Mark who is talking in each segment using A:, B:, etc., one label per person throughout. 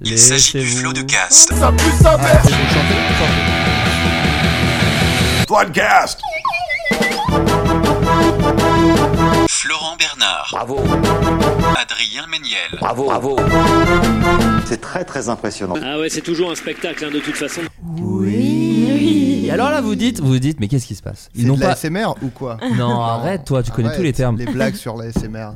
A: Il s'agit du flot de cast.
B: Floodcast!
A: Florent Bernard,
C: Bravo,
A: Adrien Méniel,
C: bravo, bravo. C'est très très impressionnant.
D: Ah ouais, c'est toujours un spectacle hein, de toute façon.
E: Oui. Alors là, vous dites, vous dites, mais qu'est-ce qui se passe
F: C'est
E: Ils n'ont
F: de
E: pas.
F: l'ASMR ou quoi
E: Non, arrête, toi, tu connais tous les
F: Arrête,
E: termes.
F: Les blagues sur l'ASMR.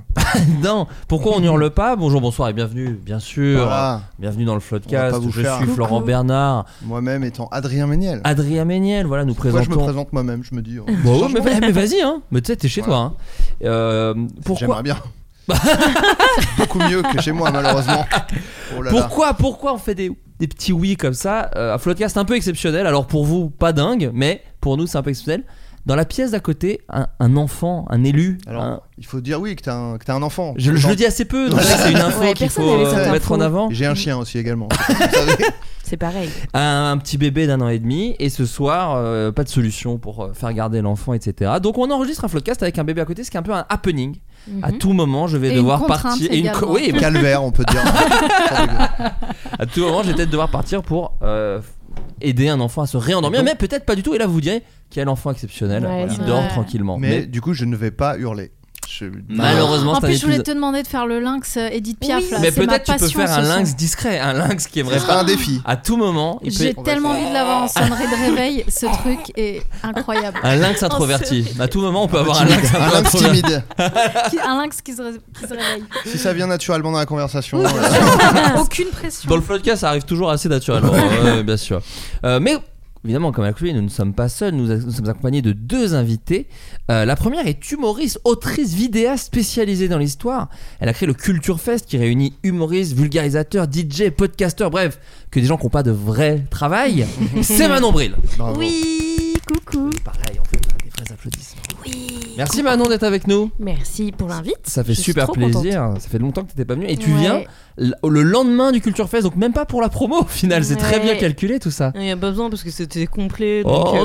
E: non, pourquoi on hurle pas Bonjour, bonsoir et bienvenue, bien sûr.
F: Voilà.
E: Bienvenue dans le
F: Bah, On va
E: Floodcast.
F: pas vous
E: Je
F: faire.
E: suis Florent Bernard,
F: Moi-même étant Adrien Méniel.
E: Adrien Méniel. Voilà, nous
F: Moi, je me
E: présentons.
F: présente moi-même, je me dis. oh,
E: Bah ouais, mais, va- mais vas-y, hein. Mais tu sais, t'es chez
F: Voilà.
E: toi. Hein. Euh, pourquoi
F: J'aimerais bien. Beaucoup mieux que chez moi, malheureusement. Oh là là.
E: Pourquoi, pourquoi on fait des, des petits oui comme ça euh, Un floodcast un peu exceptionnel. Alors pour vous, pas dingue, mais pour nous, c'est un peu exceptionnel. Dans la pièce d'à côté, un, un enfant, un élu.
F: Alors,
E: un-
F: il faut dire oui que t'as un, que t'as un enfant.
E: je, je le dis assez peu, donc je sais que c'est une info
G: Ouais,
E: qu'il
G: personne
E: faut
G: n'avait
E: euh,
G: cette
E: mettre en
G: info.
E: avant.
F: J'ai un chien aussi également. Vous savez.
G: C'est pareil.
E: Un, un petit bébé d'un an et demi, et ce soir, euh, pas de solution pour euh, faire garder l'enfant, etc. Donc on enregistre un floodcast avec un bébé à côté, ce qui est un peu un happening. À tout moment, je vais
H: Mhm. Et une
E: devoir
H: contrainte
E: partir. et une co-
H: également.
E: oui,
F: Calvaire, on peut dire.
E: À tout moment, je vais peut-être devoir partir pour euh, aider un enfant à se réendormir, mais peut-être pas du tout. Et là, vous direz quel enfant exceptionnel,
G: Ouais,
E: il
G: c'est
E: dort
H: vrai.
E: tranquillement.
F: Mais
E: Mais,
F: du coup, je ne vais pas hurler. Je-
E: malheureusement,
H: En
E: c'est un
H: plus, je voulais
E: épisode-
H: te demander de faire le lynx euh, Edith Piaf.
G: Oui.
H: là.
E: Mais
H: C'est ma
E: peut-être tu peux
H: passion,
E: faire un
H: ce
E: lynx
H: son.
E: discret, un lynx qui est
F: Ce
E: vrai
F: sera
E: pas.
F: un défi.
E: À tout moment, il
H: J'ai
E: peut...
H: tellement envie de l'avoir en sonnerie de réveil. Ce truc est incroyable.
E: un lynx introverti. À tout moment, on peut avoir un
F: Timide.
E: lynx un peu
F: lynx
E: introverti.
F: timide.
H: Qui- un lynx qui se, ré- qui se réveille.
F: Si ça vient naturellement dans la conversation. euh,
H: Aucune pression.
E: Dans le podcast, ça arrive toujours assez naturellement, hein, ouais, bien sûr. Euh, mais évidemment, comme à Cluny, nous ne sommes pas seuls, nous, nous sommes accompagnés de deux invités. Euh, la première est humoriste, autrice, vidéaste spécialisée dans l'histoire. Elle a créé le Culture Fest qui réunit humoristes, vulgarisateurs, DJ, podcasteurs, bref, que des gens qui n'ont pas de vrai travail. C'est Manon Bril.
F: bravo.
G: Oui, coucou.
E: Pareil, on fait des vrais applaudissements. Merci Manon d'être avec nous.
G: Merci pour l'invite.
E: Ça fait
G: Je suis
E: super
G: trop
E: plaisir. Ça fait longtemps que tu n'étais pas venue. Et tu
G: Ouais.
E: viens l- le lendemain du Culture Fest, donc même pas pour la promo au final. C'est très
G: Ouais.
E: bien calculé tout ça.
G: Il n'y a pas besoin parce que c'était complet. Donc
E: Oh
G: euh,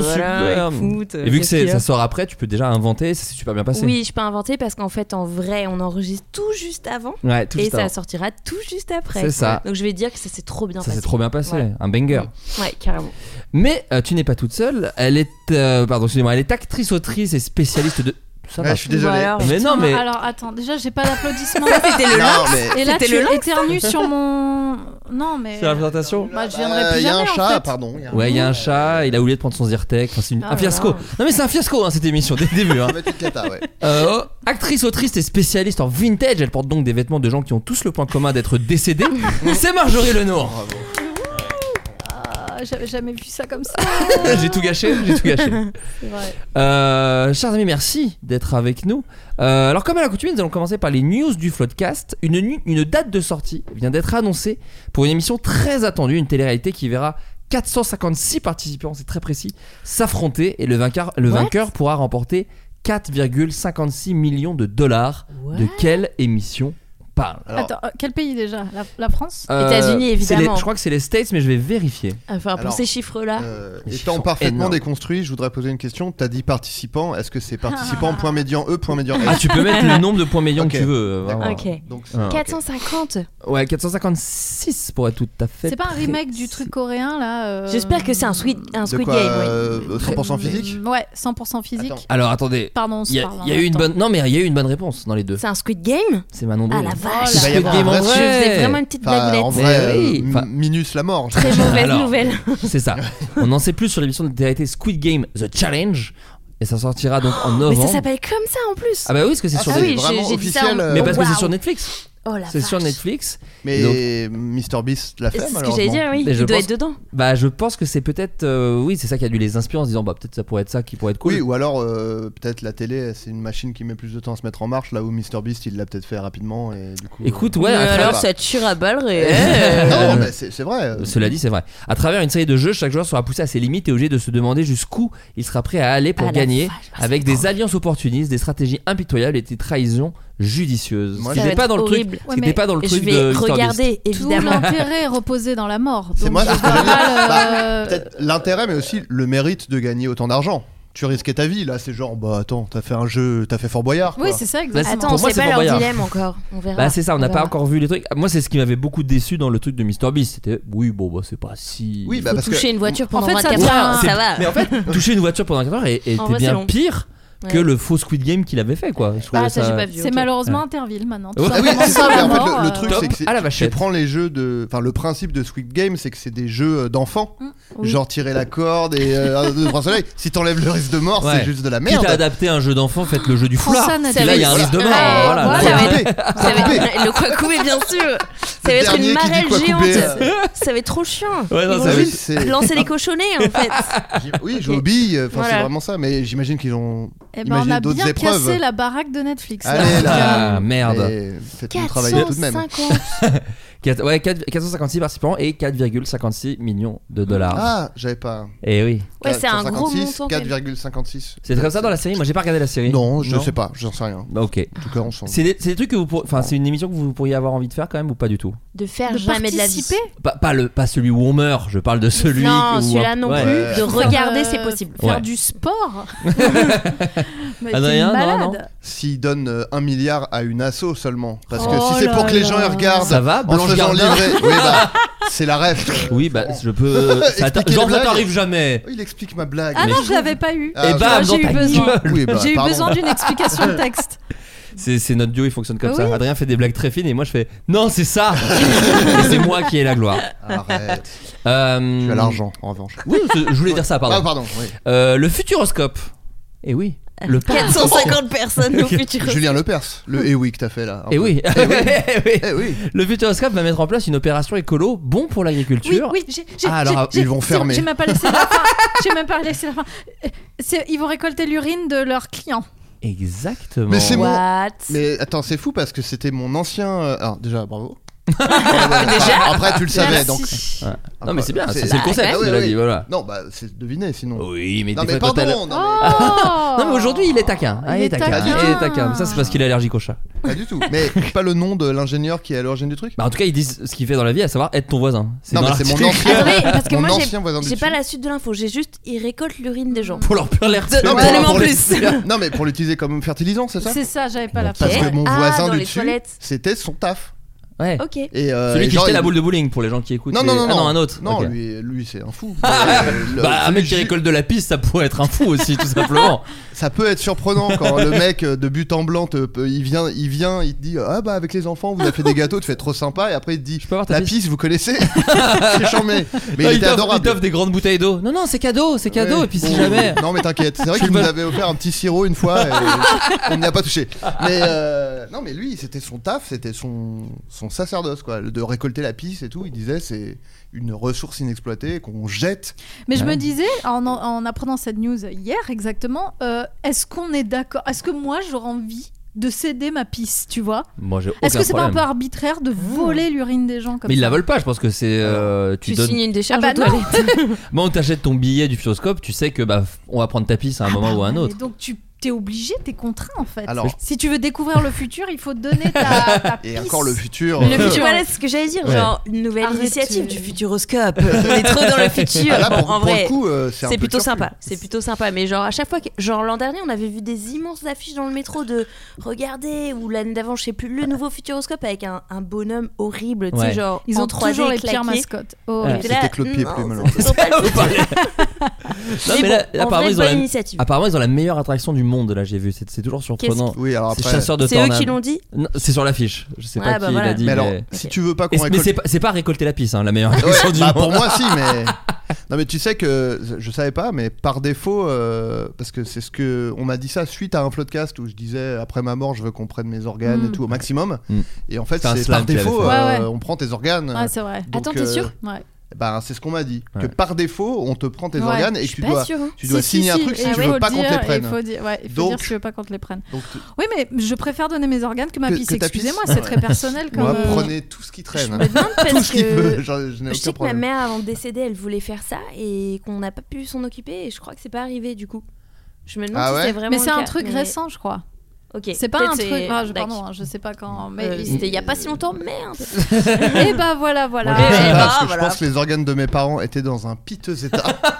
E: super
G: voilà, écoute, euh,
E: Et vu que
G: qu'est-ce qu'il
E: c'est-
G: y a
E: ça sort après, tu peux déjà inventer, ça s'est super bien passé.
G: Oui, je peux inventer parce qu'en fait, en vrai, on enregistre tout juste avant
E: Ouais, tout
G: et
E: juste
G: ça
E: avant.
G: sortira tout juste après.
E: C'est ça.
G: Donc je vais dire que ça s'est trop bien
E: Ça
G: passé.
E: s'est trop bien passé,
G: Ouais.
E: un banger.
G: Ouais, carrément.
E: Mais euh, tu n'es pas toute seule, elle est euh, pardon, excusez-moi, elle est actrice, autrice et spécialiste de ça
F: Ouais,
E: va.
F: je suis désolé.
G: Voilà.
E: Mais non mais
H: Alors, attends, déjà, j'ai pas d'applaudissements.
G: C'était le
F: Non, mais.
H: Et là,
G: C'était
H: tu
G: le lynx.
H: éternues sur mon. Non, mais.
E: c'est la présentation.
H: Bah, je viendrai
F: Euh,
H: plus
F: Il y a un
H: jamais, en
F: chat,
H: fait.
F: pardon. il y a un-
E: Ouais, il y a un chat, il a oublié de prendre son Zyrtec, enfin, c'est une-
G: Oh
E: un
G: là
E: fiasco.
G: là.
E: Non mais c'est un fiasco hein, cette émission dès le début hein.
F: Ça va être une cata, ouais.
E: Euh, oh, actrice, autrice et spécialiste en vintage, elle porte donc des vêtements de gens qui ont tous le point commun d'être décédés. c'est Marjorie Lenoir.
F: Bravo.
H: Ah, J'avais jamais vu ça comme ça.
E: j'ai tout gâché, j'ai tout gâché.
H: C'est vrai.
E: Euh, chers amis, merci d'être avec nous. Euh, alors, comme à l'accoutumée, nous allons commencer par les news du Floodcast. Une, nu- une date de sortie vient d'être annoncée pour une émission très attendue, une télé-réalité qui verra 456 participants, c'est très précis, s'affronter et le vainqueur, le
G: What
E: vainqueur pourra remporter 4,56 millions de dollars. De quelle émission on parle
F: Alors,
H: Attends, euh, quel pays déjà la, la France
E: Euh,
G: États-Unis,
E: c'est les-
G: évidemment.
E: je crois que c'est les States, mais je vais vérifier.
G: Enfin, pour
F: Alors,
G: ces chiffres-là.
F: Euh,
E: Ils
F: étant
E: sont
F: parfaitement
E: énormes.
F: déconstruit, je voudrais poser une question. T'as dit participants, est-ce que c'est participants
H: Ah.
F: point médian E, point médian
E: Ah,
F: S
E: tu peux mettre le nombre de points médians
F: Ok.
E: que tu veux. euh, vraiment.
G: Ok.
F: Donc, c'est-
E: Ah, ok.
G: 450.
E: Ouais, 456 pour être tout à fait.
H: C'est pas un
E: pré-
H: remake du truc coréen là euh,
G: J'espère que c'est un sweet, un
F: de
G: sweet
F: quoi
G: game. oui. Mm,
F: euh, 100% physique
H: Ouais, 100% physique.
F: Attends.
E: Alors attendez,
H: Pardon, on se
E: Il y a,
H: parle en
E: il y a
H: même
E: eu une
H: temps.
E: bonne. Non, mais il y a eu une bonne réponse dans les deux.
G: C'est un sweet game
E: C'est Manon
G: Ah
E: Bril.
G: la vache.
E: Il va y avoir un vrai
G: je
E: sujet.
G: faisais vraiment une petite
F: Enfin,
G: blagounette.
F: en vrai,
E: Mais oui,
F: euh,
E: enfin-
F: minus la mort.
G: Très mauvaise
E: Alors,
G: nouvelle.
E: C'est ça. On en sait plus sur l'émission de réalité Squid Game The Challenge et ça sortira donc en
G: Mais
E: novembre.
G: ça s'appelle comme ça en plus.
E: Ah bah oui, parce que c'est sur
G: ah
F: c'est
E: des-
G: oui,
F: vraiment
G: j'ai- j'ai dit ça
F: officiel,
G: en-
F: euh,
E: Mais parce que c'est
G: Waouh.
E: sur Netflix.
G: Oh la
E: C'est sur
G: vache.
E: Netflix.
F: Mais Mr Beast l'a fait
G: C'est ce que
F: malheureusement.
G: j'allais dire, oui.
E: Mais
G: Il
E: je
G: doit
E: pense-
G: être dedans.
E: Bah je pense que c'est peut-être euh, oui, c'est ça qui a dû les inspirer en se disant bah peut-être ça pourrait être ça qui pourrait être cool.
F: Oui, ou alors euh, peut-être la télé, c'est une machine qui met plus de temps à se mettre en marche, là où Mr Beast il l'a peut-être fait rapidement et du coup.
E: Écoute, ouais, bah. à
F: alors,
E: travers-
F: pas.
G: ça tire à balles
F: euh,
G: réelles.
F: non, mais c'est c'est vrai. euh,
E: Euh, Cela dit, c'est vrai. À travers une série de jeux, chaque joueur sera poussé à ses limites et obligé de se demander jusqu'où il sera prêt à aller pour
G: Ah, la
E: gagner,
G: vache, bah,
E: avec
G: c'est
E: des alliances opportunistes, des stratégies impitoyables et des trahisons judicieuses.
F: Moi,
E: Ce qui
F: Ça
G: va
E: n'est pas
G: être
E: dans le truc.
G: horrible.
E: ce qui
H: Ouais,
E: n'est
H: mais
E: pas dans le
G: Je
E: truc
G: vais
E: de Mr. Beast.
G: regarder, hein.
H: Tout
G: évidemment.
H: l'intérêt reposait dans la mort.
F: C'est
H: Donc,
F: moi,
H: je
F: c'est ce que
H: vois
F: j'allais dire. Bah,
H: mal, euh,
F: Peut-être l'intérêt, mais aussi le mérite de gagner autant d'argent. Tu risquais ta vie, là, c'est genre, bah attends, t'as fait un jeu, t'as fait Fort Boyard.
H: Oui,
F: quoi.
H: c'est ça, exactement.
G: Attends,
E: Pour
G: on
E: moi,
G: sait
E: c'est
G: pas
E: Fort
G: leur
E: Boyard.
G: dilemme encore. On verra.
E: Bah c'est ça, on n'a pas
G: verra.
E: encore vu les trucs. Moi c'est ce qui m'avait beaucoup déçu dans le truc de Mr Beast, c'était oui bon bah c'est pas si
F: Oui, bah
G: Faut
F: parce que.
G: toucher une voiture pendant
H: fait, ça
G: 24
H: devient-
G: heures,
E: C'est-
G: ça va.
E: Mais en fait, toucher une voiture pendant 4 heures est- était
G: En vrai, c'est
E: bien
G: long.
E: pire que
G: Ouais.
E: le faux Squid Game qu'il avait fait quoi. Je trouvais
G: Ah, ça, j'ai pas vu.
H: C'est
G: ok.
H: malheureusement Interville maintenant. tout
E: Ouais.
F: Ah oui,
H: simplement,
F: c'est ça, mais en
H: la
F: fait,
H: mort,
F: le, le
H: euh,
F: truc,
E: Top
F: c'est que c'est-
E: à la
F: tu
E: vachette.
F: prends les jeux de. Enfin, le principe de Squid Game, c'est que c'est des jeux euh, d'enfants.
G: Mm, oui.
F: Genre tirer la corde et euh, un, deux, trois soleils. Si t'enlèves le risque de mort,
E: Ouais.
F: Oh, c'est juste de la
E: Quitte à
F: merde.
E: adapter un jeu d'enfant, faites le jeu du
H: Prends
E: foulard.
H: ça,
E: Et là il y a un
H: Nathalie.
E: risque de mort.
G: Euh,
E: Voilà,
G: voilà.
E: là, il y a-
G: Ouais.
F: Coupé.
G: Ça va être- le quoi couper, bien sûr. Ça va
F: Le
G: être
F: dernier
G: une
F: qui dit
G: marelle
F: quoi
G: géante.
F: couper, euh.
G: Ça va être trop chiant.
E: Ouais, non,
G: Ils
E: ça
G: vont
E: va
F: Ah oui,
G: juste
F: c'est-
G: lancer les cochonnets en fait.
F: Oui, je billes, enfin
G: Voilà.
F: c'est vraiment ça, mais j'imagine qu'ils ont
H: Eh ben, on
F: imaginé
H: a
F: d'autres
H: bien
F: épreuves.
H: cassé la baraque de Netflix. là.
F: Allez
E: Ah
F: là
E: merde.
F: Mais Faites nous travailler tout de même.
G: 450.
E: Quatre- ouais, quatre- 456 participants et 4,56 millions de dollars.
F: Ah, j'avais pas.
E: Et oui.
G: Ouais, c'est un gros
F: 456,
G: montant. quand même.
F: 4,56.
E: C'est comme ça dans la série, moi j'ai pas regardé la série.
F: Non, je sais pas, j'en sais rien.
E: Bah, Ok.
F: En tout cas, on s'en.
E: C'est des, c'est des trucs que vous pourrez- Enfin, c'est une émission que vous pourriez avoir envie de faire quand même ou pas du tout
G: De faire
H: De
G: jamais de la vie.
H: participer
E: pas, pas le, pas celui où on meurt, je parle de celui.
G: non,
E: où-
G: celui-là non
E: Ouais.
G: plus.
F: Ouais.
G: De regarder,
H: Euh,
G: c'est possible.
E: Ouais.
H: Faire du sport. Mais t'es
E: Adrien, non,
H: malade.
E: non.
F: S'ils donnent euh, un milliard à une asso seulement. Parce que
H: Oh
F: si c'est
H: là
F: pour que les
H: là.
F: gens y regardent
E: Ça va,
F: en se
E: Blanche
F: faisant
E: Gardin
F: livrer. Oui, bah, c'est la ref.
E: Oui, bah je peux. ça t'a-
F: Expliquez
E: Genre, ça
F: la blague.
E: t'arrive jamais.
F: Oh, Il explique ma blague.
H: Ah non,
F: Mais-
H: je l'avais pas eu.
F: Ah,
E: Et
F: ok.
E: bah,
H: j'ai eu besoin.
F: Oui, bah,
H: J'ai eu
F: pardon.
H: besoin d'une explication de texte.
E: C'est c'est notre duo, il fonctionne comme
H: Ah
E: ça.
H: oui.
E: Adrien fait des blagues très fines et moi je fais Non, c'est ça Et c'est moi qui ai la gloire.
F: Arrête.
E: Euh,
F: Tu as l'argent, en revanche.
E: Oui, je je voulais dire ça, pardon.
F: Ah, pardon. oui.
E: Euh, le futuroscope. Et oui. Le
G: Ah,
E: parc.
G: 450 personnes au futur.
F: Julien Lepers, le eh oui que t'as fait là. un
E: Et
F: peu.
E: oui. Eh oui.
F: Eh oui.
E: Le Futuroscope va mettre en place une opération écolo bon pour
H: Oui,
E: l'agriculture.
H: oui, j'ai- j'ai-
E: Ah, alors,
H: j'ai-
E: ah,
H: j'ai-
F: ils vont
H: c'est bon,
F: fermer.
H: J'ai même pas laissé la fin. J'ai même pas laissé la fin. C'est- Ils vont récolter l'urine de leurs clients.
E: Exactement.
F: Mais c'est mon.
G: What
F: Mais attends, c'est fou parce que c'était mon ancien. euh, Alors, déjà, bravo. déjà Après, tu le savais
H: Merci.
F: donc.
E: Non, mais c'est bien, c'est
F: Ah, bah, C'est-
E: c'est le concept
F: Ah, ouais,
E: de la
F: ouais.
E: vie, voilà. Oh,
F: Non, bah, c'est deviné sinon.
E: Oui, mais,
F: Non,
E: des
F: mais
E: fois, quand
F: pardon,
E: elle-
F: non, mais-
H: Oh.
E: Non, mais aujourd'hui, il est taquin. Ah, il, est taquin.
F: taquin.
E: Il est taquin. Mais Ça, c'est parce qu'il est allergique au chat.
G: Oh.
F: Pas du tout. Mais pas le nom de l'ingénieur qui est à l'origine du truc
E: Bah, en tout cas, ils disent ce qu'il fait dans la vie, à savoir être ton voisin.
F: Non,
E: dans
F: mais c'est mon
E: l'article.
F: ancien.
G: Attendez, parce que
F: Mon
G: moi
F: ancien voisin du
G: j'ai- j'ai pas
F: dessus.
G: la suite de l'info, j'ai juste il récolte l'urine des gens.
E: Pour leur pleurer l'air. de-
F: Non, mais
G: Tellement
F: pour le-
G: plus.
F: Non, mais pour l'utiliser comme fertilisant, c'est ça
H: C'est ça, j'avais pas la
E: Ok.
H: fin.
F: Parce que mon
G: Ah,
F: voisin
G: dans
F: du
G: les
F: dessus,
G: toilettes.
F: c'était son taf.
E: Ouais.
G: Ok.
F: Et, euh,
E: Celui
F: et
E: qui
F: genre,
E: jetait
F: il-
E: la boule de bowling pour les gens qui écoutent.
F: Non,
E: les-
F: non, non,
E: Ah,
F: non.
E: un autre.
F: Non,
E: Ok.
F: lui, lui c'est un fou.
E: Ah,
F: Euh, le-
E: Bah, un mec
F: celui que
E: qui
F: j'ai-
E: récolte de la piste, ça pourrait être un fou aussi, tout simplement.
F: Ça peut être surprenant quand le mec euh, de but en blanc, te, peut- il, vient, il vient, il te dit Ah bah avec les enfants, vous avez fait des gâteaux, tu fais trop sympa, et après il te dit
E: peux avoir ta
F: La
E: piste
F: piste, vous connaissez C'est charmé. Mais
E: Ah, ils
F: il était
E: t'offrent- Ils
F: adorable.
E: t'offrent des grandes bouteilles d'eau. Non, non, c'est cadeau, c'est cadeau.
F: Ouais.
E: Et puis si
F: Bon,
E: jamais.
F: Non mais t'inquiète, c'est vrai
E: Je
F: qu'il nous
E: me-
F: avait offert un petit sirop une fois et on n'y a pas touché. Mais euh, non mais lui, c'était son taf, c'était son, son sacerdoce quoi, de récolter la pisse et tout. Il disait c'est une ressource inexploitée qu'on jette.
H: Mais je
E: Ouais.
H: me disais, en, en apprenant cette news hier exactement, euh, est-ce qu'on est d'accord Est-ce que moi j'aurais envie de céder ma pisse, tu vois
E: Moi, j'ai
H: Est-ce
E: aucun
H: que c'est pas un peu
E: problème.
H: arbitraire de
G: Ah.
H: voler l'urine des gens comme
E: Mais ils
H: ça
E: la veulent pas, je pense que c'est. euh, tu
G: Tu
E: donnes.
G: signes une décharge
H: Ah bah
G: aux toilettes.
E: Bon, on t'achète ton billet du Futuroscope, tu sais que bah, f- on va prendre ta piste à un
H: Ah
E: moment
H: bah
E: ou à un
H: ouais,
E: autre.
H: mais Donc tu t'es obligé, t'es contraint en fait.
F: Alors-
H: si tu veux découvrir le futur, il faut donner ta, ta
F: Et
H: pisse.
F: encore le futur.
G: Le
F: euh,
G: futur, voilà c'est ce que j'allais dire,
E: Ouais.
G: genre une nouvelle
H: Arrête,
G: initiative
H: tu-
G: du futuroscope. On est trop dans le futur.
F: ah, là, pour,
G: en
F: pour
G: vrai,
F: le coup, euh, c'est un
G: c'est
F: peu
G: plutôt
F: turfu.
G: sympa. C'est plutôt sympa. Mais genre à chaque fois, que... genre l'an dernier, on avait vu des immenses affiches dans le métro de regardez ou l'année d'avant, je sais plus, le nouveau futuroscope avec un, un bonhomme horrible, tu
E: Ouais.
G: sais genre
H: Ils ont
G: en 3D
H: toujours les
G: claqué.
H: pires mascottes. Oh,
E: Ouais.
G: T'es
F: C'était
G: là,
F: Claude Pied
G: non,
F: Plume,
G: c'est toujours
F: alors.
G: pas le
E: Vous
G: futur.
E: parlez- Non,
G: Mais
E: mais
G: bon,
E: là,
G: en vrai,
E: apparemment, ils ont
G: bonne
E: la-
G: initiative.
E: apparemment, ils ont la meilleure attraction du monde, là, j'ai vu. C'est c'est toujours surprenant.
F: Qu'est-ce- Oui, alors
E: C'est
F: après-
E: chasseur de
G: C'est eux
E: tornades.
G: qui l'ont dit
E: Non, C'est sur l'affiche. Je sais
G: Ouais,
E: pas
G: bah
E: qui
G: voilà.
E: l'a dit.
F: Mais alors,
E: mais-
F: si tu veux pas
E: Et-
F: qu'on
E: mais
F: récolte
E: c'est pas, c'est pas récolter la pisse, hein, la meilleure
F: Ouais,
E: réaction du
F: bah,
E: monde.
F: pour moi si mais non mais tu sais que je savais pas mais par défaut euh, parce que c'est ce que on m'a dit ça suite à un podcast où je disais après ma mort je veux qu'on prenne mes organes
H: Mm.
F: et tout au maximum
E: Mm.
F: et en fait
E: C'est un
F: c'est
E: slam
F: par
E: qu'il avait
F: défaut
E: fait.
F: euh,
H: Ouais, ouais.
F: on prend tes organes
G: Ah,
H: Ouais, c'est vrai.
F: Donc,
B: Attends, t'es
F: euh,
B: sûr
H: Ouais.
F: ben, c'est ce qu'on m'a dit que
E: Ouais.
F: par défaut on te prend tes
H: Ouais,
F: organes et
B: Je
F: que
B: suis
F: tu
B: pas
F: dois
B: sûre. hein.
F: tu dois
H: Si,
F: signer
H: si,
F: un truc
H: si,
F: si
H: il
F: tu
H: faut
F: veux pas
H: dire,
F: qu'on te les prenne
H: Il faut dire, ouais, il faut
F: Donc-
H: dire si tu veux pas qu'on te les prenne.
F: donc t-
H: Oui, mais je préfère donner mes organes que ma
F: Que-
H: pisse.
F: que ta
H: Excusez-moi,
F: pisse.
H: c'est très personnel. Comme,
F: moi
H: euh,
F: prenez tout ce qui traîne
G: me demande
F: tout
G: parce
F: ce qu'il
G: que-
F: veut j'en- je
G: Je
F: n'ai aucun
G: sais que ma
F: problème
G: mère, avant de décéder, elle voulait faire ça et qu'on n'a pas pu s'en occuper. Et je crois que c'est pas arrivé du coup. Je me demande
F: Ah ouais
G: si c'est vraiment.
H: Mais
G: le
H: c'est un
G: cas,
H: truc
G: mais-
H: récent, je crois.
G: Ok.
H: C'est pas
G: Peut-être
H: un truc.
G: c'est-
H: ah, je,
G: D'accord.
H: pardon, hein, je sais pas quand. Mais
G: Euh, C'était il y a pas si longtemps, merde.
H: Et bah voilà,
F: Moi,
H: voilà.
F: je dis
G: Eh ben,
F: ça Eh ben, parce que je
G: voilà.
F: pense que les organes de mes parents étaient dans un piteux état
H: Ah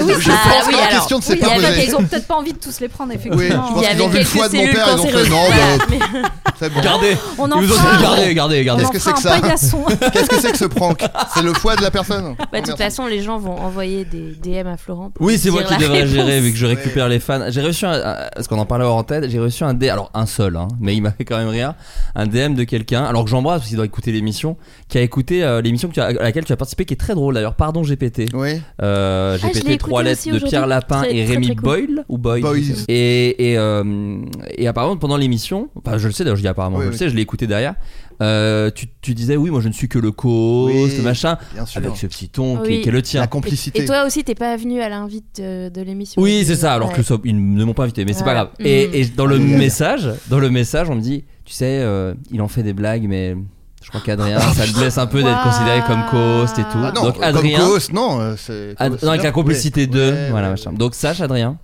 H: Oui,
F: je
G: bah,
F: pense que
G: oui,
F: la
G: alors,
F: question ne s'est
H: Oui,
F: pas
H: il y a-
F: posée
H: ils ont peut-être pas envie de tous les prendre, effectivement.
F: Oui, je pense
G: Il y
F: qu'ils ont
G: avait
F: vu le
G: quelques
F: foie de mon
G: cellules
F: père, ils ont fait
G: cancéreuses.
F: non,
G: Voilà.
F: bah, c'est bon.
E: Gardez
H: On en
E: Ils vous ont
H: fera
E: dit,
H: un-
E: gardez, gardez,
H: on
E: gardez.
H: en
F: Qu'est-ce que
H: fera
F: c'est que
H: un
F: ça
H: paillasson.
F: Qu'est-ce que c'est que ce prank C'est le foie de la personne.
G: Bah, de toute
F: Merci.
G: façon, les gens vont envoyer des DM à Florent. pour
E: Oui, c'est
G: dire
E: moi qui
G: la
E: devrais
G: réponse.
E: gérer vu que je
F: Ouais.
E: récupère les fans. J'ai reçu, un, un- parce qu'on en parlait hors antenne, j'ai reçu un DM, alors un seul, hein, mais il m'a fait quand même rire, un DM de quelqu'un, alors que j'embrasse parce qu'il doit écouter l'émission, qui a écouté euh, l'émission que tu as- à laquelle tu as participé, qui est très drôle d'ailleurs. Pardon GPT.
F: Oui.
E: Euh,
G: Ah, je l'ai
E: GPT
G: écouté
E: trois lettres
G: aussi
E: de
G: aujourd'hui.
E: Pierre Lapin
G: Très-
E: et
G: très,
E: Rémi
G: très cool.
E: Boyle ou Boyle
F: Boys.
E: et et, euh, et apparemment pendant l'émission, enfin je le sais d'ailleurs, je dis apparemment,
F: Oui,
E: je le
F: oui.
E: sais, je l'ai écouté derrière. euh, tu, tu disais oui, moi je ne suis que le co
F: Oui.
E: le machin,
F: Bien sûr.
E: avec ce petit ton qui,
G: Oui.
E: qui est le tien.
F: La complicité.
G: Et toi aussi, t'es pas venu à l'invite euh, de l'émission.
E: Oui, c'est ça. Alors
G: Ouais. Mm.
E: que ça- ils ne m'ont pas invité, mais c'est pas
G: Voilà.
E: grave. Et, et dans le
F: Aïe, aïe, aïe.
E: message, dans le message, on me dit, tu sais, euh, il en fait des blagues, mais je crois qu'Adrien, ça le blesse un peu d'être
H: Waouh.
E: considéré comme co-host et tout.
F: Ah non,
E: Donc
F: comme
E: Adrien,
F: co-host, non, euh, c'est.
E: Ad-
F: co-host,
E: Ah, non, avec
F: c'est
E: la
F: bien.
E: complicité
F: Ouais,
E: de,
F: ouais,
E: voilà
F: ouais.
E: machin. Donc sache Adrien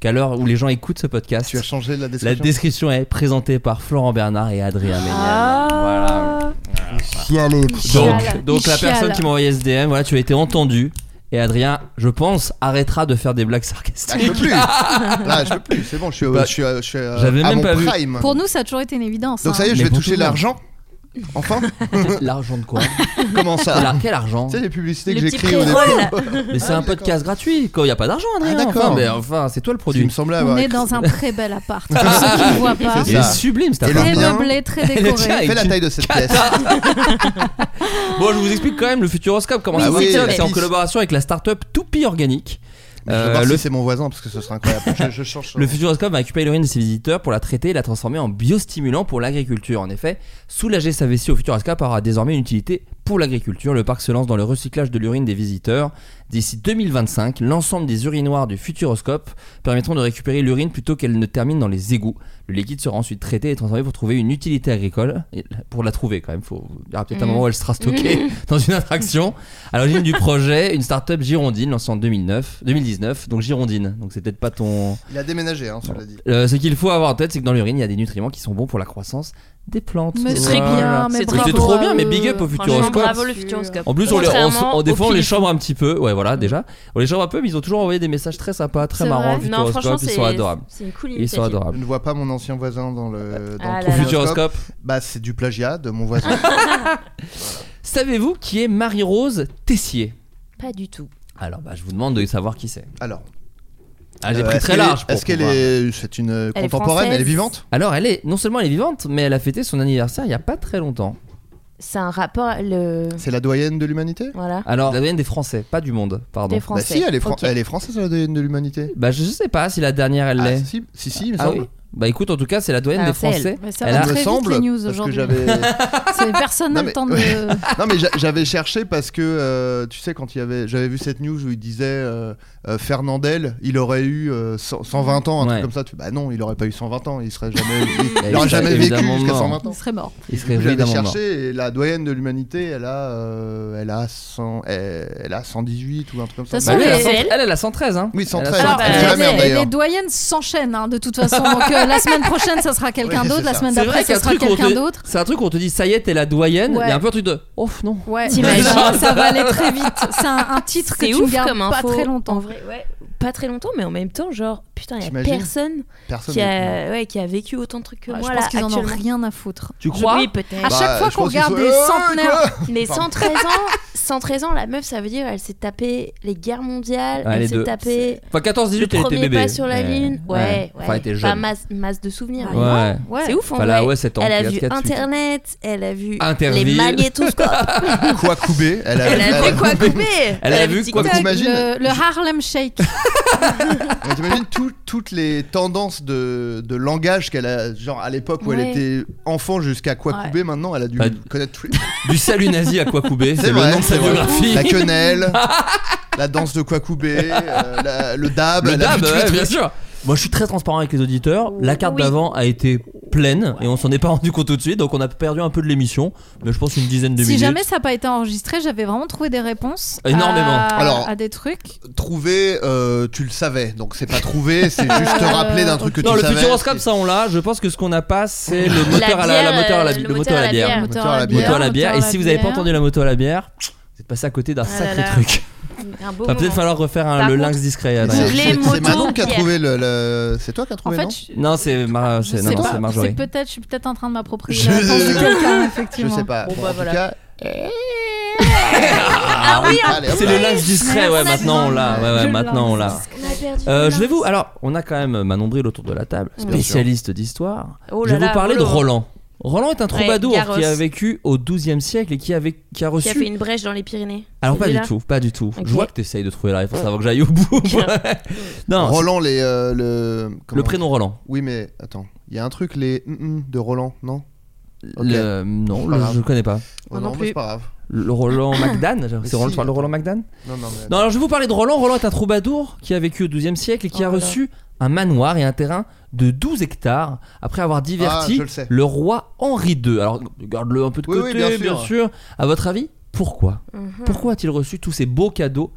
E: qu'à l'heure où les gens écoutent ce podcast,
F: Tu as changé de
E: la
F: la description.
E: description est présentée par Florent Bernard et Adrien Méniel.
G: Ah.
H: Chiale.
E: Donc, donc la
H: Chiale.
E: personne qui m'a envoyé ce DM, voilà, tu as été entendu. Et Adrien, je pense, arrêtera de faire des blagues sarcastiques.
F: Ah, je peux plus. Là, je peux plus. C'est bon, je suis, au-
E: Bah,
F: je suis, à- je suis à-
E: j'avais
F: à
E: même
F: mon
E: pas vu. hein.
F: prime.
H: Pour nous, ça a toujours été une évidence. hein.
F: Donc ça y est,
E: Mais
F: je vais
E: pour
F: toucher
E: tout le monde.
F: l'argent. Enfin,
E: L'argent de quoi
F: comment ça
E: Quel- Quel argent
F: Tu sais les publicités que
G: Le petit
F: j'écris au
G: pré-roll, là.
F: début.
E: Mais c'est un podcast gratuit, quand il n'y a pas d'argent, Adrien.
F: Ah, d'accord.
E: Enfin, mais enfin, c'est toi le
F: Il me
E: produit.
F: semblait
H: On
F: avoir.
H: est dans un très bel appart. Pour ceux qui ne voient pas,
F: Ah, bah, C'est
E: Il est
F: ça.
E: sublime, c'est
F: Et le
H: très
F: mien.
H: meublé, très
E: Le tien
H: décoré.
E: est-
F: Fais la taille de cette pièce.
E: Bon, je vous explique quand même le Futuroscope, comment
F: Oui,
E: ça
F: s'il te
E: fonctionne.
F: plaît.
E: C'est en collaboration avec la start-up Toupie Organique.
F: Je vais
E: Euh,
F: voir
E: le
F: si c'est mon voisin parce que ce serait incroyable. Je, je change.
E: Le Futuroscope va récupérer l'urine de ses visiteurs pour la traiter et la transformer en biostimulant pour l'agriculture. En effet, soulager sa vessie au Futuroscope aura désormais une utilité pour l'agriculture. Le parc se lance dans le recyclage de l'urine des visiteurs. D'ici 2025, l'ensemble des urinoirs du Futuroscope permettront de récupérer l'urine plutôt qu'elle ne termine dans les égouts. Le liquide sera ensuite traité et transformé pour trouver une utilité agricole. Et pour la trouver quand même, faut... il y aura peut-être un
G: Mhm.
E: moment où elle sera stockée dans une attraction. À l'origine du projet, une start-up girondine lancée en 2009, 2019, donc girondine. Donc c'est peut-être pas ton...
F: Il a déménagé, hein, cela dit.
E: Euh, ce qu'il faut avoir en tête, c'est que dans l'urine, il y a des nutriments qui sont bons pour la croissance des plantes.
H: Mais
G: C'est très
E: Voilà.
H: bien, mais
E: C'est
H: bravo
E: très- trop bien,
H: à
E: mais
H: eux.
E: big up au
G: Franchement,
E: Futuroscope.
G: bravo le Futuroscope.
E: En plus, on les, on,
G: Contrairement
E: on- des
G: au
E: fois, on les
G: Philippe.
E: chambre un petit peu. Ouais, voilà, déjà. On les chambre un peu, mais ils ont toujours envoyé des messages très sympas, très
H: C'est
E: marrants.
H: vrai.
E: au
G: Non, franchement,
E: Futuroscope, ils sont
G: c'est-
E: adorables.
G: C'est une cool
E: Ils
G: initiative.
E: sont
F: Je
E: adorables.
F: ne vois pas mon ancien voisin dans le. Dans
G: Ah
F: le
G: là Ah.
E: Au
G: là.
E: Ah. Futuroscope,
F: Bah, c'est du plagiat de mon voisin.
E: savez-vous qui est Marie-Rose Tessier
G: Pas du tout.
E: Alors, bah, je vous demande de savoir qui c'est.
F: Alors,
E: Ah, j'ai
F: euh,
E: pris
F: est-ce
E: très
F: qu'elle est-
E: large. pour
F: Est-ce qu'elle
E: pouvoir-
F: est. C'est une euh,
G: Elle est
F: contemporaine, elle est
G: française.
F: vivante
E: Alors, elle est non seulement elle est vivante, mais elle a fêté son anniversaire il y a pas très longtemps.
G: C'est un rapport. à Le...
F: C'est la doyenne de l'humanité
G: Voilà.
E: Alors, la doyenne des Français, pas du monde, Ah, pardon.
G: Des
F: Bah,
G: Français.
F: si, elle est, fran-
G: Ok.
F: elle est française, la doyenne de l'humanité.
E: Bah, je sais pas si la dernière elle
F: Ah,
E: l'est.
F: si, si, si, il me
E: Ah
F: semble.
E: oui. Bah écoute, en tout cas, c'est la doyenne
G: Ah,
E: des
G: c'est elle.
E: Français.
H: Mais ça
E: Elle
H: va
E: a-
F: Il me
H: très vite
F: semble,
H: les news
F: parce que
H: aujourd'hui.
F: j'avais.
H: C'est- Personne n'a
F: Non,
H: le temps de.
F: mais- non mais j'a- j'avais cherché parce que euh, tu sais quand il y avait j'avais vu cette news où il disait euh, euh, Fernandel il aurait eu euh, cent- 120 ans un
E: Ouais.
F: truc comme ça tu bah non il aurait pas eu 120 ans il serait jamais il,
E: Il
F: aurait
E: serait
F: jamais vécu
E: évidemment
F: jusqu'à
E: mort.
F: 120 ans
H: Il serait mort.
E: Il serait
F: Du coup, J'avais
E: évidemment mort.
F: cherché et la doyenne de l'humanité, elle a, euh, elle a 100, elle, elle a 118 ou un truc comme ça.
H: De toute
E: Bah,
H: façon,
E: lui, elle, a
H: les-
E: cent- elle, elle a 113, hein.
F: Oui, 113.
E: Elle a
H: Alors,
G: bah, c'est
H: je
G: la
H: veux
F: merde,
H: dire,
F: d'ailleurs.
H: les doyennes s'enchaînent hein, de toute façon. Donc euh, la semaine prochaine, ça sera quelqu'un
F: Oui,
H: d'autre.
F: c'est
H: La
F: ça.
H: semaine
E: C'est vrai
H: d'après,
E: qu'il y a
H: ça
E: un
H: sera
E: truc où on
H: quelqu'un
E: te-
H: d'autre.
E: C'est un truc où on te dit, ça y est, t'es la doyenne.
H: Ouais.
E: Il y a un peu un truc de, ouf, non.
H: Ouais,
G: T'imagines
H: ça, ça va aller très vite. C'est un, un titre que
G: C'est
H: tu ne
G: ouf
H: gardes
G: comme
H: pas
G: info.
H: très longtemps.
G: En vrai, ouais. Pas très longtemps, mais en même temps, genre, putain, il y a
F: Bah, T'imagines
G: personne
F: Personne.
G: qui
F: n'est-
G: a, ouais, qui a vécu autant de trucs que
H: Ouais,
G: moi
H: je
G: là
H: pense qu'ils en ont
G: actuellement.
H: rien à foutre.
E: Tu crois
G: Oui,
H: À
G: peut-être.
F: Bah,
H: chaque fois
F: je
H: qu'on
F: pense qu'ils
H: regarde
F: sont-
H: des
F: Euh,
H: centenaires,
F: quoi
G: Mais
F: Pardon.
G: 113 ans, 113 ans, la meuf, ça veut dire elle s'est tapée les guerres mondiales,
E: Ouais, les
G: elle s'est
E: deux.
G: tapée
E: Enfin, 14-18,
G: le
E: elle était
G: premier
E: bébé.
G: pas sur la
E: Ouais.
G: lune. Ouais,
E: Ouais.
G: ouais.
E: Enfin, elle était
G: Pas
E: jeune.
G: masse, masse de souvenirs.
E: Ouais.
G: hein. C'est ouf en
E: Enfin, là,
G: vrai.
E: ouais, sept ans,
G: elle a
E: quatre,
G: vu
E: quatre, huit.
G: Internet, elle a vu
E: Interville.
G: les magnétoscopes.
F: Quoi couper Elle a,
G: elle a vu quoi couper
E: Elle a vu quoi
H: Tic-tac,
F: t'imagines
H: le, le Harlem Shake.
F: Mais T'imagines tout- toutes les tendances de, de langage qu'elle a, genre à l'époque où elle
H: Ouais.
F: était enfant jusqu'à quoi
H: Ouais.
F: couper, maintenant elle a dû
E: Bah,
F: connaître tous les.
E: Du salut nazi à Kwakubé, c'est le
F: vrai,
E: nom de sa
F: c'est vrai.
E: biographie.
F: La quenelle, la danse de quoi couper, euh, la- le dab,
E: Le
F: elle a
E: dab,
F: vu tous les
E: ouais,
F: trucs.
E: bien sûr. Moi, je suis très transparent avec les auditeurs. La carte
G: Oui.
E: d'avant a été pleine et on s'en est pas rendu compte tout de suite, donc on a perdu un peu de l'émission, mais je pense une dizaine de
H: si
E: minutes.
H: jamais ça n'a pas été enregistré, j'avais vraiment trouvé des réponses.
E: Énormément.
H: À,
F: Alors-
H: à des trucs.
F: Trouver, euh, tu le savais, donc c'est pas trouver, c'est juste te
H: Euh,
F: rappeler d'un truc que
E: non,
F: tu
E: le
F: savais.
E: futuroscope, ça on l'a. Je pense que ce qu'on n'a pas, c'est le
G: La
E: moteur à la, la
G: bière,
E: moteur à la,
G: euh,
E: le
G: le
E: moteur à la bière.
H: Moteur à la
E: Moteur
H: bière.
E: à la bière. Et
H: moteur à
E: si
H: la
E: vous n'avez pas
H: bière.
E: entendu la moto à la bière, vous êtes passé à côté d'un
G: là
E: sacré
G: là.
E: truc.
G: Un beau
E: Va peut-être
G: moment.
E: falloir refaire un-
G: Par
E: le
G: contre,
E: lynx discret.
F: C'est-
E: Adrien.
G: Les
F: C'est c'est
G: motos
F: Manon qui a
G: Pierre.
F: trouvé le. le- C'est toi qui as
H: En
F: trouvé, non
H: fait, je-
E: Non, c'est Mar-
H: je
E: Ah, c'est-
H: sais
E: non,
H: pas.
E: c'est Marjorie.
H: C'est peut-être, je suis peut-être en train de m'approprier
F: Je-
H: la réponse de quelqu'un,
F: Je
H: effectivement.
F: sais pas.
G: Bon,
F: Bon,
G: bah,
F: en
G: voilà.
F: tout cas,
G: Ah oui,
F: allez, hop
E: C'est
F: là.
E: le lynx discret,
H: Merci.
E: ouais, maintenant on l'a. Ouais, ouais,
H: Je le
E: maintenant on l'a.
H: lance.
G: on a perdu.
E: Euh,
G: le
E: je vais
G: lance.
E: vous. Alors, on a quand même Manon Bril autour de la table,
G: Bien
E: spécialiste d'histoire.
G: Oh
E: je
G: là
E: vais vous
G: là,
E: parler de
G: Rollo.
E: Roland. Roland est un troubadour
G: Garros.
E: qui a vécu au 12e siècle et qui, avait, qui a reçu.
G: Qui a fait une brèche dans les Pyrénées.
E: Alors, pas du
G: celui-là.
E: tout, pas du tout.
G: Ok.
E: Je vois que tu essayes de trouver la réponse avant que j'aille au bout. non,
F: Roland, les. euh, le,
E: le
F: comment-
E: prénom Roland.
F: Oui, mais attends, il y a un truc, les mm-mm de Roland, non Ok.
E: Le- non,
F: Pas
E: le-
F: grave.
E: je le connais pas.
G: Moi non
F: mais
G: plus.
F: c'est pas grave.
E: Le Roland McDan C'est
F: si,
E: Roland, tu parles de Roland McDan
F: Non, non, mais.
E: Non, alors je vais vous parler de Roland. Roland est un troubadour qui a vécu au 12e siècle et qui a
G: Oh là là.
E: reçu un manoir et un terrain de 12 hectares après avoir
F: Ah,
E: diverti
F: je le sais.
E: roi Henri II. Alors garde-le un peu de
F: Oui,
E: côté,
F: oui, bien sûr.
E: sûr. À votre avis, pourquoi
G: Mhm.
E: Pourquoi a-t-il reçu tous ces beaux cadeaux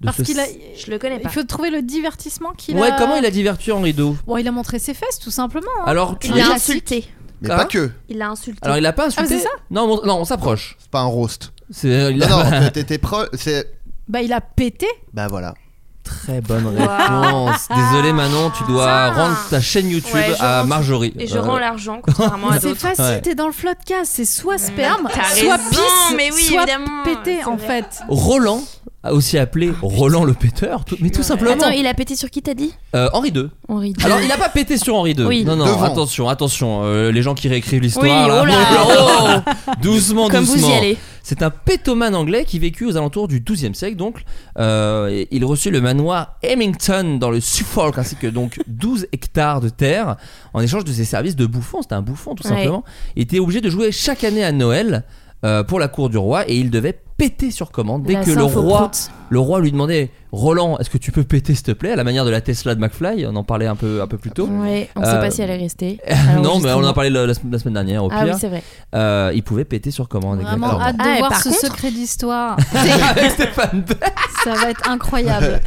E: de
H: Parce
E: ce...
H: qu'il a.
G: Je le connais pas.
H: Il faut trouver le divertissement qu'il
E: Ouais,
H: a.
E: comment il a diverti Henri II
H: Bon, il a montré ses fesses, tout simplement. hein.
E: Alors, tu...
G: Oh, Il l'a
H: Classique.
G: insulté.
F: Mais
E: Hein
F: pas que,
G: Il l'a insulté. Ah,
E: alors il a pas insulté
H: c'est ça
E: Non, on, non, on s'approche.
F: c'est pas un roast.
E: C'est euh, il
F: Non,
E: a-
F: non, t'étais pro. C'est.
H: Bah, il a pété.
F: Bah voilà.
E: très bonne réponse. Désolé Manon, tu dois
G: Ça.
E: rendre ta chaîne YouTube
G: Ouais, je
E: à
G: rends-
E: Marjorie.
G: Et je
E: Euh,
G: rends l'argent, contrairement à
H: C'est
G: d'autres.
H: facile,
E: Ouais.
H: t'es dans le floodcast, c'est soit sperme,
G: T'as
H: soit
G: raison,
H: pisse,
G: mais oui,
H: soit
G: évidemment,
H: pété
G: c'est
H: en
G: vrai.
H: fait.
E: Roland, aussi appelé Roland le péteur, tout- mais tout simplement
G: Attends, il a pété sur qui t'as dit
E: euh, Henri II.
G: Henri II.
E: Alors il a pas pété sur Henri II.
G: Oui.
E: Non non,
F: Devant.
E: attention, attention, euh, les gens qui réécrivent l'histoire.
G: Oui,
E: là,
G: oh là.
E: oh, doucement,
G: Comme
E: doucement.
G: vous y allez.
E: C'est un pétomane anglais qui vécut aux alentours du XIIe siècle, donc euh, et il reçut le manoir Hemington dans le Suffolk, ainsi que donc 12 hectares de terre en échange de ses services de bouffon. C'était un bouffon tout
G: Ouais.
E: simplement. Il était obligé de jouer chaque année à Noël euh, pour la cour du roi et il devait péter sur commande dès
G: La
E: que le
G: sympho
E: roi,
G: prout.
E: le roi lui demandait Roland, est-ce que tu peux péter s'il te plaît à la manière de la Tesla de McFly, on en parlait un peu un peu plus tôt.
G: Ouais, on
E: Euh,
G: sait pas si elle est restée.
E: non, mais on en a parlé la, la semaine la semaine dernière au
G: Ah oui,
E: pire.
G: c'est vrai.
E: Euh, il pouvait péter sur commande.
H: Vraiment
E: exactement.
H: hâte de
G: Ah, et
H: voir
G: par
H: ce
G: contre-
H: secret d'histoire.
E: Avec Stéphane Bern.
H: Ça va être incroyable.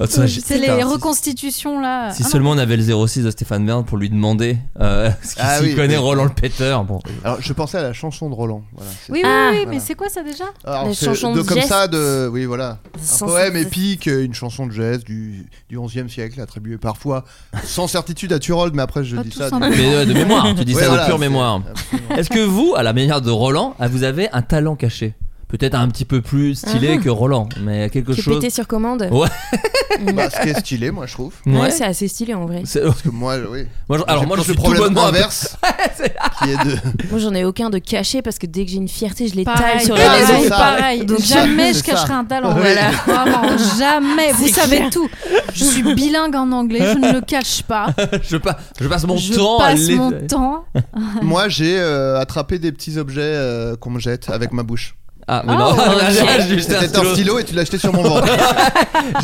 E: Oh, ça, j'ai-
H: c'est
E: putain,
H: les
E: si-
H: reconstitutions là.
E: Si
H: Ah non.
E: seulement on avait le 06 de Stéphane Bern pour lui demander euh, ce qu'il
F: Ah
E: s'y
F: oui,
E: connaît
F: oui.
E: Roland le péteur. Bon.
F: Alors je pensais à la chanson de Roland. Voilà, c'est-
H: Oui, oui,
G: Ah.
H: oui, mais
F: Voilà.
H: c'est quoi ça déjà
F: Alors,
G: La
F: c'est
G: chanson
F: de
G: de
F: comme
G: geste.
F: ça de oui voilà un
G: Sans-
F: poème épique une chanson de geste du du 11e siècle attribuée parfois sans certitude à Turold mais après je
H: Pas
F: dis
H: tout
F: ça
H: simplement.
E: Mais euh, de mémoire, tu dis
F: Ouais,
E: ça
F: voilà,
E: de pure
F: c'est-
E: mémoire.
F: absolument.
E: Est-ce que vous, à la manière de Roland, ah, vous avez un talent caché Peut-être un petit peu plus stylé
G: Ah.
E: que Roland, mais quelque
G: Qui est
E: chose.
G: pété sur commande.
E: Ouais.
F: Bah, ce qui est stylé moi je trouve
E: Oh, Ouais.
G: Ouais, c'est assez stylé en vrai.
E: C'est-
F: parce que moi oui
E: Moi, je- alors
F: J'ai
E: moi, je suis
F: plus le
E: tout
F: problème
E: bonnement un peu-
F: inverse
E: C'est-
F: qui est de
G: Moi j'en ai aucun de caché parce que dès que j'ai une fierté, je l'étale
H: Pareil,
G: sur les
F: Ah,
G: réseaux.
H: pareil,
F: c'est ça.
H: pareil.
G: Donc,
H: jamais
F: c'est
H: je cacherai
F: ça.
H: un talent.
F: Oui.
H: Voilà, vraiment, jamais. Vous
G: C'est
H: savez
G: clair.
H: tout. Je suis bilingue en anglais, je ne le cache pas.
E: je, pa- je passe mon
H: je
E: temps à
H: passe
E: les-
H: mon temps.
F: moi j'ai euh, attrapé des petits objets euh, qu'on me jette avec ma bouche
E: Ah, oui, non, j'ai juste un
F: c'était un
E: stylo.
F: stylo et tu l'as acheté sur mon ventre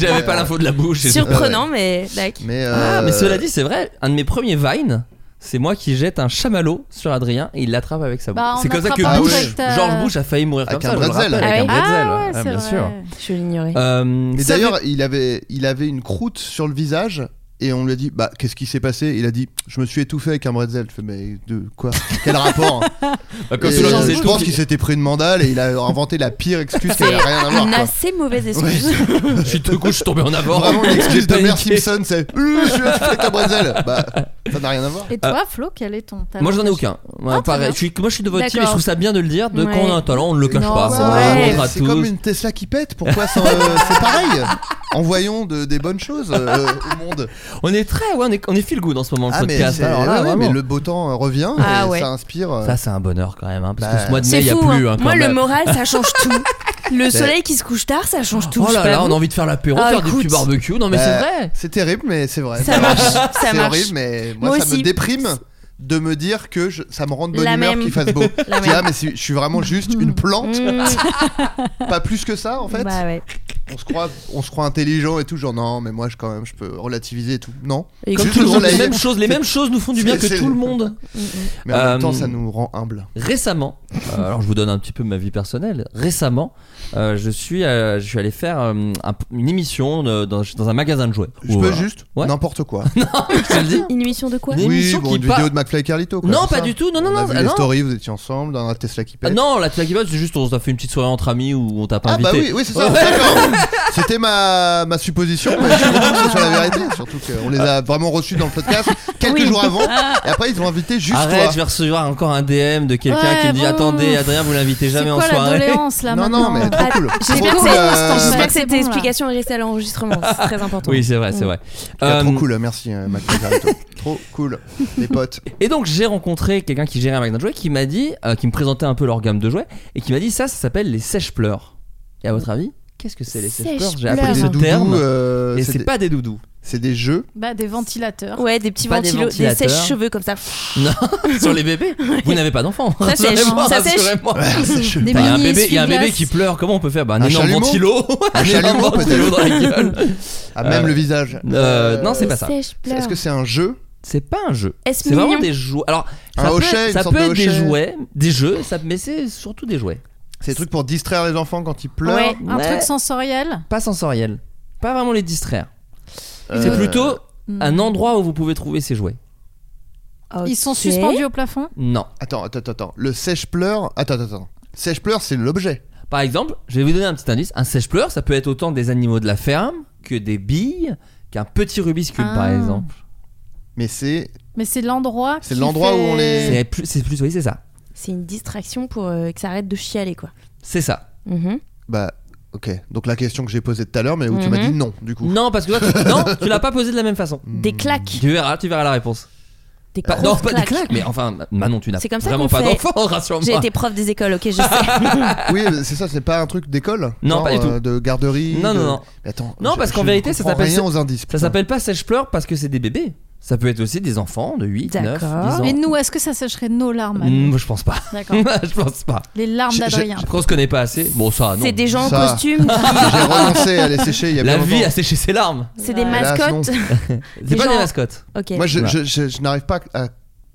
E: J'avais pas l'info de la bouche. et tout.
F: Euh,
G: Surprenant, mais bah, like.
F: mais
E: Ah,
F: euh,
E: mais cela dit, c'est vrai, un de mes premiers Vines, c'est moi qui jette un chamallow sur Adrien et il l'attrape avec sa bouche.
H: Bah, on
E: c'est comme ça
H: attrape euh,
E: que
F: un
E: Bush,
F: avec
H: ta-
E: George Bush a failli mourir
F: Avec
E: comme
F: un
E: ça, je le
F: bretzel.
E: rappelle,
G: Ah
E: avec
G: ouais.
E: un bretzel.
H: Ah ouais,
E: ouais,
H: c'est
E: bien
H: vrai.
E: sûr.
G: Je l'ignorais.
E: Euh,
F: Mais
E: ça
F: d'ailleurs, il avait, il avait une croûte sur le visage. Et on lui a dit, bah, qu'est-ce qui s'est passé Il a dit, je me suis étouffé avec un bretzel. Je fais, mais de quoi Quel rapport
E: fait- bah, comme
F: Et,
E: tout le monde
F: euh,
E: sait
F: Je
E: tout,
F: pense
E: il-
F: qu'il s'était pris une mandale et il a inventé la pire excuse qui avait rien à voir.
G: Une
F: quoi.
G: assez mauvaise excuse.
E: je suis de couche, je suis tombé en avant.
F: Vraiment,
E: J'ai
F: l'excuse de
E: paniqué.
F: Mère Simpson, c'est, Euh, je suis étouffé avec un bretzel. Bah, Ça n'a rien à voir.
H: Et toi, Flo, quel est ton talent
E: Moi j'en ai aucun. Moi,
H: Ah, très
E: pareil,
H: bien.
E: je suis, moi je suis de votre team et je
H: D'accord.
E: trouve ça bien de le dire. De quand on a un
H: Ouais.
E: talent, on ne le cache
H: Non,
G: Oh,
E: pas.
H: c'est
E: On
H: vrai.
E: le montre à
F: C'est comme
E: tous.
F: une Tesla qui pète. Pourquoi ça, euh, c'est pareil Envoyons de, des bonnes choses euh, au monde.
E: On est très, ouais, on est, on est feel good en ce moment le
F: Ah, mais,
E: podcast.
F: c'est-
E: Alors là,
F: ouais, ouais,
E: vraiment.
F: mais le beau temps euh, revient
G: Ah
F: et
G: ouais.
F: ça inspire. euh,
E: Ça c'est un bonheur quand même, hein, parce que
F: Bah,
E: ce mois de mai
G: C'est
E: il y a
G: fou.
E: plus.
G: hein.
E: hein, quand
G: Moi, le
E: même.
G: moral, ça change tout. Le soleil qui se couche tard, ça change tout.
E: Oh
G: je
E: là
G: sais pas
E: là, on
G: vous.
E: a envie de faire l'apéro,
G: Ah,
E: faire des
G: écoute.
E: petits barbecues. Non mais
F: bah,
E: c'est vrai.
F: C'est terrible, mais c'est vrai.
G: Ça marche, ça
F: C'est
G: marche.
F: horrible, mais moi,
G: Moi
F: ça me
G: aussi.
F: déprime de me dire que je- ça me rend de bonne
G: La
F: humeur
G: même.
F: qu'il fasse beau.
G: La
F: Je dis,
G: même.
F: ah, mais c'est- je suis vraiment juste une plante,
G: Mmh.
F: pas plus que ça en fait.
G: Bah ouais.
F: On se croit, on se croit intelligent et tout, genre non, mais moi je quand même je peux relativiser et tout. Non.
G: Et
E: Comme
F: Juste
E: tout le
F: le
E: monde, les
F: soleil.
E: mêmes choses, les mêmes choses nous font du bien que
F: C'est- c'est-
E: tout le monde.
F: Mais en
E: Euh,
F: même temps, ça nous rend humble.
E: Récemment, euh, alors je vous donne un petit peu ma vie personnelle. Récemment, euh, je suis, euh, je suis allé faire euh, un- une émission euh, dans, dans un magasin de jouets.
F: Je
E: Où,
F: peux
E: euh,
F: juste
E: Ouais.
F: n'importe quoi.
E: je te le dis.
G: Une émission de quoi
E: Une
F: oui,
E: émission
F: bon,
E: qui
F: une
E: par-
F: vidéo de McFly et Carlito. quoi,
E: Non,
F: c'est
E: pas
F: ça.
E: du tout, non, non,
F: On a
E: non,
F: vu
E: ah,
F: les
E: non.
F: stories, vous étiez ensemble dans un Tesla qui
E: Ah
F: pète.
E: non, la Tlaqueba, c'est juste on t'a fait une petite soirée entre amis où on t'a pas
F: Ah bah
E: invité.
F: oui, oui c'est ça,
E: Ouais.
F: d'accord. C'était ma, ma supposition, mais je suis content que ce soit la vérité. Surtout qu'on les a vraiment reçus dans le podcast quelques
G: Oui.
F: jours avant. Et après, ils ont invité juste
E: Ah. Arrête, je
F: toi.
E: vais recevoir encore un DM de quelqu'un
H: Ouais,
E: qui me dit
H: bon.
E: Attendez, Adrien, vous l'invitez
H: C'est
E: jamais
H: quoi
E: en
H: la
E: soirée.
H: doléance là
F: Non,
H: maintenant
F: non, mais trop cool. Trop
G: J'espère que,
F: cool,
G: c'est-
F: euh,
G: j'espère
H: Max.
G: que cette
H: C'est bon, là.
G: explication est restée à l'enregistrement. C'est très important.
E: Oui, c'est vrai, c'est vrai.
F: Ah,
E: Euh,
F: Trop cool, merci euh, Max Margarito. Trop cool, les potes.
E: Et donc j'ai rencontré quelqu'un qui gérait un magasin de jouets qui m'a dit, euh, qui me présentait un peu leur gamme de jouets et qui m'a dit ça, ça s'appelle les sèche-pleurs. Et à votre avis, qu'est-ce que c'est les sèche-pleurs J'ai appris
G: Sèche-pleurs.
E: ce
F: Des
E: Ah, terme
F: doudous, euh,
E: et
F: c'est
E: c'est
F: des-
E: pas des doudous.
F: c'est des jeux.
H: Bah, des ventilateurs.
G: Ouais, des petits
E: Pas des
G: ventilos, des,
E: ventilateurs.
G: sèches-cheveux comme ça.
E: Non, sur les bébés. Vous n'avez pas d'enfant.
G: Ça sèche,
E: Rassurez-moi,
G: ça sèche.
E: rassurez-moi.
H: Des
E: Il y a un
H: mini
E: bébé, il y a un
H: essuie-glaces.
E: bébé qui pleure. Comment on peut faire bah, un,
F: Un
E: énorme
F: chalumeau
E: ventilo.
F: Un
E: énorme
F: chalumeau,
E: ventilo dans la gueule.
F: Ah, même
E: Euh,
F: le visage.
E: euh, non, c'est pas ça.
F: Est-ce que c'est un jeu
E: C'est pas un jeu.
G: Est-ce
E: C'est vraiment
G: mignon
E: des jouets. Alors,
F: Un
E: ça peut,
F: hochet, une
E: ça
F: sorte
E: peut
F: de
E: être des
F: hochet.
E: jouets, des jeux, ça, mais c'est surtout des jouets.
F: C'est des trucs pour distraire les enfants quand ils pleurent.
G: Ouais.
H: Un
E: Ouais.
H: truc sensoriel.
E: Pas sensoriel. Pas vraiment les distraire.
F: Euh,
E: C'est plutôt
G: Hmm.
E: un endroit où vous pouvez trouver ces jouets.
H: Ils sont suspendus au plafond.
E: Non.
F: Attends, attends, attends. Le sèche-pleur. Attends, attends, attends. Sèche-pleur, c'est l'objet.
E: Par exemple, je vais vous donner un petit indice. Un sèche-pleur, ça peut être autant des animaux de la ferme que des billes, qu'un petit rubiscule, par
H: Ah.
E: exemple.
F: Mais c'est
H: Mais c'est l'endroit.
F: C'est
H: qui
F: l'endroit où
H: fait-
F: on les-
E: C'est plus, c'est plus, oui, c'est ça.
G: C'est une distraction pour euh, que ça arrête de chialer, quoi.
E: C'est ça.
G: Mhm.
F: Bah, ok. Donc la question que j'ai posée tout à l'heure, mais où tu
G: Mhm.
F: m'as dit non, du coup.
E: Non, parce que toi, tu- non, tu l'as pas posé de la même façon.
F: Hmm.
G: Des claques.
E: Tu verras, tu verras la réponse.
G: Des
E: Pas-
G: grosses
E: non, pas des
G: claques.
E: claques, mais enfin, Manon, tu n'as
G: C'est comme ça
E: vraiment
G: qu'on
E: pas
G: fait.
E: d'enfant,
G: J'ai
E: rassure-moi.
G: été prof des écoles, ok, je sais.
F: Oui, c'est ça, c'est pas un truc d'école
E: Non,
F: genre,
E: pas du tout.
F: euh, de garderie
E: Non,
F: de-
E: non, non.
F: Mais attends.
E: Non,
F: je-
E: parce
F: je
E: qu'en
F: ne
E: vérité, ça
F: comprends
E: s'appelle
F: rien
E: ce-
F: aux indices.
E: Ça
F: putain.
E: s'appelle pas sèche-pleur parce que c'est des bébés. Ça peut être aussi des enfants de 8, 9, 10
G: D'accord.
E: ans.
H: Mais nous, est-ce que ça sécherait nos larmes à nous
E: Mm, je pense pas.
H: D'accord.
E: je pense pas.
H: Les larmes
F: J'ai-
H: d'Adrien.
E: Après, on se connaît pas assez. Bon, ça, non.
G: C'est des gens
F: Ça.
G: en costume,
F: J'ai renoncé à les sécher il y a
E: La
F: bien
E: vie
F: longtemps.
E: a séché ses larmes.
G: c'est des
F: Hélas,
G: mascottes.
E: C'est
G: Des
E: pas des
G: gens-
E: mascottes.
G: Ok.
F: Moi, je,
E: Voilà.
F: je- je- je n'arrive pas à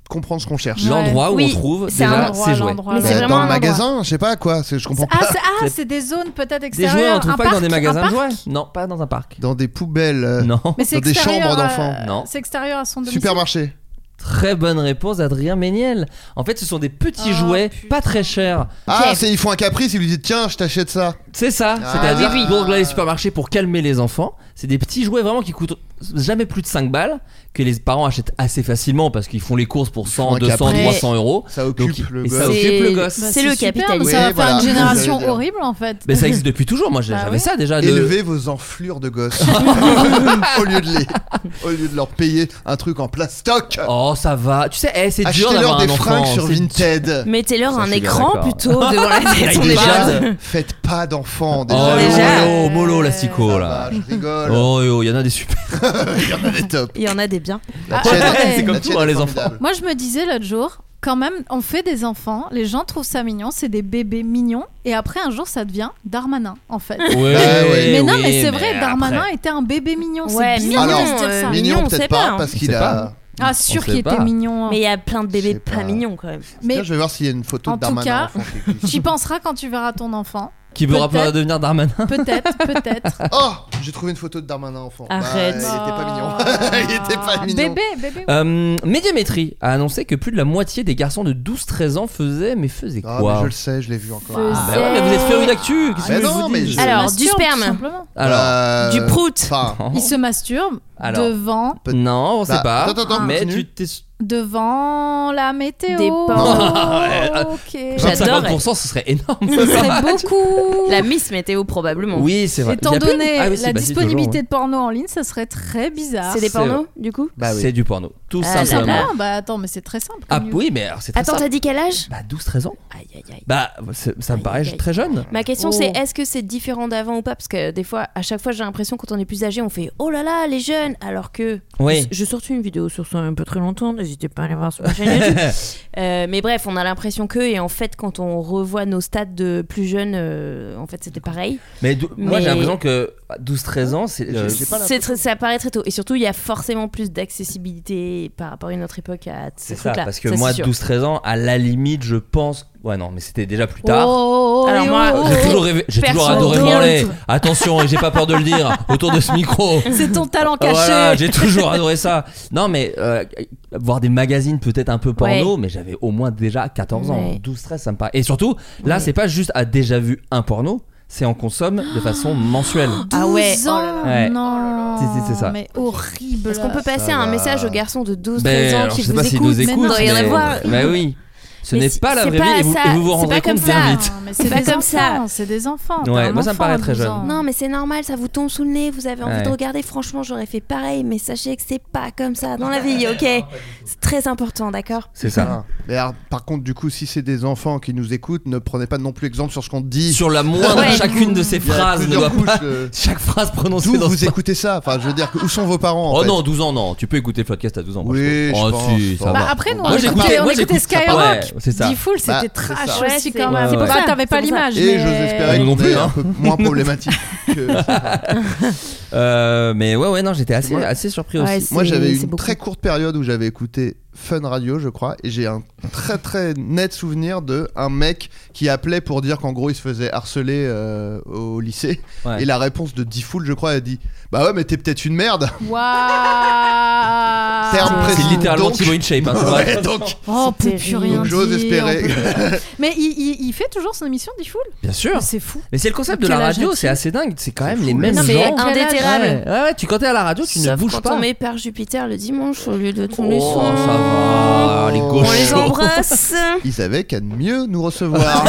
F: comprendre ce qu'on cherche.
H: Non,
E: L'endroit où
G: Oui,
E: on trouve
G: c'est un
E: déjà
H: endroit,
E: ces jouets.
H: l'endroit,
G: Mais
F: Bah,
G: c'est
H: l'endroit.
G: vraiment
F: dans
G: un
F: le
G: endroit.
F: magasin, je sais pas quoi, c'est- je comprends
H: Ah,
F: pas.
H: c'est ah,
E: C'est-
H: c'est des zones peut-être
E: Des
H: extérieures.
E: jouets, on trouve
H: un
E: pas que
H: parc,
E: dans des
H: un
E: magasins de
H: parc.
E: jouets. Non, pas dans un parc.
F: Dans des poubelles, euh,
E: Non.
H: Mais c'est
F: Dans des
H: extérieur
F: chambres
H: à-
F: d'enfants.
E: Non.
H: C'est extérieur à son domicile.
F: supermarché.
E: Très bonne réponse, Adrien Méniel. En fait, ce sont des petits
H: Oh,
E: jouets
H: putain.
E: pas très chers.
F: Ah, c'est ils font un caprice, ils lui disent tiens, je t'achète ça.
E: C'est ça.
F: Ah,
E: C'est-à-dire
F: oui, oui.
E: pour les supermarchés pour calmer les enfants. C'est des petits jouets vraiment qui coûtent jamais plus de 5 balles que les parents achètent assez facilement parce qu'ils font les courses pour 100,
F: font un
E: 200,
F: caprice.
E: 300 euros.
F: Ça
E: Donc,
F: occupe le
E: et ça
F: gosse.
E: occupe
G: C'est-
E: le gosse.
H: Bah,
G: C'est le
H: super,
G: capitalisme.
H: mais ça va
F: Oui,
H: faire
F: voilà.
H: une génération
F: J'allais dire.
H: horrible en fait.
E: Mais ça existe depuis toujours. Moi,
H: Bah
E: j'avais
H: oui.
E: ça déjà. De...
F: Élever vos enflures de gosses au lieu de les, au lieu de leur payer un truc en plastoc.
E: Oh, ça va. Tu sais, eh, c'est dur
F: Achetez-leur
E: d'avoir
F: des
E: un enfant.
F: fringues sur
E: C'est-
F: Vinted.
G: Mettez-leur
E: Ça, je
G: un
E: suis bien
G: écran
E: d'accord.
G: plutôt devant la tête.
E: Avec
G: on
E: des
G: est
E: jades.
G: bien.
F: Faites pas d'enfants
E: Oh,
F: déjà.
E: yo,
G: Déjà.
E: yo, mollo,
F: Ça
E: l'astico, là.
F: va, je rigole.
E: Oh, yo, il y en a des super.
F: Il y en a des tops.
G: Il y en a des biens.
F: La
H: Ah,
F: tienne-
H: attendez.
F: la
H: C'est
E: comme
F: tienne
E: tout, hein,
F: est
E: les
F: formidable.
E: enfants.
H: Moi, je me disais l'autre jour, quand même, on fait des enfants, les gens trouvent ça mignon, c'est des bébés mignons, et après, un jour, ça devient Darmanin, en fait.
E: Ouais,
F: ouais.
H: mais
E: Eh oui,
H: non, mais c'est vrai,
E: après-
H: Darmanin était un bébé mignon,
G: Ouais,
H: c'est
G: mignon,
H: bizarre de se dire
G: euh,
H: ça.
G: mignon.
F: Mignon,
G: on
F: peut-être
G: sait
F: pas,
G: pas, hein.
F: parce qu'il
E: sait
F: a.
H: Ah, sûr
E: On
H: qu'il
E: sait pas.
H: était mignon. hein.
G: Mais il y a plein de
F: Je
G: bébés
F: sais
G: pas,
F: pas.
G: mignons quand même.
H: Mais
F: Tiens, je vais voir s'il y a une photo
H: En
F: de
H: tout cas,
F: Darmanin. enfant qui existe.
H: tu y penseras quand tu verras ton enfant.
E: Qui peut
H: Peut-être.
E: rappeler à devenir Darmanin
H: Peut-être, peut-être.
F: Oh, J'ai trouvé une photo de Darmanin enfant.
G: Ah,
I: Arrête.
F: Bah, il était pas mignon. il était pas mignon.
G: Oh. Bébé, bébé.
E: Euh, Médiamétrie a annoncé que plus de la moitié des garçons de 12-13 ans faisaient, mais faisaient
F: Ah,
E: quoi
F: mais je le sais, je l'ai vu encore.
G: Faisait-
E: Bah ouais, mais vous êtes féru d'actu. qu'est-ce que
F: Mais
E: je
F: non,
E: vous
F: mais
E: dis
F: je-
I: Alors,
G: masturbe,
I: du sperme.
G: tout simplement.
E: Alors,
F: Euh,
I: Du prout.
F: Enfin,
E: non.
G: Il se masturbe
E: Alors.
G: devant,
F: peut-
E: non, on sait
F: Bah,
E: pas.
F: attends, attends,
E: mais
F: continue.
E: tu t'es.
G: devant la météo.
I: Des
E: pans.
G: ok.
I: J'adore.
E: 50%, ce serait énorme.
G: Ce serait beaucoup.
I: La Miss Météo, probablement.
E: Oui, c'est vrai. Il y
G: Étant
E: a plus-
G: donné
E: Ah oui, si,
G: la
E: bah, c'est toujours,
G: disponibilité
E: ouais.
G: de porno en ligne, ça serait très bizarre.
I: C'est des
E: C'est vrai.
I: pornos, du coup
F: bah oui.
E: C'est du porno. Tout
I: Ah là
G: Ah
E: simplement.
G: non, bah attends, mais c'est très simple.
E: Ah
G: comme
E: oui, mais alors c'est très
I: Attends,
E: simple.
I: t'as dit quel âge
E: Bah 12-13 ans.
I: Aïe, aïe, aïe.
E: Bah c'est- ça me
I: Aïe,
E: paraît
I: aïe, aïe.
E: très jeune.
I: Ma question
G: Oh.
I: c'est est-ce que c'est différent d'avant ou pas Parce que des fois, à chaque fois, j'ai l'impression quand on est plus âgé, on fait oh là là les jeunes, alors que
E: Oui.
I: je sortais une vidéo sur ça un peu très longtemps. N'hésitez pas à aller voir sur ma chaîne YouTube. Euh, mais bref, on a l'impression que et en fait, quand on revoit nos stades de plus jeunes, euh, en fait, c'était pareil.
E: mais dou- moi
I: Mais-
E: j'ai l'impression que 12-13 ans c'est. euh,
F: J'ai pas la-
I: C'est très- ça paraît très tôt et surtout, il y a forcément plus d'accessibilité par rapport à une autre époque à ces
E: c'est ça,
I: trucs-là.
E: parce que
I: Ça,
E: moi,
I: c'est sûr.
E: 12-13 ans, à la limite, je pense. Ouais, non, mais c'était déjà plus
G: Oh,
E: tard.
G: oh, oh,
I: Alors
G: oh,
I: moi,
G: oh,
E: J'ai
G: oh.
E: toujours rêvé, j'ai
I: Personne
E: toujours adoré
I: d'autre.
E: branler. Attention, et j'ai pas peur de le dire autour de ce micro.
G: C'est ton talent caché.
E: Ah, Voilà, j'ai toujours adoré ça. Non, mais euh, voir des magazines peut-être un peu porno, mais j'avais au moins déjà 14 ans,
I: Ouais.
E: 12, 13, ça me paraît. Et surtout, là,
I: Ouais.
E: c'est pas juste à déjà vu un porno, c'est en consomme de façon mensuelle.
I: Ah ouais,
G: 12
I: oh
G: ans.
I: là là.
E: Ouais.
G: Non.
E: Si, si, c'est ça.
G: Mais horrible.
I: Est-ce qu'on peut passer
F: Ça
I: un
F: va.
I: message aux garçons de 12-13
E: Ben,
I: ans
E: alors,
I: qui
E: je sais
I: vous
E: pas s'ils
I: écoutent
E: nous écoutent,
G: non,
I: Il y en a
E: mais,
I: voir.
E: mais oui. Ce
I: Mais
E: n'est
I: c'est-
E: pas la
I: c'est
E: vraie
I: pas
E: vie et vous,
I: ça,
E: et vous vous
I: c'est
E: rendrez
I: pas comme
E: compte bien
I: ça.
E: vite.
G: Non, mais
I: C'est
G: C'est
I: pas
G: des
I: comme ça.
G: enfants, c'est des enfants.
E: Ouais,
G: T'as un
E: moi, ça me
G: enfant
E: paraît
G: à
E: très
G: 12
E: jeune.
G: ans.
I: Non, mais c'est normal, ça vous tombe sous le nez, vous avez envie
E: Ouais.
I: de regarder. Franchement, j'aurais fait pareil, mais sachez que c'est pas comme ça dans la vie, ok C'est très important, d'accord
E: C'est ça.
F: Ah. Mais alors, par contre, du coup, si c'est des enfants qui nous écoutent, ne prenez pas non plus exemple sur ce qu'on dit.
E: Sur la moindre,
I: Ouais.
E: chacune de ces
F: Il y a
E: phrases ne
F: plusieurs
E: doit pas.
F: couches, euh,
E: Chaque phrase prononcée
F: D'où
E: dans
F: vous
E: ce-
F: écoutez ça Enfin, je veux dire, que- où sont vos parents en
E: Oh
F: fait
E: non, 12 ans, non. Tu peux écouter le podcast à 12 ans. moi,
F: Oui,
E: je trouve.
F: je
E: Oh,
F: pense.
E: si, ça
F: Bah,
E: va.
G: Bah, après, nous,
E: Moi,
G: on
E: j'écoute-
G: écoutait, on
E: moi,
G: écoutait
E: j'écoute-
G: Skyrock.
E: Ouais, c'est ça.
G: Dix Fouls,
F: Bah,
G: c'était
F: c'est
G: trash
F: ça.
I: Ouais,
G: aussi
I: c'est-
G: quand même.
E: C'est pour
G: Bah,
I: ça.
G: t'avais pas
I: C'est pour ça.
G: l'image.
F: Et
G: mais-
F: j'ose espérer
E: Nous non
F: qu'on
E: plus,
F: est un
E: hein.
F: peu moins problématique que.
E: Euh, mais ouais, ouais, non, j'étais assez,
F: Moi-
E: assez surpris
I: Ouais,
E: aussi.
I: c'est-
F: Moi, j'avais une
I: c'est beaucoup.
F: très courte période où j'avais écouté Fun Radio, je crois, et j'ai un très très net souvenir de un mec qui appelait pour dire qu'en gros il se faisait harceler euh, au lycée.
E: Ouais.
F: Et la réponse de Diffoul, je crois, a dit Bah ouais, mais t'es peut-être une merde.
I: Ah.
G: Waouh.
F: Terme précis.
E: C'est littéralement
F: Donc-
E: Thibaut InShape. Hein, c'est vrai.
F: Ouais, donc,
G: Oh, on peut
I: terrible.
G: plus rien
F: donc j'ose
G: dire,
F: espérer.
G: on peut- Mais il, il- il fait toujours son émission, Diffoul
E: Bien sûr.
G: C'est fou.
E: Mais c'est le concept de
G: Quel
E: la
G: âge
E: radio,
G: a-t-il
E: c'est assez dingue. C'est quand même
F: hein.
E: les mêmes
I: Non, mais
E: gens.
I: indéterrable.
E: Ouais, ouais, ouais, tu quand t'es à la radio, tu ne
I: Sauf
E: bouges
I: quand
E: pas.
I: on met par Jupiter le dimanche au lieu de tous les
E: Oh,
I: soirs.
E: ça va, les
I: On les
E: gauchos.
I: embrasse
F: Ils savaient qu'à de mieux nous recevoir.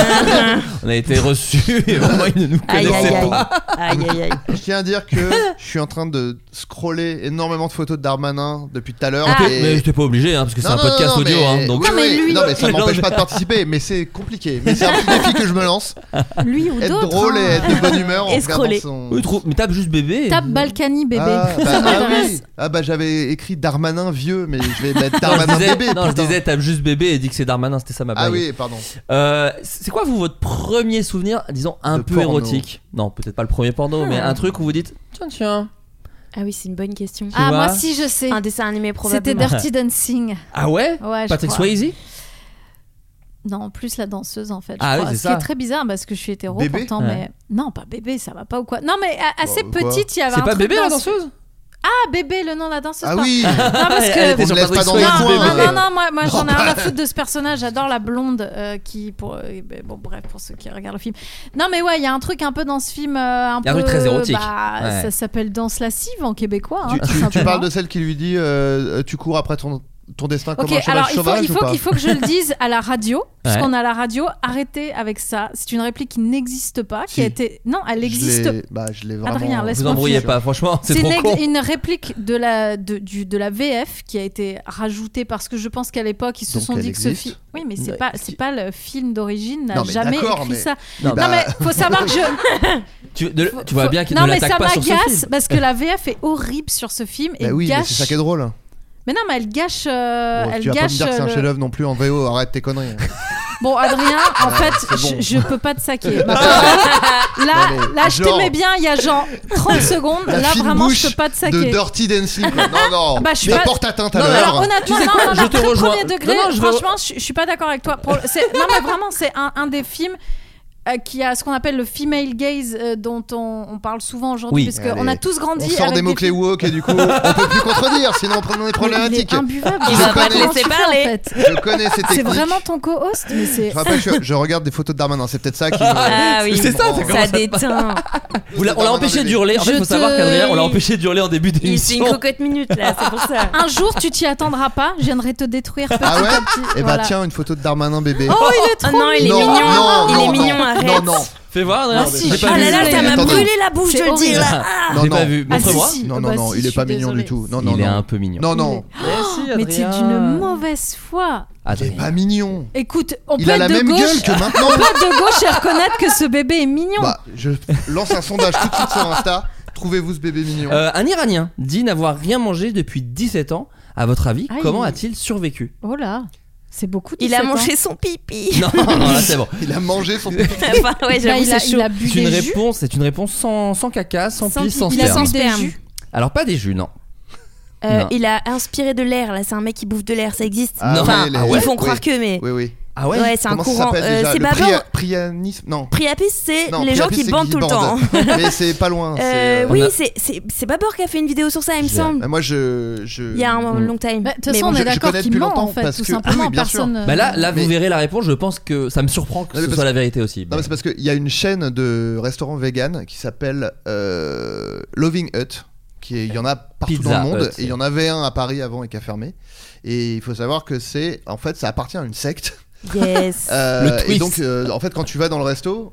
E: On a été reçus et vraiment ils ne nous
I: Aïe
E: connaissaient
I: aïe aïe
E: pas.
I: Aïe aïe aïe
F: je tiens à dire que je suis en train de scroller énormément de photos de Darmanin depuis tout à l'heure.
I: Ah.
F: et-
E: Mais j'étais pas obligé, hein, parce que c'est
F: Non,
E: un
F: non,
E: podcast
F: non,
E: audio.
F: mais-
E: Hein, donc...
F: Oui, oui, Non, mais ça
E: Non,
F: m'empêche
E: mais-
F: pas de participer, mais c'est compliqué. Mais c'est un petit défi que je me lance.
G: Lui ou
F: Être
G: d'autres.
F: drôle et
G: hein.
F: être de bonne humeur en
I: Et
F: regardant
I: scroller.
F: son.
E: Oui, trou- Mais tape juste bébé.
G: Tape Balkany, bébé.
F: Ah, bah,
G: Ça
F: ah
G: m'intéresse.
F: oui. Ah bah j'avais écrit Darmanin vieux, mais je vais mettre
E: Non, je
F: Darmanin
E: disais,
F: bébé.
E: non, je
F: putain.
E: disais, bah, tape juste bébé et dis que c'est Darmanin, c'était ça ma blague.
F: ah oui, pardon.
E: Euh, c'est quoi, vous, votre premier souvenir, disons, un
F: De
E: peu
F: porno.
E: érotique Non, peut-être pas le premier porno,
G: Hmm.
E: mais un truc où vous dites Tiens, tiens.
I: Ah oui, c'est une bonne question.
E: Tu
G: Ah, moi,
E: vois
G: si, je sais.
I: Un dessin animé
G: C'était
I: probablement.
G: Dirty Dancing.
E: Ah ouais
G: Ouais, je
E: Patrick
G: crois.
E: Swayze
G: Non, plus la danseuse en fait. je
E: Ah oui,
G: crois.
E: c'est
G: Ce qui
E: ça.
G: est très bizarre parce que je suis hétéro
F: Bébé
G: pourtant,
E: Ouais.
G: mais non, pas bébé, ça va pas ou quoi. Non, mais a- assez
F: Bah, quoi
G: petite, il y avait
E: C'est
G: un
E: pas
G: truc
E: bébé
G: dans
E: la
G: ce-
E: danseuse
G: Ah, bébé, le nom de la danseuse.
F: Ah
G: pardon.
F: oui.
G: Non, parce
E: Elle
G: que
E: était sur
F: On ne laisse
E: Patrick
F: pas dans les
E: Swayze,
G: non,
F: coins,
E: bébé.
G: non,
F: bébé.
G: non, non, moi, moi j'en ai rien à foutre de ce personnage. J'adore la blonde euh, qui, pour, euh, ben, bon, bref, pour ceux qui regardent le film. Non, mais ouais, il y a un truc un peu dans ce film, euh, un
E: Il y a
G: peu
E: un truc très érotique.
G: bah,
E: Ouais.
G: Ça s'appelle danse lascive en québécois. hein,
F: Tu,
G: tout
F: tu- tu
G: simplement.
F: parles de celle qui lui dit euh, Tu cours après ton, ton destin
G: Ok,
F: comme un cheval
G: alors il faut,
F: sauvage
G: il,
F: ou
G: faut,
F: pas
G: il faut que je le dise à la radio, puisqu'on a la radio, arrêtez avec ça. C'est une réplique qui n'existe pas, qui a
F: Si.
G: été. Non, elle
F: Je
G: existe.
F: l'ai- Bah, je l'ai
G: Adrien,
F: vraiment.
G: laisse-
E: Vous
G: Laisse-moi
E: embrouillez
F: finir.
E: pas, franchement, c'est
G: C'est
E: trop
G: une,
E: con.
G: une réplique de la, de, du, de la VF qui a été rajoutée parce que je pense qu'à l'époque ils se
F: Donc,
G: sont
F: elle
G: dit que ce
F: existe
G: film. Oui, mais
E: Ouais,
G: c'est pas,
E: si.
G: c'est pas le film d'origine n'a
F: Non, mais
G: jamais
F: d'accord,
G: écrit
F: mais-
G: ça.
E: Non,
F: Bah,
G: Non mais faut savoir que je.
E: tu, de-
G: faut-
E: tu vois
G: faut-
E: bien qu'il
G: Non
E: ne
G: mais
E: l'attaque
G: ça
E: pas sur ce
G: m'agace
E: film.
G: parce que la VF est horrible sur ce film et
F: Bah oui, mais
G: gâche.
F: c'est ça qui est drôle.
G: Mais non mais elle gâche. euh,
F: Bon,
G: elle
F: tu vas pas me
G: gâche.
F: dire que c'est un
G: le-
F: chef-d'œuvre non plus en VO, arrête tes conneries.
G: Bon, Adrien, en fait,
F: c'est bon.
G: je, je peux pas te saquer. Ma pauvre. là,
F: Non, mais
G: là, je
F: genre-
G: t'aimais bien il y a genre 30 secondes.
F: La
G: là,
F: fine
G: vraiment,
F: bouche
G: je peux pas te
F: De
G: saquer.
F: Dirty Dancing. quoi. Non, non,
G: Bah, je suis
F: mais
G: pas-
F: porte atteinte à
E: Non, mais
H: Euh,
F: l'œuvre.
G: Alors, honnêtement,
E: Tu sais
G: non,
E: quoi
G: non,
E: Je
G: non,
E: te
G: très
E: rejoins.
G: premier degré,
E: Non, non, je vais-
G: franchement, je, je suis pas d'accord avec toi. Pour- c'est- non, mais vraiment, c'est un, un des films
H: euh, qui a ce qu'on appelle le female gaze euh, dont on, on parle souvent aujourd'hui,
F: Oui.
H: parce
F: Allez.
H: qu'on a tous grandi.
F: On sort
H: avec Ah,
F: des mots-clés woke et du coup, on peut plus contredire, sinon on prend des problématiques.
H: imbuvable.
F: Je
G: Il va pas te
F: connais-
G: laisser
H: Comment tu fais,
G: parler.
H: en fait
F: Je connais ces
H: C'est
F: techniques.
H: vraiment ton co-host, mais c'est.
F: Je, rappelle, je, je regarde des photos de Darmanin, c'est peut-être ça qui. me-
G: Ah oui,
E: C'est ça, ça commence
G: ça
E: à-
G: déteint.
E: Vous l'a- on l'a empêché d'hurler. En fait,
H: Je
E: faut savoir
H: te-
E: qu'Adrien, on l'a empêché d'hurler en début
G: Il c'est une
E: d'émission.
G: cocotte minute là, c'est pour ça.
H: Un jour, tu t'y attendras pas, je viendrai te détruire petit
F: Ah ouais
H: à petit.
F: Eh bah
H: Voilà.
F: tiens, une photo de Darmanin bébé.
H: Oh, il est trop
G: Oh non, il est
F: non,
G: mignon.
F: non,
G: il
F: non,
G: est
F: non,
G: mignon,
F: non,
G: arrête.
F: Non, non,
E: Fais voir, Adrien.
H: Ah si,
E: J'ai
H: je-
E: pas
G: Ah
E: vu.
G: là là, ça m'a
F: Attendez.
G: brûlé la bouche
H: C'est
G: de le
H: horrible.
G: dire là. Ah.
F: non,
E: J'ai
F: non.
E: pas vu.
H: Ah, si,
E: Montre-moi.
H: si.
F: Non,
H: Oh,
F: non,
H: bah, si,
F: non, il
H: je
F: est
H: suis
F: pas mignon
H: désolée.
F: du tout. Non, non,
E: Il est
F: non.
E: un peu mignon.
F: Non, non.
G: Oh,
E: Mais si,
H: Mais c'est
E: Adrien.
H: d'une mauvaise foi.
F: Il est
E: Adrien.
F: pas mignon.
H: Écoute, on
F: Il
H: peut
F: a
H: être
F: la
H: de
F: même
H: gauche.
F: gueule que maintenant.
H: On peut être de gauche et reconnaître que ce bébé est mignon.
F: Bah, je lance un sondage tout de suite sur Insta. Trouvez-vous ce bébé mignon
E: Euh, un Iranien dit n'avoir rien mangé depuis 17 ans. À votre avis,
H: Aïe.
E: comment a-t-il survécu
H: oh là, c'est beaucoup.
G: Il a
H: 17 ans.
G: mangé son pipi.
E: Non, non, là, c'est bon.
F: Il a mangé son.
G: enfin, ouais,
H: Bah,
G: j'avoue,
H: il, a,
G: c'est chaud.
H: il a bu
E: C'est une
H: des jus.
E: réponse, c'est une réponse sans, sans caca, sans,
H: Sans
E: pisse, sans
H: il a
E: sperme.
H: bu des
G: sperme.
H: jus.
E: Alors pas des jus, non.
G: Euh,
E: Non.
G: il a inspiré de l'air là, c'est un mec qui bouffe de l'air, ça existe.
F: Ah ouais,
G: enfin,
F: les- ah ouais,
G: ils font croire
F: oui.
G: que mais
F: Oui, oui.
E: Ah ouais.
G: ouais, c'est un
F: Comment ça
G: courant.
F: s'appelle
G: Euh,
F: déjà
G: c'est
F: Le
G: pas
F: pria-
G: vraiment-
F: prianisme Non.
G: Priapis, c'est
F: Non,
G: les gens
F: priapisme,
G: qui
F: c'est
G: bandent tout le temps. hein.
F: bande. Mais c'est pas loin. c'est,
G: Euh,
F: euh,
G: oui,
E: On a-
G: c'est- c'est c'est Babor qui a fait une vidéo sur ça, il me
E: Je-
G: semble.
F: bah, Moi, je. je...
G: Il y a un
E: Mm.
G: long time.
H: Bah, De toute
G: Mais
H: façon, on
G: bon,
F: je-
H: est
F: je
H: d'accord
F: connais
H: qu'il
F: depuis
H: ment en
F: longtemps,
H: fait,
F: parce
H: tout
F: que-
H: simplement.
F: Ah oui, bien sûr.
G: euh,
H: personne.
E: Bah là, là,
F: Mais-
E: vous verrez la réponse. Je pense que ça me surprend que
F: Non, mais
E: ce
F: parce
E: soit la vérité aussi.
F: Non, mais c'est parce qu'il y a une chaîne de restaurants vegan qui s'appelle euh, Loving Hut. qui est- Il y en a partout
E: Pizza
F: dans le
E: Hut,
F: monde.
E: c'est-
F: et il y en avait un à Paris avant et qui a fermé. Et il faut savoir que c'est. En fait, ça appartient à une secte.
G: yes.
F: Euh,
E: Le
F: Et
E: twist.
F: donc, euh, en fait, quand tu vas dans le resto.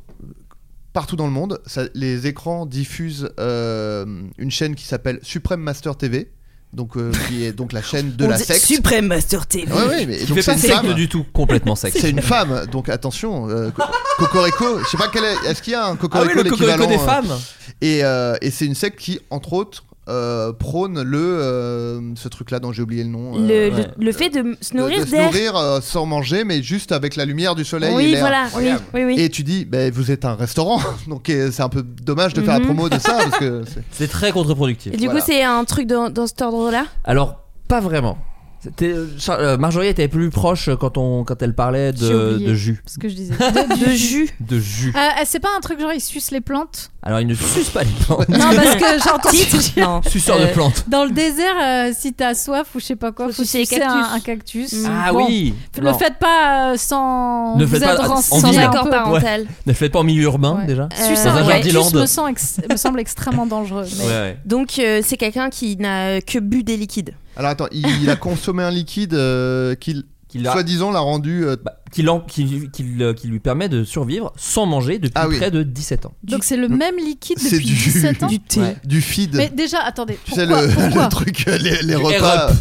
F: Partout dans le monde, ça- les écrans diffusent euh, une chaîne qui s'appelle Supreme Master TV, donc euh, qui est donc la chaîne de
G: On
F: la
G: dit
F: secte.
G: Suprême Master TV.
F: Ouais, ouais, mais
E: Qui
F: donc
E: fait
F: c'est
E: pas
F: une
E: secte
F: femme.
E: du tout, complètement secte.
F: C'est une femme, donc attention. euh, co- cocorico, je sais pas quel est. Est-ce qu'il y a un
E: Ah
F: cocorico
E: oui, le cocorico
F: l'équivalent,
E: des
F: euh,
E: femmes.
F: Et, euh, et c'est une secte qui, entre autres, euh, prône le euh, ce truc-là dont j'ai oublié le nom. euh,
G: Le,
F: de-
G: le- le fait de se nourrir
F: de se
G: d'air.
F: nourrir euh, sans manger, mais juste avec la lumière du soleil. et
G: Oui,
F: l'air.
G: voilà. Oui, oui, oui.
F: Et tu dis, ben vous êtes un restaurant, donc euh, c'est un peu dommage de faire la
G: Mhm.
F: promo de ça parce que c'est-
E: C'est très contre-productif.
G: Et du
F: Voilà.
G: coup, c'est un truc dans, dans cet ordre-là
E: Alors, pas vraiment. C'était, euh, Char- euh, Marjorie était plus proche quand, on, quand elle parlait
H: J'ai
E: de,
H: oublié.
E: de jus.
H: Ce que je disais.
G: De jus.
E: De jus.
H: Euh, c'est pas un truc genre il suce les plantes
E: Alors, il ne suce pas les plantes.
H: Non, bah, parce que j'ai entendu
G: Titre Non.
E: Suceur de
G: Euh,
E: plantes.
H: dans le désert, euh, si t'as soif ou je sais pas quoi,
G: Faut
H: faut
G: sucer les
H: sucer un,
G: cactus.
H: un cactus.
G: Mm.
E: Ah
H: Bon.
E: oui.
H: Le
E: Non.
H: faites pas euh, sans.
E: Ne
H: vous
E: faites pas
H: êtes
E: en
H: rancé-
E: ville.
G: Sans
H: un
G: accord
H: peu.
G: parental.
E: Ne le faites pas en milieu urbain
H: Ouais.
E: déjà.
G: Euh,
H: Sucer
E: Dans un
H: un
E: jardiland.
H: cactus me, sens ex- me semble extrêmement dangereux. mais-
G: Donc, euh, c'est quelqu'un qui n'a que bu des liquides.
F: Alors attends, il, il a consommé un liquide euh, qui,
E: Qu'il a-
F: soi-disant, l'a rendu euh,
E: bah, qui, l'en- qui- qui le- qui lui permet de survivre sans manger depuis
F: Ah oui.
E: près de 17 ans.
H: Donc c'est le même liquide
F: C'est
H: depuis
F: du-
H: 17 ans.
F: du
E: thé.
F: du feed.
H: Mais déjà, attendez.
F: Tu sais,
H: pourquoi,
F: le,
H: pourquoi
F: le truc, euh, les, les
E: Du
F: repas.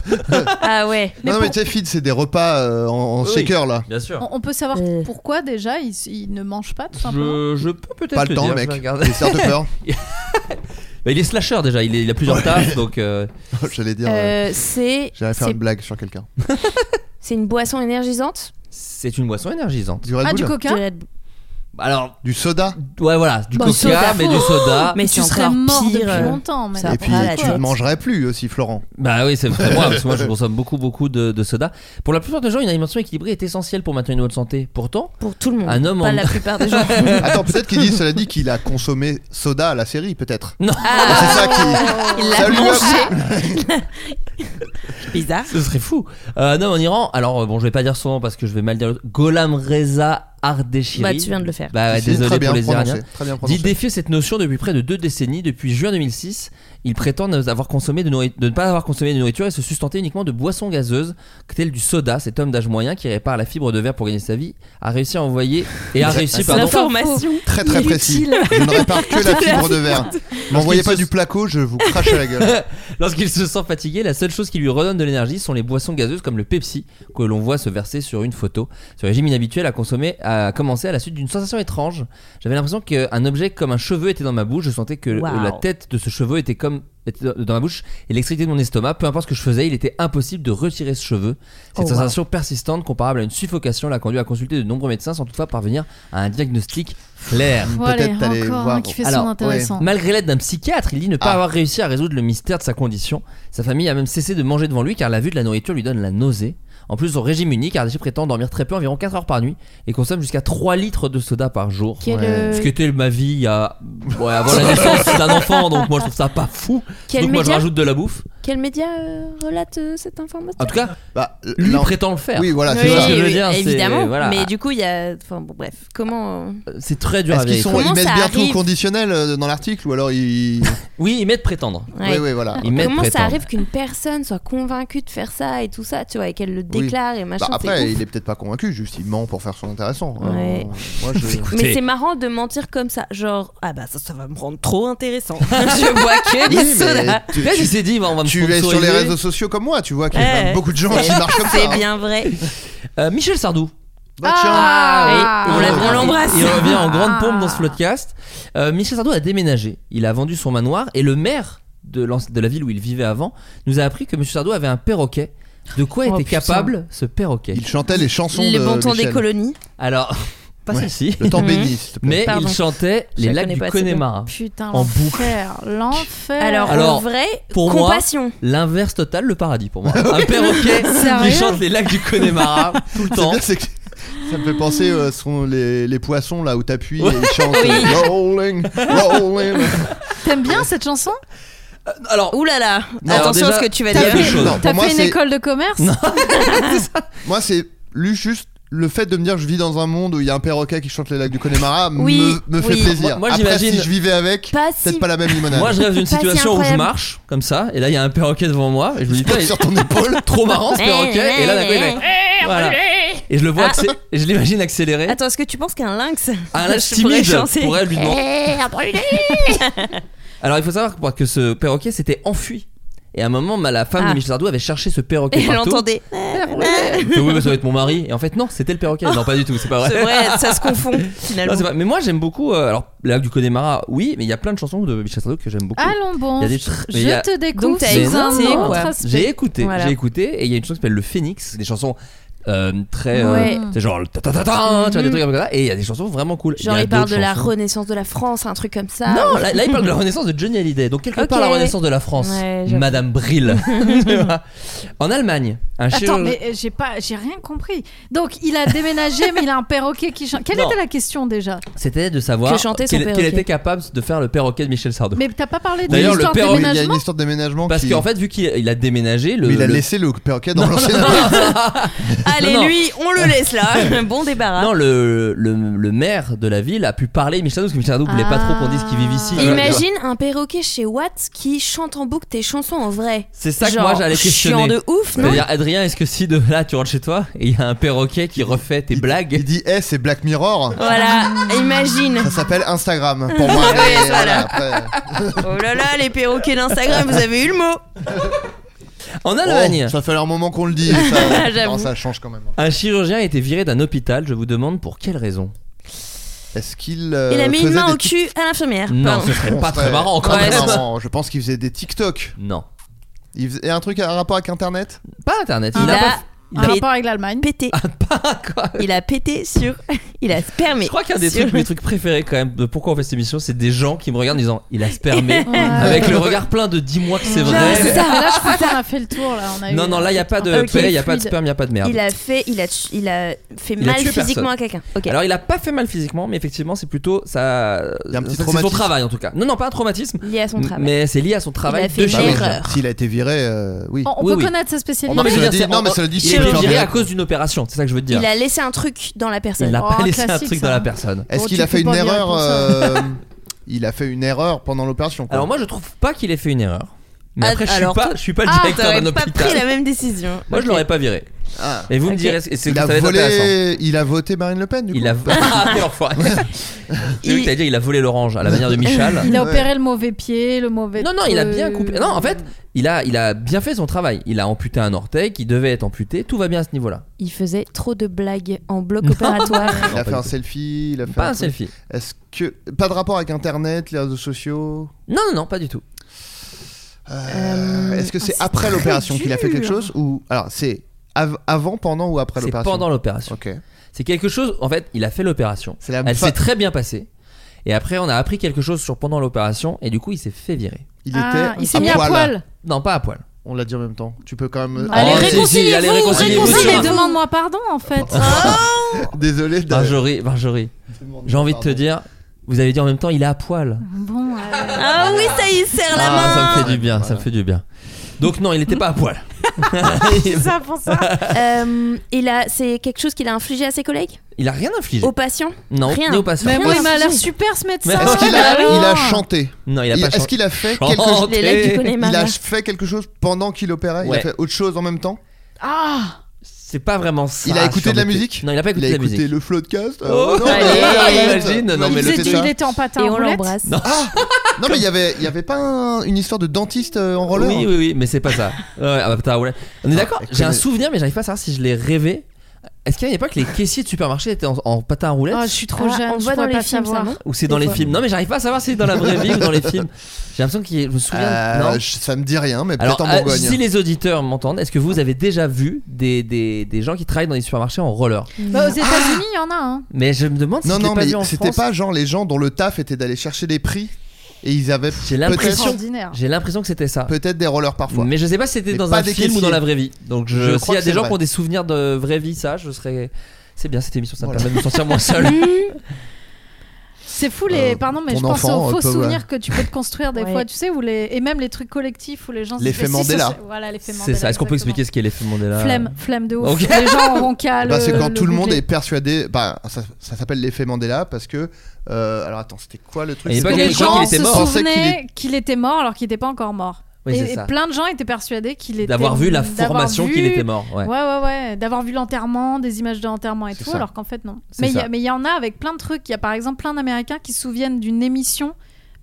G: Ah ouais.
H: Mais
F: non, mais
H: pour-
F: tu sais, feed, c'est des repas euh, en, en
E: Oui.
F: shaker, là.
E: Bien sûr.
H: on, on peut savoir
G: Euh.
H: pourquoi déjà il, s- il ne mange pas tout simplement.
E: Je, je peux peut-être
F: Pas le
E: te
F: temps,
E: dire,
F: mec.
E: je vais regarder.
F: Les start-upers,
E: Bah, il est slasher déjà, il, est- il a plusieurs tafs donc. euh,
F: j'allais dire. euh,
G: Euh, c'est
F: J'allais faire
G: c'est-
F: une blague sur quelqu'un.
G: c'est une boisson énergisante
E: C'est une boisson énergisante.
F: Du Red
H: Ah,
F: Bull
H: du coca
G: De la-
E: Alors,
F: Du soda
E: ouais, voilà, du
H: Bah,
E: coca,
H: soda.
E: mais du soda.
G: Mais
H: tu
G: c'est
H: serais
G: encore
H: mort
G: pire.
H: depuis
G: euh,
H: longtemps. mais-
G: ça-
F: Et puis,
G: Ah, la
F: tu ne
G: tête.
F: mangerais plus aussi, Florent.
E: Bah oui, c'est vrai, moi, parce que moi je consomme beaucoup, beaucoup de, de soda. Pour la plupart des gens, une alimentation équilibrée est essentielle pour maintenir une bonne santé. Pourtant,
G: Pour tout le monde.
E: Un homme
G: Mmh. pas
E: en-
G: la plupart des gens.
F: Attends, peut-être qu'il dit, cela dit, qu'il a consommé soda à la série, peut-être. Bah,
G: Ah,
F: C'est ça qui.
G: il
F: ça
G: l'a
F: lui a-
G: mangé. Bizarre.
E: ce serait fou. Euh, non, mais en Iran, alors euh, bon, je vais pas dire son nom parce que je vais mal dire. le- Golam Reza Ardeshiri.
G: Bah, tu viens de le faire.
E: Bah, ouais,
F: Si, si,
E: désolé
F: très bien
E: pour les
F: prononcé,
E: Iraniens.
F: Très bien
E: Dit
F: prononcé.
E: défier cette notion depuis près de deux décennies. Depuis juin 2006, il prétend ne avoir consommé de, nourri- de ne pas avoir consommé de nourriture et se sustenter uniquement de boissons gazeuses, telles du soda. Cet homme d'âge moyen qui répare la fibre de verre pour gagner sa vie a réussi à envoyer et a réussi, pardon,
G: L'information.
F: Très très précis.
H: Inutile.
F: Je ne répare que la fibre de verre. M'envoyez
E: se-
F: pas du placo, je vous crache à la gueule.
E: Lorsqu'il se sent fatigué, la seule chose qui lui redonne de l'énergie sont les boissons gazeuses comme le Pepsi que l'on voit se verser sur une photo. Ce régime inhabituel a, consommé, a commencé à la suite d'une sensation étrange. J'avais l'impression qu'un objet comme un cheveu était dans ma bouche. Je sentais que
G: Wow.
E: la tête de ce cheveu était comme était dans ma bouche et l'extrémité de mon estomac. Peu importe ce que je faisais, il était impossible de retirer ce cheveu. Cette
G: Oh, wow.
E: sensation persistante, comparable à une suffocation, l'a conduit à consulter de nombreux médecins sans toutefois parvenir à un diagnostic clair.
H: Bon, allez,
F: Peut-être t'allais
H: encore
F: voir.
H: un qui fait
E: Alors,
H: son intéressant.
E: Malgré l'aide d'un psychiatre, il dit ne pas
F: Ah.
E: avoir réussi à résoudre le mystère de sa condition. Sa famille a même cessé de manger devant lui car la vue de la nourriture lui donne la nausée. En plus, au régime unique, Ardèche prétend dormir très peu, environ 4 heures par nuit, et consomme jusqu'à 3 litres de soda par jour.
G: Quel, euh,
E: Ce qui était ma vie il y a... ouais, avant la naissance d'un enfant, donc moi je trouve ça pas fou.
G: Quel
E: donc moi je
G: média
E: rajoute de la bouffe.
G: Quel média euh, relate euh, cette information
E: En tout cas,
F: Bah, l-
E: lui
F: là, on-
E: prétend le faire.
F: Oui, voilà, c'est
E: Oui.
F: ça.
E: que je veux dire, c'est-
G: évidemment.
E: voilà.
G: Mais du coup, il y a. Enfin, bon, bref. Comment. euh,
E: C'est très dur à
F: Est-ce qu'ils
E: vérifier.
F: sont,
G: Comment
F: ils mettent
G: ça
F: bien
G: arrive
F: tout au conditionnel euh, dans l'article ou alors ils.
E: Oui, ils mettent prétendre.
G: ouais.
F: Oui, oui, voilà.
E: Ils mettent
G: Comment ça
E: prétendre.
G: arrive qu'une personne soit convaincue de faire ça et tout ça, tu vois, et qu'elle le déclare et
F: Bah,
G: machin c'est
F: après,
G: ouf.
F: il est peut-être pas convaincu, juste il ment pour faire son intéressant. Euh,
G: Ouais.
F: moi, je-
G: Mais c'est marrant de mentir comme ça, genre ah bah ça, ça va me rendre trop intéressant. Je bois que du
F: Oui, mais
G: soda.
F: tu-
E: Là, il
F: tu-
E: s'est dit, bah, on va me
F: tu es sur les
E: sponsoriser.
F: réseaux sociaux comme moi, tu vois qu'il y a
G: Ouais.
F: beaucoup de gens qui
G: C'est-
F: marchent comme ça.
G: C'est
F: hein.
G: bien vrai.
E: Euh, Michel Sardou.
F: Bah, tiens.
G: Ah, oui, on l'a- on l'embrasse.
E: Il revient en grande pompe dans ce
H: Ah.
E: podcast. Euh, Michel Sardou a déménagé. Il a vendu son manoir et le maire de, l'anci- de la ville où il vivait avant nous a appris que Monsieur Sardou avait un perroquet. De quoi
G: Oh,
E: était
G: putain.
E: capable ce perroquet
F: Il chantait les chansons
G: Les
F: de
G: bons temps des
F: Michel.
G: colonies.
E: Alors, pas
F: Ouais.
E: celle-ci,
F: Le temps
G: Mhm.
F: béni, s'il te plaît.
E: mais
G: Pardon.
E: il chantait
G: Je
E: les
G: la
E: lacs
G: connais
E: du
G: pas assez bien.
E: Connemara.
H: Putain,
E: En
H: l'enfer, l'enfer.
G: Alors,
E: Alors,
G: en vrai,
E: pour moi-
G: compassion.
E: L'inverse total, le paradis pour moi. Un perroquet
H: Sérieux
E: qui chante les lacs du Connemara tout le
F: C'est
E: temps.
F: bien, c'est que- Ça me fait penser euh, ce sont les, les poissons là où t'appuies
E: Ouais.
F: et ils chantent euh, rolling, rolling.
H: t'aimes bien cette chanson
E: Alors,
G: Ouh là là,
E: Non,
G: attention
E: déjà-
G: à ce que tu vas
E: T'as
G: dire.
E: fait- chose.
F: Non,
H: T'as
F: pour moi,
H: fait une
F: c'est-
H: école de commerce
F: Moi, c'est lu juste le fait de me dire je vis dans un monde où il y a un perroquet qui chante les lacs du Connemara
G: Oui,
F: me, me
G: oui.
F: fait plaisir.
E: Moi- moi,
F: Après,
E: j'imagine-
F: si je vivais avec,
G: Pas
F: peut-être
G: si-
F: pas la même limonade.
E: Moi, je rêve d'une
G: Pas si
E: situation où je
G: incroyable.
E: marche comme ça, et là, il y a un perroquet devant moi, et je me dis,
F: Il
E: putain,
F: sur ton épaule.
E: trop marrant ce
G: Eh,
E: perroquet, et là,
G: eh,
E: d'un coup, il fait, voilà. Et je le vois, accé- et je l'imagine accélérer.
G: Ah. Attends, est-ce que tu penses qu'un lynx
E: Un lâche
G: Je pourrais
E: timide
G: chanter.
E: pourrait lui demander.
G: Eh, un brûlé.
E: Alors, il faut savoir que- que ce perroquet s'était enfui. Et à un moment, ma- la femme de
G: Ah.
E: Michel Sardou avait cherché ce perroquet.
G: Et
E: partout.
G: l'entendait.
E: Elle fait, Oui, mais ça doit être mon mari. Et en fait, non, c'était le perroquet. Non, pas du tout, c'est pas vrai.
G: C'est vrai, ça se confond
E: Non,
G: finalement.
E: c'est pas- Mais moi, j'aime beaucoup. euh, alors, les lacs du Connemara, oui, mais il y a plein de chansons de Michel Sardou que j'aime beaucoup.
H: Allons bon.
E: Il y a des
H: je-
E: tr- mais il y
H: Je
E: a-
H: te découvre
G: Donc, t'as
H: sous un
G: écouté,
H: autre
G: quoi.
H: aspect.
E: J'ai écouté,
G: Voilà.
E: j'ai écouté, et il y a une chanson qui s'appelle Le Phoenix, des chansons euh, très. euh,
G: Ouais.
E: c'est genre le ta ta ta ta, tu
H: Mm-hmm.
E: vois, des trucs comme ça, et il y a des chansons vraiment cool.
G: Genre,
E: y a
G: il parle de
E: d'autres
G: la
E: chansons.
G: renaissance de la France, un truc comme ça.
E: Non, là, là, il parle de la renaissance de Johnny Hallyday, donc quelque
G: Ok.
E: part la renaissance de la France.
G: Ouais, j'avoue.
E: Madame Brill. Tu vois. en Allemagne, un
H: Attends,
E: chirurgien-
H: mais euh, j'ai pas, j'ai rien compris. Donc il a déménagé, mais il a un perroquet qui chante. Quelle
E: Non.
H: était la question déjà
E: c'était de savoir
G: Que chantait son
E: qu'il qu'il
G: perroquet.
E: était capable de faire le perroquet de Michel Sardou.
H: Mais t'as pas parlé de
E: D'ailleurs, le
H: l'histoire de
E: perroquet,
F: Oui, il y a une
H: déménagement
F: histoire de déménagement.
E: Parce
F: qui-
E: qu'en fait, vu qu'il il a déménagé, le.
F: Mais il a
E: le-
F: laissé le perroquet dans l'ancien
G: Allez,
E: Non, non.
G: lui, on le laisse là. bon débarras.
E: Non, le, le, le maire de la ville a pu parler à Michel Sardou parce que Michel Sardou voulait pas trop qu'on dise qu'il vive ici.
H: Ah.
E: tu vois.
G: Imagine un perroquet chez Watt qui chante en boucle tes chansons en vrai.
E: C'est ça que
G: Genre,
E: moi, j'allais questionner.
G: Chiant de ouf, non
E: C'est-à-dire, Adrien, est-ce que si de là tu rentres chez toi et il y a un perroquet qui refait tes blagues
F: Il dit Eh, c'est Black Mirror.
G: Voilà, imagine.
F: Ça s'appelle Instagram pour moi.
G: Ouais,
F: mais
G: voilà.
F: après-
G: Oh là là, les perroquets d'Instagram, vous avez eu le mot.
E: Euh, En Allemagne,
F: Oh, ça fait un moment qu'on le dit. Ça,
G: J'avoue.
F: Non, ça change quand même. hein.
E: un chirurgien a été viré d'un hôpital. Je vous demande pour quelle raison
F: Est-ce qu'il euh,
G: Il a mis une
F: faisait
G: main
F: des
G: au cul à l'infirmière.
E: Non,
G: Pardon.
E: ce serait
F: Bon,
E: pas
F: c'est
E: très marrant quand
G: Ouais,
E: même. hein.
F: Non, non, je pense qu'il faisait des TikTok.
E: Non,
F: Il faisait et un truc à un rapport avec Internet.
E: pas Internet.
G: Il
E: Il a pas.
G: a
H: Un
G: pé-
H: rapport avec l'Allemagne.
G: pété.
E: Ah. Quoi
G: Il a pété sur. Il a spermé.
E: Je crois qu'un des
G: sur-
E: trucs, mes trucs préférés quand même de pourquoi on fait cette émission, c'est des gens qui me regardent en disant il a spermé avec le regard plein de dis-moi que c'est
H: Genre, c'est
E: vrai.
H: ça. Là, je crois qu'on a fait le tour. Là, on a
E: Non,
H: eu
E: non, là il y a pas de,
H: un
E: il
H: truc
E: y a pas de
H: fluide.
E: sperme, il y a pas de merde.
G: Il a fait, il a, tu- il a fait
E: Il a
G: mal
E: tué
G: physiquement
E: personne.
G: à quelqu'un. Ok.
E: Alors il a pas fait mal physiquement, mais effectivement c'est plutôt ça.
F: Il y a un petit
E: c'est son
F: traumatisme.
E: travail en tout cas. Non, non, pas un traumatisme,
G: lié à son travail.
E: mais c'est lié à son travail
G: a fait
E: de
G: une
F: Bah oui,
E: chirurgien.
G: erreur.
F: S'il a été viré, euh, oui.
H: On, on
E: Oui,
H: peut
E: oui.
H: connaître sa spécialité.
E: Non, mais
F: mais
E: je veux
F: cela
E: dire,
F: dit-
E: c'est-
F: non, mais cela dit,
E: il
F: c'est
E: est
F: genre
E: viré
F: bien.
E: à cause d'une opération, c'est ça que je veux te dire.
G: Il a laissé un truc dans la personne.
E: Il n'a pas
H: Oh,
E: laissé un
H: classique,
E: truc
H: ça.
E: dans la personne.
F: Est-ce
H: Bon,
F: qu'il
H: tu
F: a fait
H: fais
F: une
H: pas bien
F: erreur
H: pour ça.
F: euh, Il a fait une erreur pendant l'opération. quoi.
E: Alors moi je trouve pas qu'il ait fait une erreur. Mais
G: Ah,
E: après je suis
G: alors,
E: pas,
G: toi-
E: je suis pas le
G: Ah,
E: directeur
G: t'aurais
E: d'un
G: pas
E: hôpital.
G: pris la même décision.
E: Moi je
G: Ok.
E: l'aurais pas viré.
F: Ah.
E: Et vous me
G: Ok.
E: direz, c'est
F: il
E: ça
F: a
E: va être intéressant.
F: volé, il a voté Marine Le Pen. Du
E: Il
F: coup.
E: a ah, quel enfoiré. J'ai vu que t'allais dire il a volé l'orange à la manière de Michal.
H: Il a
F: Ouais.
H: opéré le mauvais pied, le mauvais.
E: Non non, il a
G: euh,
E: bien
H: truc.
E: coupé. Non, en fait, il a il a bien fait son travail. Il a amputé un orteil qui devait être amputé. Tout va bien à ce niveau-là.
G: Il faisait trop de blagues en bloc opératoire.
F: Il
E: pas
F: a fait un
E: du
F: selfie. Il a fait
E: Pas un
F: truc.
E: selfie.
F: Est-ce que pas de rapport avec Internet, les réseaux sociaux
E: Non non non, pas du tout.
F: Euh, Est-ce que c'est
G: ah,
H: ah,
G: c'est
F: après
G: très
F: l'opération qu'il a fait quelque
G: dur.
F: chose ou alors c'est av- avant, pendant ou après
E: C'est
F: l'opération
E: pendant l'opération.
F: Ok.
E: C'est quelque chose. En fait, il a fait l'opération.
F: C'est la
E: Elle
F: fa-
E: s'est très bien passée. Et après, on a appris quelque chose sur pendant l'opération et du coup, il s'est fait virer.
F: Il
H: Ah,
F: était
H: il s'est
F: à
H: mis à poil.
E: Non, pas à poil. Ah,
F: On l'a dit en même temps. Tu peux quand même. euh,
H: Allez, réconciliez-vous,
E: allez, réconciliez-vous,
H: réconciliez-
E: sûr.
H: Mais demande-moi pardon en fait.
F: Désolé. de-
E: Marjorie, Marjorie, j'ai envie de te dire, vous avez dit en même temps, il est à poil.
H: Bon, euh,
G: Ah oui, ça y serre la
E: Ah, ça me
G: main.
E: fait du bien, ça me fait du bien. Donc non, il n'était pas à poil.
H: c'est ça pour ça.
G: Euh, il a, c'est quelque chose qu'il a infligé à ses collègues,
E: Il a rien infligé.
H: Oh,
G: aux patients.
E: Non,
G: rien.
E: ni au patient.
H: Mais
G: Rien
H: moi,
G: à
H: il m'a
G: figer.
H: l'air super ce médecin.
E: Mais est-ce
F: Est-ce qu'il a,
H: Alors
F: il a chanté
E: Non, il a
F: Il-
E: pas
F: Est-ce
E: chanté.
F: qu'il a fait quelque chose
G: Les legs du connais
F: Il
G: Maria.
F: a fait quelque chose pendant qu'il opérait Il
E: Ouais.
F: a fait autre chose en même temps
H: Ah,
E: C'est pas vraiment ça.
F: Il a écouté de la
E: surmonté.
F: musique
E: Non, il a pas
F: Il
E: écouté
F: a
E: de la musique.
F: écouté le floodcast euh,
E: Oh,
F: non,
G: allez,
F: mais-
E: imagine, non,
F: Ouais,
E: mais
F: il
E: le
F: fait
H: j'ai dit
F: ça.
H: il était en patin
G: Et on
H: roulette.
G: l'embrasse.
E: Non.
F: Ah Non mais il y avait, il y avait pas un- une histoire de dentiste euh, en roller
E: Oui, oui, oui, mais c'est pas ça. Ouais, ah bah, putain, ouais. On est d'accord
F: elle
E: J'ai un
F: connaît.
E: souvenir, mais j'arrive pas à savoir si je l'ai rêvé. Est-ce qu'à une époque, les caissiers de supermarché étaient en, en patin à roulettes
H: Ah, je suis trop
G: Ah,
H: jeune.
G: on
H: je
G: voit dans
H: pourrais
G: les
H: pas
G: films, ça,
H: savoir.
G: non
E: Ou c'est dans les films Non, mais j'arrive pas à savoir si c'est dans la vraie vie ou dans les films. J'ai l'impression qu'il y a- Je me souviens.
F: Euh,
E: non.
F: je- Ça me dit rien mais
E: Alors,
F: peut-être en
E: euh,
F: Bourgogne
E: si les auditeurs m'entendent, est-ce que vous avez déjà vu des, des, des gens qui travaillent dans les supermarchés en roller
H: Bah, aux États-Unis, il y en a. Hein.
E: Mais je me demande si
F: Non
E: c'était
F: non
E: pas
F: mais
E: vu en
F: c'était
E: France.
F: pas genre les gens dont le taf était d'aller chercher des prix et ils avaient
E: J'ai l'impression.
H: Extraordinaire.
E: J'ai l'impression que c'était ça.
F: peut-être des rollers parfois
E: Mais je sais pas si c'était
F: Mais
E: dans
F: pas
E: un
F: des
E: film ou dans
F: caissiers.
E: la vraie vie. Donc je-
F: Je crois
E: s'il y a
F: que
E: des
F: c'est
E: gens
F: vrai.
E: qui ont des souvenirs de vraie vie, ça, je serais. C'est bien cette émission, ça
F: Voilà.
E: me permet de me sentir moins seul.
H: C'est fou les.
F: Euh,
H: Pardon, mais
F: ton
H: je pense
F: enfant,
H: aux
F: euh,
H: faux
F: peut-
H: souvenirs que tu peux te construire des
G: Ouais.
H: fois, tu sais, où les... et même les trucs collectifs où les gens. se
F: L'effet
H: disent, mais si, ça,
F: Mandela.
H: c'est- Voilà, Ah, l'effet Mandela.
E: C'est ça. Est-ce qu'on peut
H: exactement.
E: expliquer ce qu'est l'effet Mandela
H: Flemme, flemme de ouf.
E: Ok.
H: Les gens auront qu'à
F: Bah,
H: Ah, le-
F: c'est quand tout le monde
H: googler.
F: est persuadé. Bah, ça, ça s'appelle l'effet Mandela parce que. euh, alors attends, c'était quoi le truc
E: Et
F: C'est
E: pas
F: quand
H: les
E: qu'il
F: les
E: croit
H: gens
F: gens
E: qu'il était
H: se
E: mort.
F: pensaient qu'il
H: souvenaient qu'il était mort alors qu'il n'était pas encore mort.
E: Oui,
H: et
E: c'est ça.
H: plein de gens étaient persuadés qu'il était
E: D'avoir vu la
H: d'avoir
E: formation
H: vu-
E: qu'il était mort. Ouais.
H: Ouais, ouais, ouais. D'avoir vu l'enterrement, des images de l'enterrement et
F: C'est
H: tout,
F: ça.
H: alors qu'en fait, non.
E: C'est
H: Mais il y a-
E: ça.
H: mais il y en a avec plein de trucs. Il y a par exemple plein d'Américains qui se souviennent d'une émission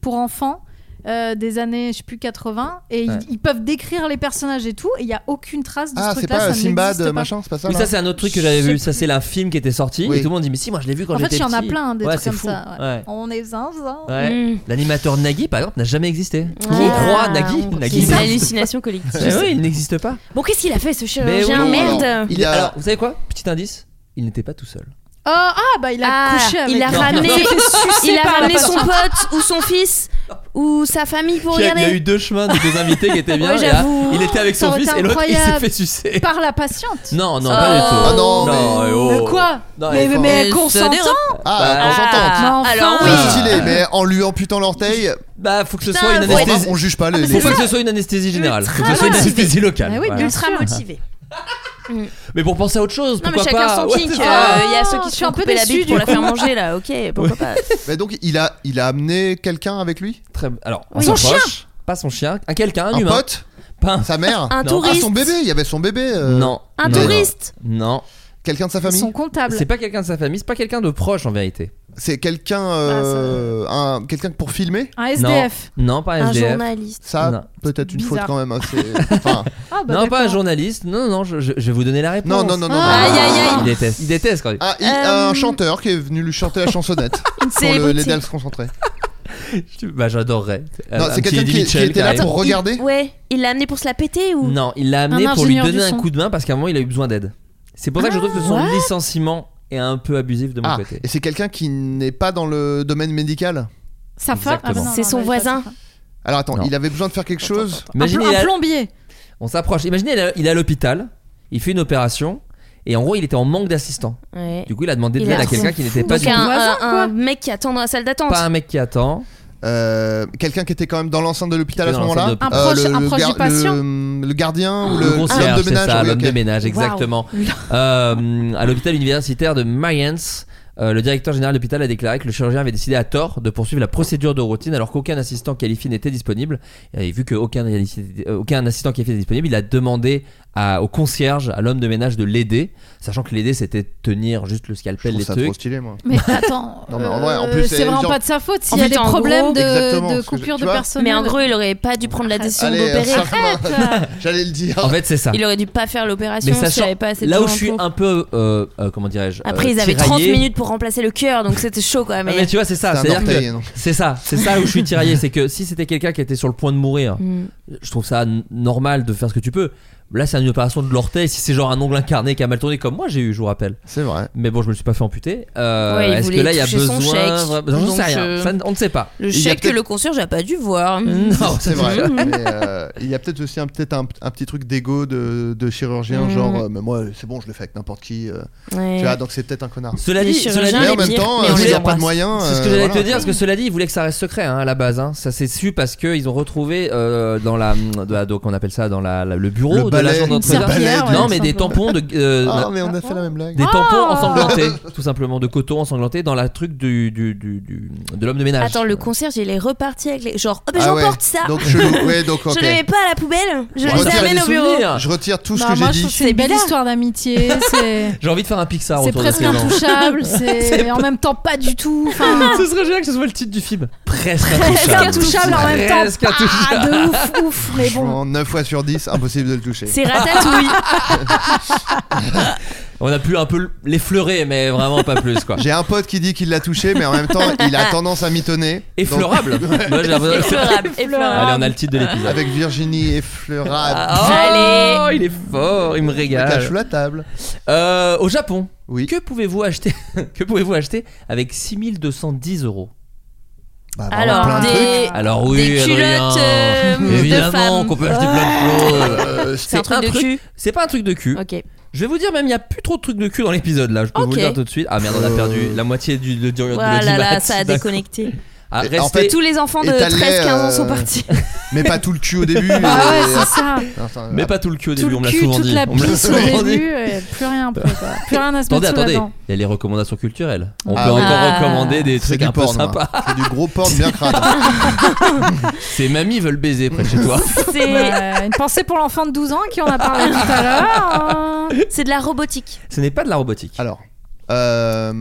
H: pour enfants euh, des années, je sais plus, 80. Et ils-
E: Ouais.
H: ils, peuvent décrire les personnages et tout. Et il n'y a aucune trace de
F: Ah,
H: ce
F: c'est
H: truc-là. ça
F: pas Simbad,
H: n'existe pas.
F: machin, c'est pas ça
E: Oui,
F: là
E: ça c'est un autre truc que j'avais
H: Je sais
E: vu. Ça c'est un film qui était sorti
F: Oui.
E: et tout le monde dit mais si moi je l'ai vu quand
H: En
E: j'étais
H: fait, il
E: petit.
H: y en a plein des
E: Ouais,
H: trucs
E: c'est
H: comme
E: fou.
H: ça. ouais.
E: Ouais.
H: On est zinzin.
E: Ouais.
G: Mm.
E: L'animateur Nagui par exemple n'a jamais existé.
G: Ah,
E: Qui croit à Nagui
G: on-
E: Nagui.
G: C'est une hallucination collective.
E: Eh oui, il n'existe pas.
H: Euh,
G: Bon, qu'est-ce qu'il a fait ce
E: Mais oh.
G: chirurgien
E: oui.
G: Merde.
F: Il
E: Il est-
F: a-
E: Alors vous savez quoi Petit indice. Il n'était pas tout seul.
H: Oh, ah, bah il a
G: Ah,
H: couché avec
G: il a
H: Non.
G: ramené-
H: s'est fait sucer
G: Il a
H: par la
G: ramené son
H: patiente.
G: pote ou son fils ou sa famille pour
E: Il y, a, il y a eu
G: regarder.
E: deux chemins de deux invités qui étaient bien.
G: Ouais,
E: il y a-
G: j'avoue.
E: il était avec
H: Ça
E: son
H: aurait
E: fils
H: été
E: et l'autre il s'est
H: incroyable.
E: fait sucer.
H: Par la patiente.
E: Non, non,
G: Oh.
E: pas du tout.
F: Ah non,
E: non
F: mais-
E: eh oh.
H: Mais quoi
E: Non,
H: Mais,
E: elle est
H: mais,
E: forte.
H: mais
G: Elle
H: qu'on
G: se
H: s'entend
G: dérobe.
F: Ah,
E: Bah,
F: consentante.
H: Mais enfin.
G: alors oui.
F: C'est stylé, mais en lui amputant l'orteil,
E: Bah, faut que ce
G: Putain,
E: soit une
G: faut être-
E: anesthésie.
F: on juge pas les.
E: Faut
F: les-
E: pas que ce soit une anesthésie générale. Faut que ce
G: Ultra
E: soit une
G: motivé.
E: anesthésie locale.
H: Ah oui,
E: Voilà.
H: bien
G: Ultra
H: sûr.
G: motivé.
E: Mais pour penser à autre chose,
G: Non mais
E: pourquoi
G: chacun
E: pas
G: son
E: Ouais,
G: kink.
E: c'est ça.
G: Il y a ceux
H: Je
G: qui se
H: suis
G: font
H: un peu
G: couper la
H: déçue,
G: bite pour
H: du
G: la
H: coup.
G: faire manger là. Ok, pourquoi pas.
F: Mais donc il a, il a amené quelqu'un avec lui
E: Très- Alors,
H: Oui.
E: son
H: Son
E: chien. Pas son chien, un quelqu'un, un,
F: Un
E: humain.
F: pote
E: Pas un-
F: Sa mère
G: Un
E: Non.
F: Ah,
G: touriste.
F: son bébé, il y avait son bébé. euh,
E: Non.
G: Un
E: non,
G: touriste.
E: Non.
F: Quelqu'un de sa famille
H: Son comptable.
E: C'est pas quelqu'un de sa famille, c'est pas quelqu'un de proche en vérité.
F: C'est quelqu'un
H: Ah,
F: euh, un- quelqu'un pour filmer
H: Un SDF.
E: Non, pas un
G: Un
E: SDF.
G: journaliste.
E: Non.
F: Ça, peut-être une
H: Bizarre.
F: faute quand même. hein, c'est- enfin,
H: Ah, bah,
E: non, pas un
H: d'accord.
E: journaliste. Non, non, non, je, je- je vais vous donner la réponse.
F: non, non, non, non.
H: Ah,
F: non.
G: aïe, aïe, aïe.
E: Il déteste. Il déteste quand même.
F: Ah, il-
G: Euh,
F: Un chanteur qui est venu lui chanter la chansonnette pour le-
G: célébrité.
F: l'aider à se concentrer.
E: Je- Bah, j'adorerais.
F: Non,
E: Un
F: c'est
E: petit
F: quelqu'un
E: Eddie
F: qui, qui
E: Mitchell
F: était là
E: arrive.
F: pour regarder.
G: Ouais. Il l'a amené pour se la péter ou
E: Non, il l'a amené
H: Un
E: pour lui
H: ingénieur
E: donner
H: du
E: un
H: son.
E: coup de main parce qu'à un moment il a eu besoin d'aide. C'est pour ça que je trouve que son licenciement est un peu abusif de mon
F: Ah,
E: côté.
F: et c'est quelqu'un qui n'est pas dans le domaine médical.
H: Sa femme. Ah
E: Exactement.
H: non, non,
G: C'est
H: non,
G: son
H: elle est pas
G: voisin.
H: sa femme.
F: Alors attends,
E: Non.
F: il avait besoin de faire quelque chose.
H: Un,
E: Imaginez,
H: pl-
E: il
H: un
E: a-
H: plombier.
E: on s'approche. Imaginez, il est à- il est à l'hôpital, il fait une opération et en gros il était en manque d'assistants.
G: Ouais.
E: Du coup, il a demandé de
G: Il
E: l'aide
G: a-
E: à quelqu'un qui n'était pas
G: Donc
E: du tout.
G: un,
H: voisin,
G: un-
H: quoi.
G: un mec qui attend dans la salle d'attente.
E: Pas un mec qui attend.
F: Euh, quelqu'un qui était quand même dans l'enceinte de l'hôpital à
E: Dans
F: ce
E: l'enceinte
F: moment-là. euh,
E: de l'hôpital. Ah,
H: Un proche- un proche du
F: gar-
H: patient.
F: le- le gardien ou le,
E: Le
F: l'homme
E: concierge,
F: de
E: c'est
F: ménage.
E: ça,
F: oui,
E: l'homme
F: ok.
E: de ménage, exactement. Euh, à l'hôpital universitaire de Mayence, euh, le directeur général de l'hôpital a déclaré que le chirurgien avait décidé à tort de poursuivre la procédure de routine alors qu'aucun assistant qualifié n'était disponible. Et vu qu'aucun réalisti- euh, aucun assistant qualifié n'était disponible, il a demandé à- au concierge, à l'homme de ménage, de l'aider, sachant que l'aider c'était de tenir juste le
F: Je
E: scalpel,
F: trouve
E: les
F: ça
E: trucs.
F: trop stylé, moi.
H: Mais attends.
F: Non, mais en vrai, en
H: euh,
F: plus,
H: c'est
F: les
H: vraiment
F: gens-
H: pas de sa faute s'il
G: En
H: y a
G: fait,
H: des
G: en
H: problèmes
G: gros-
H: de-
F: Exactement,
H: de,
F: parce que
H: coupure
F: tu
H: de
F: vois-
H: personnel.
G: Mais en gros, il aurait pas dû prendre la décision
F: Allez,
G: d'opérer.
F: euh, sortez-moi.
H: Arrête.
F: J'allais le dire.
E: En fait, c'est ça.
G: Il aurait dû pas faire
E: Mais
G: l'opération
E: sachant-
G: s'il avait pas assez de
E: là où
G: gens
E: je suis
G: pour.
E: un peu, euh, euh, comment dirais-je,
G: Après,
E: euh,
G: ils avaient 30
E: tiraillé.
G: minutes pour remplacer le cœur, donc c'était chaud quand même.
E: Ah, mais tu vois, c'est ça.
F: C'est un
E: C'est-à-dire que
F: orteil, non.
E: C'est ça, c'est ça où je suis tiraillé, c'est que si c'était quelqu'un qui était sur le point de mourir,
G: Mm.
E: je trouve ça n- normal de faire ce que tu peux. Là, c'est une opération de l'orteil. Si c'est genre un ongle incarné qui a mal tourné comme moi, j'ai eu, je vous rappelle.
F: C'est vrai.
E: Mais bon, je me suis pas fait amputer. Euh,
G: Ouais, il
E: Est-ce que
G: voulait
E: là, il y a
G: toucher son
E: besoin
G: chèque.
E: vra- J'en sais
G: Donc,
E: rien.
G: euh, Mm.
E: Ça, on ne sait pas.
G: Le
F: Il y a
G: chèque que
F: peut-être-
G: le concierge n'a pas dû voir.
E: Non,
F: C'est vrai.
G: Mhm.
F: Mais, euh, il y a peut-être aussi un, peut-être un, un petit truc d'ego de, de
H: Mm.
F: chirurgien,
G: Mhm.
F: genre, euh, mais moi, c'est bon, je le fais avec n'importe qui. euh.
G: Ouais.
F: Tu vois, donc c'est peut-être un connard.
E: Cela
G: Les
E: dit, cela dit-
G: chirurgiens,
F: Mais en
G: les
F: même
G: pires,
F: temps,
G: mais
F: euh,
G: on
F: s'il
G: les
F: n'y a pas
G: embrasse.
F: de moyens.
E: C'est ce que
F: euh,
E: j'allais
F: voilà.
E: te dire, parce que cela dit, ils voulaient que ça reste secret hein, à la base. hein. Ça s'est su parce qu'ils ont retrouvé euh, dans la, de la- donc on appelle ça dans la, la- le bureau
F: Le
E: de
F: balai.
E: l'agent
F: Une
E: d'entretien.
F: serpillière,
E: non,
H: ouais,
E: mais
H: tout
E: des
H: simplement.
E: tampons de, euh,
F: Ah,
E: la-
F: mais on a fait la même blague.
E: des tampons
G: Ah
E: ensanglantés, tout simplement de coton ensanglanté dans la truc du, du, du- du- de l'homme de ménage.
G: Attends, le concierge, il est reparti avec les. Genre, oh, ben
F: Ah ouais.
G: j'emporte ça
F: Donc, chelou. Ouais, donc, ok.
G: Je le mets pas à la poubelle, je
F: Bon,
G: les
F: ça,
G: amène
E: des
G: au bureau.
E: souvenirs.
F: Je retire tout ce
H: Bah,
F: que
H: moi,
F: j'ai
H: je
F: dit.
H: trouve que c'est une belle
G: bizarre.
H: histoire d'amitié. C'est.
E: J'ai envie de faire un Pixar
H: C'est
E: autour de
H: presque
E: ces gens.
H: intouchable, c'est en même temps pas du tout. Enfin,
E: Ce serait génial que ce soit le titre du film. Presque
H: presque intouchable en même temps.
E: Presque intouchable.
H: Ah, de ouf, ouf. Mais bon,
F: Franchement, 9 fois sur 10, impossible de le toucher.
G: C'est ratatouille.
E: On a pu un peu l'effleurer, mais vraiment pas plus quoi.
F: J'ai un pote qui dit qu'il l'a touché, mais en même temps, il
H: Ah.
F: a tendance à mitonner.
E: Effleurable. Moi, j'ai l'impression-
G: Effleurable,
E: Allez, on
G: effleurable.
E: a le titre de
F: Donc,
E: l'épisode.
F: avec Virginie effleurable.
E: Ah, oh,
G: Allez.
E: il est fort, il me
F: Cache
E: régale.
F: la table.
E: Euh, au Japon,
F: Oui.
E: que pouvez-vous acheter Que pouvez-vous acheter avec 6210 euros
F: Bah, vraiment
G: Alors,
F: plein de
G: des.
E: Alors oui,
G: Des
E: Adrien,
G: culottes euh, de
E: évidemment
G: femmes.
E: qu'on peut acheter plein de choses.
F: Euh,
G: C'est un truc de cul.
E: C'est pas un truc de cul.
G: Ok.
E: Je vais vous dire même il y a plus trop de trucs de cul dans l'épisode là. Je peux vous
G: Ok.
E: le dire tout de suite. Ah merde, on a
F: Euh.
E: perdu la moitié du de, de- de
G: Voilà, là,
E: l'audimat.
G: ça a déconnecté.
E: Ah,
F: Et en
E: restez-
F: fait,
G: Tous les enfants de
F: étalé,
G: 13-15 ans sont
F: euh,
G: partis.
F: Mais pas tout le cul au début. euh,
H: ah ouais, c'est ça.
F: Attends,
E: mais pas tout le cul au
H: Tout
E: début, on
H: le
E: me l'a
H: cul,
E: souvent
H: toute
E: dit.
H: la
E: On me l'a
H: pisse au
E: souvent dit.
H: début, et plus rien après quoi. Plus rien à se
E: Attendez,
H: mettre sous la
E: attendez,
H: dent.
E: il y a les recommandations culturelles. On
F: Ah
E: peut
F: oui.
E: encore
G: Ah.
E: recommander des
F: C'est
E: trucs
F: du hein.
E: un peu
F: porn. moi.
E: sympas.
F: C'est du gros porn bien crade.
E: Ces mamies veulent baiser près de chez toi.
G: C'est
H: Euh, une pensée pour l'enfant de 12 ans qui en a parlé tout à l'heure. hein.
G: c'est de la robotique.
E: Ce n'est pas de la robotique.
F: Alors. Euh,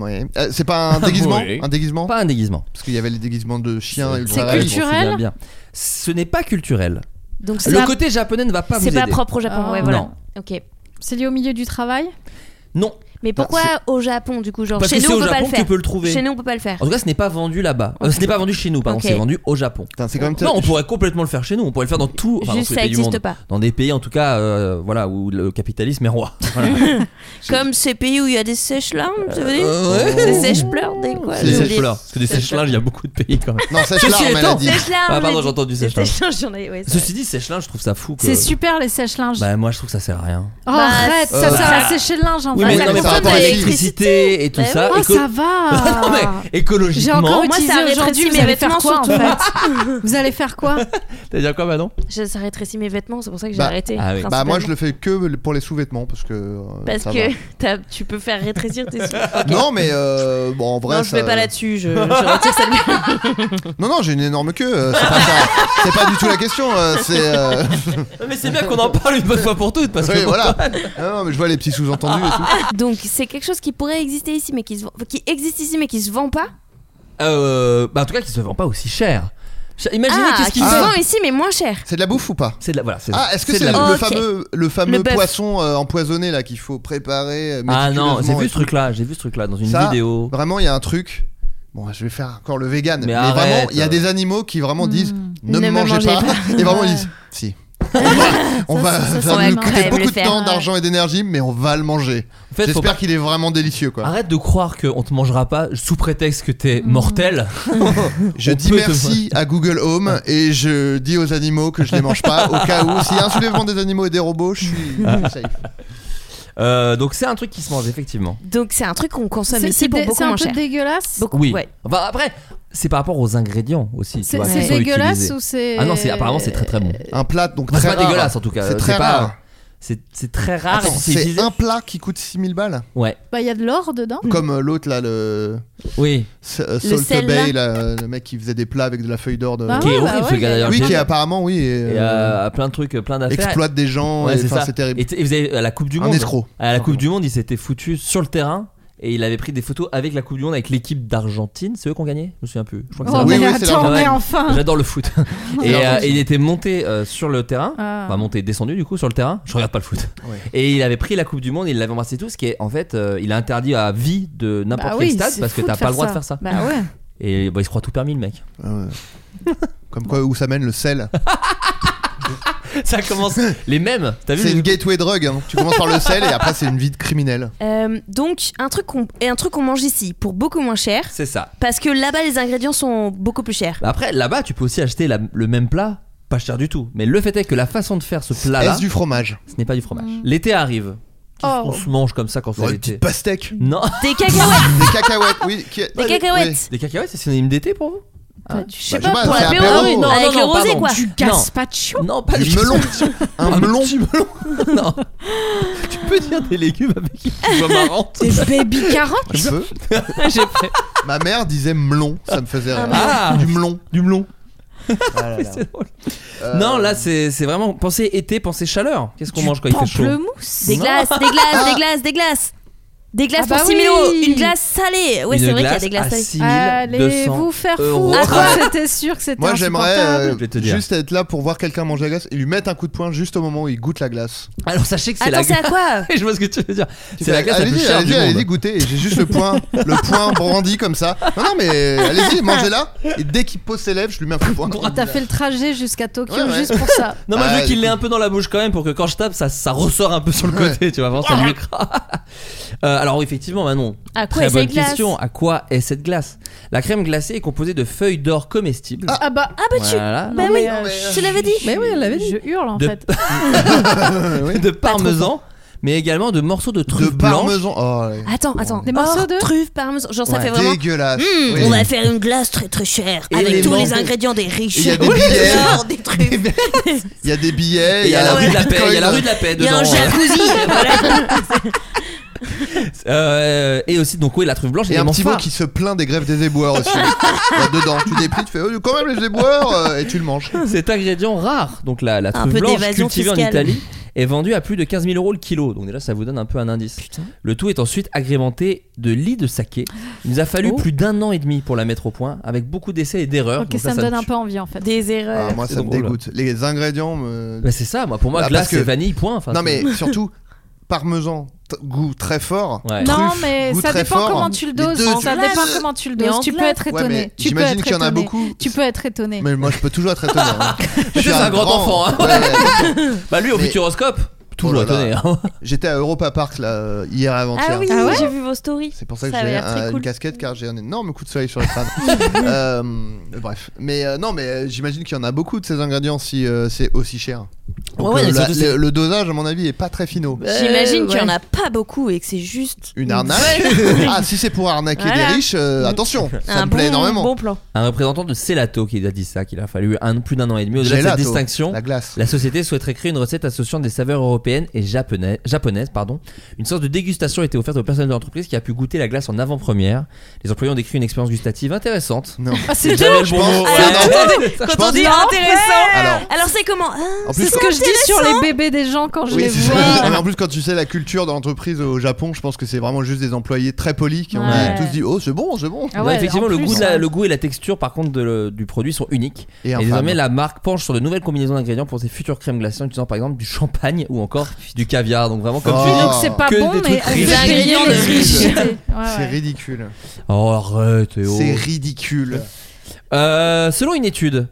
F: ouais. Euh, c'est pas un déguisement
E: Oui.
F: Un déguisement
E: Pas un déguisement.
F: Parce qu'il y avait les déguisements de chiens
H: C'est
F: ultra
H: culturel.
E: Ah, Je m'en souviens bien. Ce n'est pas culturel.
G: Donc c'est
E: Le
G: pas,
E: côté japonais ne va pas vous
G: c'est
E: aider.
G: pas propre au Japon.
H: Ah.
G: ouais, voilà.
E: Non.
G: Ok.
H: C'est lié au milieu du travail.
E: Non,
G: Mais pourquoi
F: Bah,
G: au Japon du coup genre
E: parce
G: chez
E: que c'est
G: nous on
E: au
G: peut pas le
E: Japon que tu
G: faire.
E: peux le trouver. Ah,
G: Chez nous on peut pas le faire.
E: En tout cas, ce n'est pas vendu là-bas. Euh, ce n'est pas vendu chez nous, pardon.
G: Ok.
E: C'est vendu au Japon.
F: Putain, c'est quand même
E: Non, on pourrait complètement le faire chez nous. On pourrait le faire dans tout. enfin, dans
G: Juste
E: tous les
G: ça
E: pays du monde.
G: existe pas.
E: Dans des pays, en tout cas, euh, voilà, où le capitalisme est roi. Voilà.
G: Comme ces pays où il y a des sèches-larmes, tu veux dire
E: Euh, ouais.
G: Des sèches-pleurs, des quoi
E: C'est
F: j'ai
E: des
F: oublié.
E: sèches Parce que des sèches-linges, il y a beaucoup de pays quand même.
F: Non, sèche
E: Ceci
F: larme, elle
E: étant-
F: a dit.
G: Sèche-larmes.
E: Ah, pardon,
G: j'ai
E: j'ai entendu
G: dit.
E: sèche-larmes.
G: Des sèches-larmes, j'en ai- ouais, c'est vrai.
E: Ceci dit, euh, sèche-linge, je trouve ça fou. Que...
H: C'est super les sèches-linges.
E: Bah, moi, je trouve que ça sert à rien.
H: oh,
G: bah,
H: arrête,
G: euh,
H: ça sert à
G: ça-
H: sécher le linge en
E: Oui,
F: Ah,
E: mais
H: fait.
F: ça
E: non, mais
F: concerne
E: par rapport à
F: la
E: l'électricité et tout
G: Bah
E: ça.
H: Oh,
E: éco-
H: ça
G: Ah.
H: va.
E: Non, mais
H: J'ai
E: écologiquement.
H: encore
G: Moi, ça
H: utilisé
G: rétrécit
H: aujourd'hui, vous
G: mes
H: allez faire
G: vêtements,
H: quoi en
G: surtout.
H: fait Vous allez faire quoi
E: T'as dit quoi, Manon
G: Je- Ça rétrécit mes vêtements, c'est pour ça que j'ai
F: Bah,
G: arrêté.
E: ah oui.
F: Bah, moi, je le fais que pour les sous-vêtements parce que. euh,
G: Parce
F: ça
G: que
F: va.
G: t'as- tu peux faire rétrécir tes sous.
F: Non, mais euh, bon, en vrai.
G: non, je
F: ça-
G: vais pas là-dessus, je, je retire ça de
F: Non, non, j'ai une énorme queue. euh, c'est pas ça. C'est pas du tout la question. euh, c'est. euh,
E: Mais c'est bien qu'on en parle une bonne fois pour toutes parce que
F: oui, voilà. Non, non, mais je vois les petits sous-entendus et tout.
G: Donc c'est quelque chose qui pourrait exister ici, mais qui, se vend- qui existe ici, mais qui se vend pas.
E: Euh, bah en tout cas qui se vend pas aussi cher. Ch- Imaginez
G: ah,
E: qu'est-ce
G: qui
E: qu'il
G: se
F: Ah.
G: vend ici, mais moins cher.
F: C'est de la bouffe ou pas
E: C'est de la voilà. c'est-
F: Ah, est-ce que
E: de
F: c'est
E: la
F: le,
E: bouffe.
G: bouffe.
F: fameux, le fameux
G: Le bœuf.
F: poisson euh, empoisonné là qu'il faut préparer euh,
E: Ah non, j'ai
F: méticuleusement
E: vu
F: et
E: ce truc là, j'ai vu ce truc là dans une
F: Ça, Bah,
E: vidéo.
F: Vraiment, il y a un truc. Bon, je vais faire encore le vegan.
E: Mais
F: Mais,
E: arrête,
F: vraiment, il y a
E: euh.
F: des animaux qui vraiment disent ne,
G: Hmm. Ne
F: me
G: me
F: mangez,
G: mangez
F: pas.
G: pas.
F: Et vraiment, ils disent si. On va,
H: ça, ça,
F: ça va
H: ouais,
F: nous
H: mais
G: on
F: coûter
G: va
F: beaucoup
G: le
F: de
G: faire,
F: temps,
G: ouais.
F: d'argent et d'énergie, mais on va le manger.
E: En fait, faut
F: J'espère
E: pas-
F: qu'il est vraiment délicieux
G: Ah,
F: quoi.
E: Arrête de croire qu'on te mangera pas sous prétexte que t'es mortel.
F: je
E: On
F: dis
E: peut Ah. te-
F: merci à Google Home et je dis aux animaux que je les mange pas au cas où. S'il y a un soulèvement des animaux et des robots, je suis
E: Ah.
F: safe.
E: Euh, donc c'est un truc qui se mange effectivement.
G: Donc c'est un truc qu'on consomme
H: C'est
G: ici
H: c'est
G: pour
H: dé- c'est
G: beaucoup
H: un
G: moins
H: peu
G: cher.
H: dégueulasse.
G: Beaucoup.
E: Oui.
G: ouais.
E: Enfin après, c'est par rapport aux ingrédients aussi. tu
H: C'est
E: vois, qui
H: c'est
E: sont
H: dégueulasse
E: utilisés.
H: ou c'est.
E: Ah non, c'est apparemment c'est très très bon.
F: Un plat donc
E: Enfin,
F: très
E: c'est pas
F: rare.
E: dégueulasse en tout cas. Euh,
F: C'est très
E: pas-
F: rare.
E: C'est c'est très rare.
F: Attends,
E: et c'est
F: c'est
E: utilisé-
F: un plat qui coûte 6000 balles
E: Ouais.
H: Bah, il y a de l'or dedans.
G: Hmm.
F: Comme euh, l'autre là, le
E: Oui.
F: S- euh, Salt
G: sel, là.
F: Bay, là, euh, le mec qui faisait des plats avec de la feuille d'or. De...
H: Bah Ah
E: qui est
H: ouais, bah
E: horrible ce
H: ouais,
E: gars d'ailleurs.
F: oui,
E: j'ai-
F: qui apparemment, oui, est,
E: euh, et,
F: euh,
E: euh, plein de trucs, plein d'affaires.
F: exploite des gens.
E: Ouais,
F: et,
E: c'est
F: enfin,
E: ça.
F: c'est terrible.
E: Et, t- et vous avez à la Coupe du
F: Un
E: Monde.
F: escroc.
E: À la Coupe du Monde, il s'était foutu sur le terrain et il avait pris des photos avec la Coupe du Monde avec l'équipe d'Argentine. C'est eux qui ont gagné Je me souviens plus. Je crois que c'est
H: Oh,
F: Ah, Oui,
H: mais
F: oui, c'est Bah,
H: attends,
E: la-
H: mais enfin.
E: J'adore le foot.
F: C'est
E: et euh,
F: l'Argentine.
E: il était monté euh, sur le terrain.
H: Ah.
G: Bah,
E: Enfin, monté, descendu du coup sur le terrain. Je regarde pas le foot.
F: Ouais.
E: Et il avait pris la Coupe du Monde, il l'avait embrassé tout, ce qui est en fait, euh, il a interdit à vie de n'importe
H: Bah
E: quel
H: oui,
E: stade
H: c'est
E: parce que
H: fou
E: t'as pas le droit de faire ça.
H: Bah ouais.
E: Et bah, il se croit tout permis le mec.
F: Ah ouais. Comme quoi, où ça mène le sel
E: Ça commence. Les mêmes, t'as vu
F: C'est une gateway drug. hein. Tu commences par le sel et après, c'est une vie de criminel.
G: Euh, donc un truc qu'on et un truc qu'on mange ici pour beaucoup moins cher
E: C'est ça.
G: parce que là-bas les ingrédients sont beaucoup plus chers.
E: Bah Après, là-bas, tu peux aussi acheter la- le même plat, pas cher du tout. Mais le fait est que la façon de faire ce plat-là,
F: Est-ce du fromage
E: ce n'est pas du fromage. L'été arrive.
H: Mm. Oh.
E: On se mange comme ça quand c'est
F: Une
E: l'été.
F: petite pastèque.
E: Non.
G: Des
H: Ah,
G: cacahuètes,
F: Des cacahuètes, oui. qui-
G: des cacahuètes.
E: Des cacahuètes, c'est synonyme d'été pour vous
G: Je sais
F: Bah,
G: pas,
F: je sais
G: pour
F: pas, c'est
G: l'apéro
F: apéro. Ah oui, non,
G: avec le rosé
E: pardon.
G: quoi.
H: Du gazpacho
E: Non, pas
F: Du
E: du Ah,
F: melon. Un melon.
E: petit melon. non. tu peux dire des légumes avec une voix marrante.
H: Des baby carottes
F: Tu veux
E: J'ai fait-
F: Ma mère disait melon, ça me faisait rire.
E: Ah.
F: Du melon.
E: Du melon.
F: Ah là là.
E: C'est drôle.
F: Euh,
E: Non, là, c'est c'est vraiment. Pensez été, pensez chaleur. Qu'est-ce qu'on
H: Du
E: mange quand il fait chaud
H: pamplemousse.
G: Des glaces, des
F: Ah.
G: glaces, des glaces, des glaces. Des glaces
H: Ah bah
G: pour 6 000 euros,
H: oui.
G: une glace salée. Ouais,
E: Une
G: c'est vrai qu'il y a
E: glace
G: des glaces
E: à
G: salées.
E: 6200
H: Allez vous faire
E: euros.
H: foutre.
E: Ah,
H: C'était sûr que c'était
F: Moi j'aimerais
H: insupportable.
F: euh,
E: Je vais te dire.
F: juste être là pour voir quelqu'un manger la glace et lui mettre un coup de poing juste au moment où il goûte la glace.
E: Alors, Ah sachez que c'est la
G: Attends, c'est à quoi
E: Je vois ce que tu veux dire. C'est
F: Tu fais,
E: la glace la
F: allez-y,
E: plus chère
F: allez-y,
E: du
F: allez-y,
E: monde.
F: goûter. Et j'ai juste le poing, le poing brandi comme ça. Non, non, mais allez-y, mangez-la. Et dès qu'il pose ses lèvres, je lui mets un coup de poing.
H: Ah, T'as fait le trajet jusqu'à Tokyo
F: Ouais, ouais.
H: juste pour ça.
E: Non, mais je
F: Ah,
E: veux qu'il
F: écoute.
E: l'ait un peu dans la bouche quand même pour que quand je tape, ça, ça ressort un peu sur le côté, tu vois, vraiment, ça lui écrase. Euh, alors, effectivement, Manon,
G: À quoi
E: très
G: est
E: bonne
G: cette glace
E: question. À quoi est cette glace La crème glacée est composée de feuilles d'or comestibles.
H: Ah bah,
G: Ah bah tu.
E: Voilà.
G: Bah
H: Non,
G: oui,
H: mais, euh,
G: je te l'avais dit.
E: Mais oui, elle l'avait dit.
H: je hurle en
E: De-
H: fait.
E: de parmesan, mais également de morceaux de
F: De
E: truffe blanche.
F: parmesan. Oh,
E: Ah,
F: ouais.
G: Attends, attends.
H: Des morceaux
G: Or,
H: de-
G: Truffe, parmesan. Genre, ça
E: Ouais.
G: fait vraiment.
F: Dégueulasse.
G: Hmm,
F: Oui.
G: On va faire une glace très très chère
E: Et
G: avec
E: les
G: tous les
E: mangues.
G: ingrédients des riches.
F: Il y a des
G: Oui,
F: billets.
G: genre des trucs.
F: Il y a des billets,
E: Et il y a la
F: un
E: rue de la paix, il y a la
F: bitcoin.
E: rue de la paix
G: Il y a
E: dedans.
G: un
F: hein.
G: jacuzzi. voilà.
E: Euh, et aussi, donc, oui, la truffe blanche
F: Et
E: est
F: un
E: mon
F: petit mot qui se plaint des grèves des éboueurs aussi. Là-dedans, tu déplies, tu fais oh, quand même les éboueurs euh, et tu le manges.
E: Cet ingrédient rare, donc la, la
G: Un
E: truffe
G: peu
E: blanche
G: d'évasion
E: cultivée en
G: fiscale.
E: Italie, est vendue à plus de 15 000 euros le kilo. Donc déjà, ça vous donne un peu un indice. Le tout est ensuite agrémenté de lits de saké. Il nous a fallu
G: Oh.
E: plus d'un an et demi pour la mettre au point, avec beaucoup d'essais et d'erreurs.
H: Ok,
E: Donc
H: ça, me donne un
E: tue.
H: peu envie en fait.
G: Des erreurs.
F: Ah, moi,
E: c'est
F: ça me
E: drôle.
F: dégoûte. Les ingrédients me.
E: Bah, c'est ça, moi, pour moi,
F: Bah,
E: glace
F: parce que-
E: et vanille, point. Enfin,
F: non,
E: c'est-
F: mais surtout, parmesan, t- goût très fort.
G: Ah
E: Ouais.
H: Non,
F: Truffe,
H: mais
F: goût
H: ça
F: très
H: dépend
F: fort. hein.
H: comment tu le
F: Les
H: doses.
F: deux,
H: ça
F: tu-
H: dépend comment tu le
G: Mais en
H: doses. Tu peux
G: glace.
H: être
F: Ouais,
H: étonné.
F: mais
H: Tu peux
F: j'imagine
H: être
F: qu'il y en a
H: étonné.
F: beaucoup.
H: Tu peux être étonné.
F: Mais moi, je peux toujours être étonné. hein. Je suis
E: c'est un grand enfant, hein.
F: Ouais, ouais.
E: Bah, lui, au
F: Mais-
E: futuroscope, toujours
F: Oh là
E: étonné.
F: là.
E: hein.
F: J'étais à Europa Park là, euh, hier avant-hier.
G: Ah oui,
H: Ah ouais
G: j'ai vu vos stories.
F: C'est pour ça que
G: Ça avait
F: j'ai
G: l'air très
F: un-
G: cool.
F: une casquette car j'ai un énorme coup de soleil sur le crâne. Euh, bref, mais euh, non, mais euh, j'imagine qu'il y en a beaucoup de ces ingrédients si euh, c'est aussi cher.
E: Ouais,
F: Donc,
E: ouais,
F: euh,
E: mais
F: la-
E: surtout,
F: le,
E: c'est-
F: le dosage, à mon avis, est pas très finot.
G: J'imagine qu'il y en
E: ouais.
G: a pas beaucoup et que c'est juste.
F: Une arnaque. ah, si c'est pour arnaquer
G: Voilà.
F: les riches, euh, attention, ça
G: un
F: me
G: bon,
F: plaît énormément.
G: bon plan.
E: Un représentant de Celato qui a dit ça, qu'il a fallu un, plus d'un an et demi. Au-delà de cette
F: Gelato,
E: distinction,
F: La glace.
E: La société souhaiterait créer une recette associant des saveurs européennes et japonaises. japonaises pardon. Une sorte de dégustation a été offerte aux personnes de l'entreprise qui a pu goûter la glace en avant-première. Les employés ont décrit une expérience gustative intéressante.
F: Non.
H: Ah, c'est
E: Jamais le
H: dur.
E: bon
F: pense-
E: mot.
F: Ouais,
E: Ouais,
F: non.
E: non.
F: Je
G: Quand on
F: pense-
G: dit intéressant.
F: Alors,
G: Alors c'est comment Ah,
F: en
H: C'est
F: plus,
H: ce que je dis sur les bébés des gens quand je
F: Oui,
H: les
F: c'est ça.
H: vois.
F: Non, mais en plus, quand tu sais la culture de l'entreprise au Japon, je pense que c'est vraiment juste des employés très polis qui ont
H: Ouais.
F: tous dit Oh, c'est bon, c'est bon.
H: Ah
E: Non,
H: ouais,
E: effectivement,
H: en
E: le
H: plus,
E: goût, de la-
H: ouais.
E: le goût et la texture, par contre, de le- du produit sont uniques. Et,
F: infâme.
E: désormais, la marque penche sur de nouvelles combinaisons d'ingrédients pour ses futures crèmes glacées en utilisant par exemple du champagne ou encore du caviar. Donc vraiment comme
F: Oh.
E: tu dis.
H: Donc c'est pas
E: Que
H: bon,
E: des
H: mais
E: trucs
H: on
E: riches.
H: fait payer
G: Ingrédients de
H: les
G: riches.
H: riches. Ouais,
F: C'est
H: Ah ouais.
F: ridicule.
E: Oh, arrête, Théo.
F: C'est ridicule.
E: Euh, selon une étude,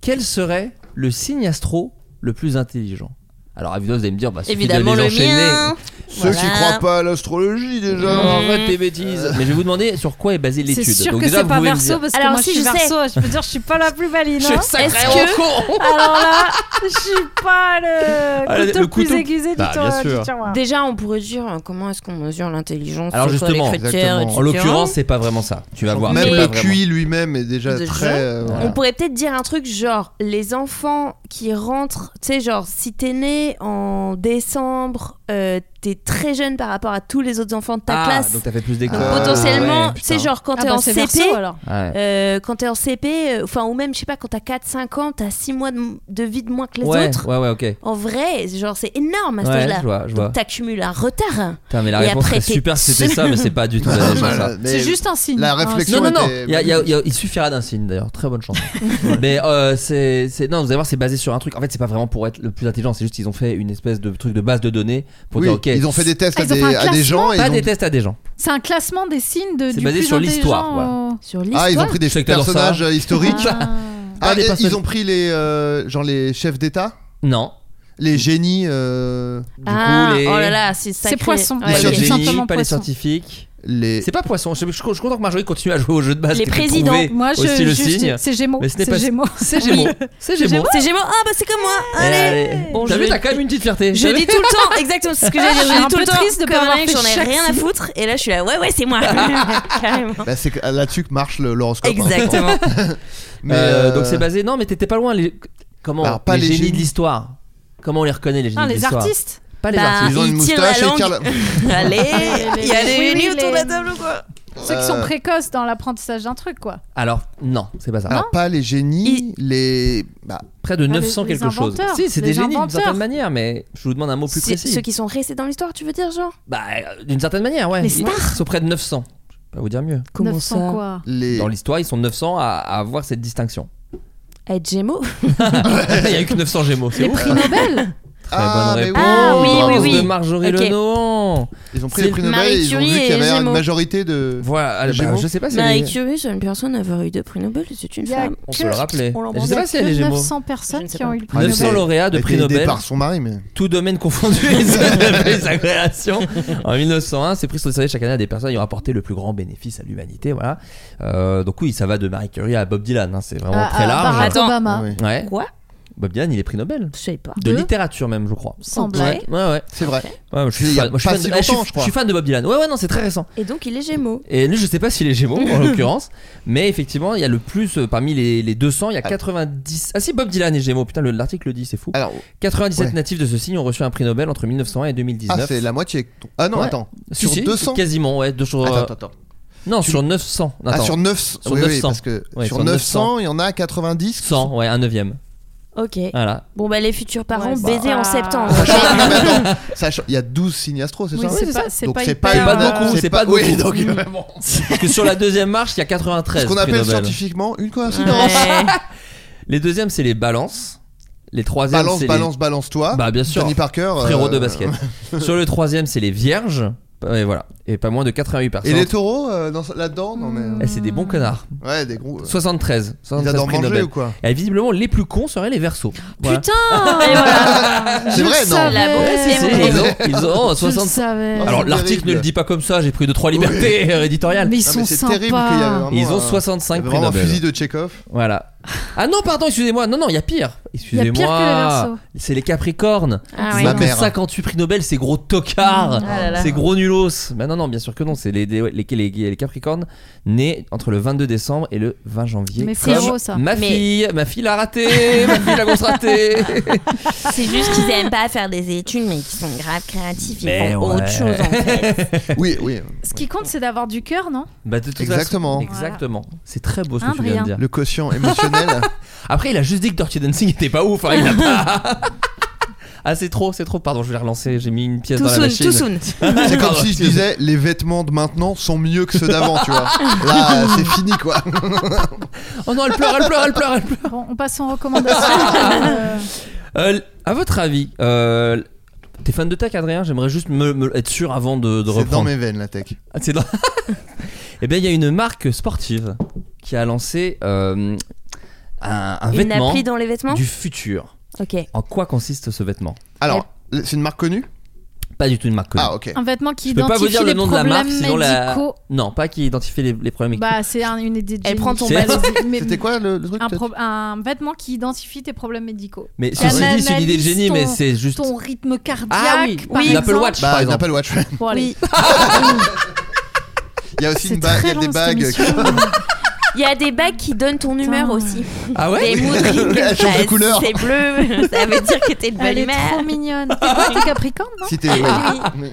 E: quel serait le signe astro le plus intelligent Alors évidemment, vous allez me dire, bah, suffit
G: Évidemment
E: de les
G: le
E: enchaîner.
G: mien. Mmh.
F: Ceux qui
G: Voilà.
F: croient pas à l'astrologie déjà.
E: Non, arrête tes bêtises. Mais je vais vous demander sur quoi est basée l'étude.
H: C'est sûr
E: Donc
H: que
E: déjà,
H: c'est
E: vous
H: pas
E: pouvez me
H: verso
E: dire-
H: parce que
G: Alors,
H: moi
G: si,
H: je suis
G: je sais.
H: verso. Je peux dire, je suis pas la plus baline. hein.
E: Je suis sacrément
H: Est-ce que-
E: con.
H: Alors là, je suis pas le
E: Ah, le-
H: couteau
E: le
H: le
E: couteau.
H: plus aiguisé
E: Bah,
H: du,
E: bien
H: tour-
E: sûr.
H: du tiroir.
G: Déjà, on pourrait dire euh, comment est-ce qu'on mesure l'intelligence
E: Alors,
G: c'est quoi
E: justement,
G: les critères,
F: exactement.
E: En
G: etc.
E: l'occurrence, c'est pas vraiment ça. Tu vas voir.
F: Même
E: c'est
F: le
E: pas vraiment.
F: QI lui-même est déjà
G: Déjà
F: très. euh,
G: on pourrait peut-être dire un truc genre les enfants qui rentrent, tu sais, genre si t'es né en décembre, euh, t'es très jeune par rapport à tous les autres enfants de ta
E: Ah,
G: classe.
E: donc t'as fait plus d'école.
F: Ah,
G: potentiellement,
E: ouais,
G: tu
E: putain.
G: sais, genre quand
H: Ah
G: t'es
H: bah,
G: en
H: c'est
G: CP,
H: verso, alors.
E: Ouais.
G: euh, quand t'es en CP, euh, enfin, ou même, je sais pas, quand t'as 4-5 ans, t'as 6 mois de, de vie de moins que les
E: ouais,
G: autres.
E: ouais, ouais, ok.
G: En vrai, genre, c'est énorme à ce
E: Ouais, je
G: âge-là.
E: vois, je vois.
G: Donc, t'accumules un retard.
E: Putain, mais la
G: Et
E: réponse
G: après,
E: serait
G: t'es-
E: super si c'était ça, mais c'est pas du tout la
F: voilà,
E: déjà ça.
F: mais
H: C'est juste un signe.
F: la
H: hein,
F: réflexion-
E: Non, non, non,
F: était-
E: il, y a- il y a- il y a- il suffira d'un signe d'ailleurs, très bonne chance. mais euh, c'est, c'est- Non, vous allez voir, c'est basé sur un truc. En fait, c'est pas vraiment pour être le plus intelligent, c'est juste qu'ils ont fait une espèce de truc de base de données pour
F: Oui,
E: dire, ok,
F: Ils ont fait des tests
H: Ah,
F: à
H: Ils ont
F: des,
H: fait un
F: à des gens. et
E: pas
F: ils ont-
E: des tests à des gens.
H: C'est un classement des signes de,
E: C'est
H: du
E: basé
H: plus
E: sur l'histoire,
H: intelligent euh,
G: Sur
F: Ah,
G: l'histoire.
F: ils ont pris des
E: Je sais que t'adores
F: personnages
E: ça. hein.
F: euh, historiques.
H: au- Ah.
F: Ah,
E: Pas des
F: et-
E: personnes-
F: ils ont pris les euh, genre les chefs d'État.
E: Non.
F: les génies. euh,
E: Du
G: Ah,
E: coup, les...
G: oh là là, c'est sacré.
H: poisson.
E: Les
G: Ouais,
H: Ouais,
F: les-
E: scientifiques,
H: simplement
E: pas les
H: poisson.
E: scientifiques.
F: les...
E: C'est pas poisson. Je, je, je suis content que Marjorie continue à jouer au jeu de base.
G: Les
E: que j'ai
G: présidents.
E: trouvé
H: Moi, je,
E: Aussi le
H: juste-
E: signe.
H: c'est Gémeaux.
E: Mais ce n'est
H: C'est
E: pas-
H: Gémeaux.
E: C'est Gémeaux. C'est Gémeaux.
G: C'est Gémeaux. Ah bah c'est comme moi.
E: Eh,
G: Allez.
E: allez.
G: Bon,
E: T'as
G: je
E: vu,
G: vais-
E: t'as quand même une petite fierté.
G: Je
E: T'as vu
G: dis tout le temps, exactement c'est ce que j'ai
H: Je
G: dit.
H: suis
G: Je dis
H: un
G: tout
H: peu
G: le temps
H: triste de
G: comme
H: pas avoir
G: un mec,
H: fait
G: j'en ai
H: chaque
G: rien à
H: signe.
G: foutre. Et là, je suis là, ouais, ouais, c'est moi. Carrément.
F: Bah, c'est que- là-dessus que marche le- l'horoscope. hein.
G: Exactement.
F: Mais,
E: Euh,
F: euh,
E: Donc c'est basé. Non, mais t'étais pas loin. Les... Comment
F: Alors, pas
E: les,
F: les
E: génies,
F: génies.
E: de l'histoire. Comment on les reconnaît les génies
H: Ah,
E: de
H: les
E: l'histoire
H: artistes.
E: Pas les
G: Bah,
E: artistes.
F: Ils ont une
G: il tire la
F: moustache et
G: langue.
F: Karl-
G: Allez, il y a des
H: Oui, oui,
G: unis autour de la
H: les-
G: table ou quoi
H: Ceux qui sont
F: Euh,
H: précoces dans l'apprentissage d'un truc, quoi.
E: Alors non, c'est pas ça.
F: Alors, pas les génies, les. Bah,
E: Près de
H: Ah, les-
E: 900
H: les
E: quelque chose.
H: inventeurs,
E: Si, c'est
H: les
E: des génies d'une
H: inventeurs.
E: certaine manière, mais je vous demande un mot plus
G: C'est
E: précis.
G: Ceux qui sont restés dans l'histoire, tu veux dire, genre
E: Bah, euh, d'une certaine manière, ouais.
G: Les
E: Ils- Ils sont près de 900. Je vais pas vous dire mieux.
H: 900 quoi
F: les.
E: Dans l'histoire, ils sont 900 à, à avoir cette distinction.
G: Être Gémeaux
E: Il y a eu que 900 Gémeaux. c'est
H: Les
E: ouf.
H: prix Nobel
E: Très
F: Ah,
E: bonne
F: mais
E: réponse.
G: Ah, oui, oui, oui.
E: de Marjorie
G: Ok.
E: Lenoir.
F: Ils ont pris
E: C'est
F: les prix Nobel
G: Marie
F: et ils ont vu
G: Curie
F: qu'il y
G: et
F: avait une
G: Gémeaux.
F: majorité de.
E: Voilà,
F: Les
E: bah,
F: Gémeaux.
E: je sais pas si elle
G: Marie
E: est-
G: Curie, c'est une personne à avoir eu deux prix Nobel, c'est une
H: Il y a
G: femme.
E: on peut le rappeler.
G: On l'embrasse.
E: Je sais pas si elle est
H: que
E: Gémeaux.
H: 900 personnes
G: Je ne sais
H: qui ont
G: pas.
H: eu le prix
E: 900
F: Elle
H: Nobel.
E: lauréats de
F: Elle a
E: prix
F: été aidée
E: Nobel,
F: par son mari, mais.
E: tout domaine confondu, ils ont fait sa création. En 1901, ces prix sont décernés chaque année à des personnes ayant apporté le plus grand bénéfice à l'humanité. Voilà. Euh, donc oui, ça va de Marie Curie à Bob Dylan, hein, c'est vraiment
H: Ah,
E: très
H: ah,
E: large.
H: Barack
G: Attends.
H: Obama.
F: Ah oui.
E: Ouais.
G: Quoi
E: Bob Dylan, il est prix Nobel.
G: Je sais pas.
E: De
H: De
E: littérature même, je crois.
H: Sans
E: ouais,
H: blague.
E: ouais, ouais.
F: C'est vrai.
E: Ouais, moi, je suis
F: Il y a
E: fan, moi, je suis fan
F: pas
E: de,
F: si
E: eh, je suis-
F: longtemps, je crois.
E: suis fan de Bob Dylan. Ouais, ouais, non, c'est très récent.
G: Et donc, il est Gémeaux.
E: Et lui, je sais pas s'il est Gémeaux en l'occurrence, mais effectivement, il y a le plus euh, parmi les, les 200, il y a 90. Ah si, Bob Dylan est Gémeaux. Putain, le- l'article le dit, c'est fou.
F: Alors, ah,
E: 97
F: ouais.
E: natifs de ce signe ont reçu un prix Nobel entre 1901 et
F: ah,
E: 2019.
F: c'est la moitié. Ah non,
E: Ouais.
F: attends.
E: Si,
F: Sur
E: si,
F: 200.
E: Quasiment, ouais. deux sur, euh,
F: Attends, attends, attends.
E: Non, sur 900. Attends.
F: Ah, sur 900.
E: Sur
F: oui, oui,
E: 900.
F: parce que
E: Ouais,
F: sur
E: sur
F: 900, il y en a 90.
E: 100, ouais, un neuvième.
G: Ok.
E: Voilà.
G: Bon, bah, les futurs parents
H: Ouais, c'est
G: baisés
H: pas-
G: en septembre.
F: Ça change- non, mais attends, ça change- Il y a 12 signes astro, c'est
H: Oui,
F: ça
H: c'est
E: ça.
H: pas, c'est
F: Donc
H: pas
F: c'est
H: hyper-
F: pas,
E: C'est pas
F: euh,
E: beaucoup,
F: c'est
E: c'est
F: pas-
E: pas beaucoup.
F: oui, donc, euh,
E: Parce que sur la deuxième marche, il y a 93.
F: Ce qu'on
E: prix
F: appelle
E: Nobel.
F: scientifiquement une coïncidence.
G: Ouais.
E: Les deuxièmes, c'est les balances. Les troisièmes,
F: Balance,
E: c'est
F: balance, balance-toi.
E: les... Bah, bien sûr.
F: Tony Parker. euh,
E: Frérot de basket. sur le troisième, c'est les vierges. Et voilà. Et pas moins de 88 personnes.
F: Et les taureaux euh, dans- là-dedans Non, mais.
E: Eh, c'est des bons connards.
F: euh, Ouais, des gros. euh,
E: 73.
F: Ils
E: 73
F: adorent
E: prix
F: manger
E: Nobel.
F: ou quoi
E: Et visiblement, les plus cons seraient les versos. Voilà.
G: Putain Et voilà.
F: C'est vrai,
G: La
F: non
H: Ouais,
G: mauvaise
E: Si, si,
G: mémoire.
E: ils ont, ils ont oh, 60
H: savais.
E: Alors
F: c'est
E: l'article
F: terrible.
E: ne le dit pas comme ça, j'ai pris deux trois libertés euh, éditoriales.
H: mais ils
F: Ah,
H: sont
F: mais C'est terrible qu'il y avait
H: sympas.
F: vraiment,
E: Ils ont
F: euh,
E: 65 prix
F: Vraiment un
E: Nobel.
F: fusil de Tchekhov.
E: Voilà. Ah non, pardon, excusez-moi. Non, non, il y a pire.
H: y a pire que les
E: Excusez-moi.
H: Verseaux.
E: C'est les Capricornes.
G: Ah
E: Ils
G: ouais.
E: ont que
F: mère.
E: 58 prix Nobel, ces gros tocards.
G: Ah là là.
E: Ces gros nulos. Bah non, non, bien sûr que non. C'est les, les, les- les- les Capricornes nés entre le 22 décembre et le 20 janvier.
H: Mais
E: Comme
H: c'est gros, ça.
E: Ma
G: Mais-
E: fille, ma fille l'a raté. ma fille l'a grosse ratée.
G: C'est juste qu'ils aiment pas faire des études, mais qu'ils sont grave créatifs. Ils
E: Mais
G: font
E: ouais.
G: autre chose en fait.
F: Oui, oui.
H: Ce qui compte, c'est d'avoir du cœur, non
E: Bah, de toute façon-
F: Exactement.
E: Exactement. C'est très beau ce que
H: Un
E: tu viens de
H: rien.
E: dire.
F: Le quotient émotionnel.
E: Après, il a juste dit que Dirty Dancing était pas ouf. hein, il a pas- ah, c'est trop, c'est trop. Pardon, je vais relancer. J'ai mis une pièce
G: Tout
E: dans la
G: soon,
E: machine.
G: tout soon.
F: C'est comme
E: Pardon,
F: si je disais les vêtements de maintenant sont mieux que ceux d'avant, tu vois. Là, c'est fini quoi.
E: Oh non, elle pleure, elle pleure, elle pleure, elle pleure.
H: Bon, on passe en recommandation. Euh,
E: Euh, à votre avis, euh, t'es fan de tech, Adrien J'aimerais juste me, me- être sûr avant de, de
F: C'est dans
E: reprendre.
F: mes veines la tech.
E: Ah, c'est dans- Eh bien, il y a une marque sportive qui a lancé euh, un, un
G: Une
E: vêtement
G: appli dans les vêtements
E: du futur.
G: Ok.
E: En quoi consiste ce vêtement
F: Alors, c'est une marque connue
E: Pas du tout une marque. connue.
F: Ah ok.
H: un vêtement qui
E: Je peux
H: identifie
E: pas vous dire
H: les
E: le nom de la
H: problèmes
E: marque, sinon la.
H: médicaux.
E: Non, pas qui identifie les, les problèmes.
H: Bah, c'est un- une idée de
G: Elle
H: génie.
G: prend ton
E: C'est- balai.
H: Mais-
F: C'était quoi le, le truc
H: un,
F: peut-être
H: pro- un vêtement qui identifie tes problèmes médicaux.
E: mais
H: qui
E: ceci dit, c'est une idée de génie,
H: analyse
E: mais
H: ton-
E: c'est juste.
H: Ton rythme cardiaque,
E: Ah oui,
H: par
E: oui.
H: exemple.
E: l'Apple Watch par
F: Bah, une
E: exemple.
F: Apple Watch.
H: Bon, allez.
F: Il y a aussi
H: C'est
F: une bague, il
H: très
F: y a des
H: long,
F: bagues.
H: cette émission.
G: Il y a des bagues qui donnent ton humeur aussi.
E: Ah ouais
G: Des mood rings.
F: Elle change de
G: Bah,
F: couleur.
G: C'est bleu. Ça veut dire que t'es
H: Elle
G: de belle
H: est
G: humeur.
H: trop mignonne. T'es quoi, t'es Capricorne, non
F: Si t'es-
H: Ah,
F: ouais.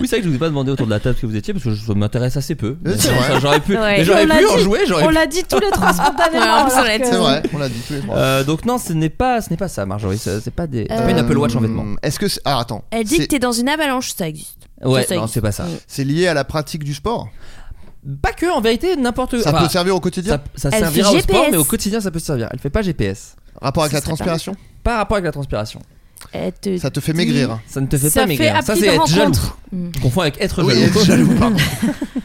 E: Oui, c'est vrai que je vous ai pas demandé autour de la table que vous étiez parce que je- ça m'intéresse assez peu.
F: Oui, c'est
E: Ça,
F: vrai.
E: J'aurais pu,
G: Ouais.
E: mais j'aurais
H: On l'a
E: pu en
H: dit.
E: jouer. j'aurais
H: On
E: pu-
H: l'a dit tous les trois spontanément.
G: Ouais,
H: alors
G: obsolète.
H: que-
F: C'est vrai, on l'a dit tous les trois.
E: Euh, donc non, ce n'est pas, ce n'est pas ça, Marjorie. ça- C'est pas des, c'est pas une Apple Watch en vêtements.
F: Euh, Est-ce que c'est... ah, attends.
G: Elle dit que
F: C'est-
G: t'es dans une avalanche, ça existe.
E: Ouais,
G: ça
E: non,
G: existe.
E: c'est pas ça.
F: c'est lié à la pratique du sport.
E: Pas que, en vérité, n'importe.
F: Mm. Ça
E: enfin,
F: peut servir au quotidien.
E: Euh, ah. ça, ça
G: Elle
E: servira
G: fait
E: au sport,
G: GPS.
E: mais au quotidien, ça peut servir. Elle fait pas GPS.
F: Rapport avec
G: ça
F: la
G: serait pas
F: transpiration.
E: Pas rapport avec la transpiration.
G: Elle te-
F: Ça te fait maigrir.
E: Ça ne te fait
H: Ça
E: pas
H: fait
E: maigrir.
H: appli
E: ça, c'est
H: de
E: être jaloux.
H: rencontre.
G: Mm.
E: Je confonds avec être
F: Oui,
E: jaloux.
F: être jaloux, pardon.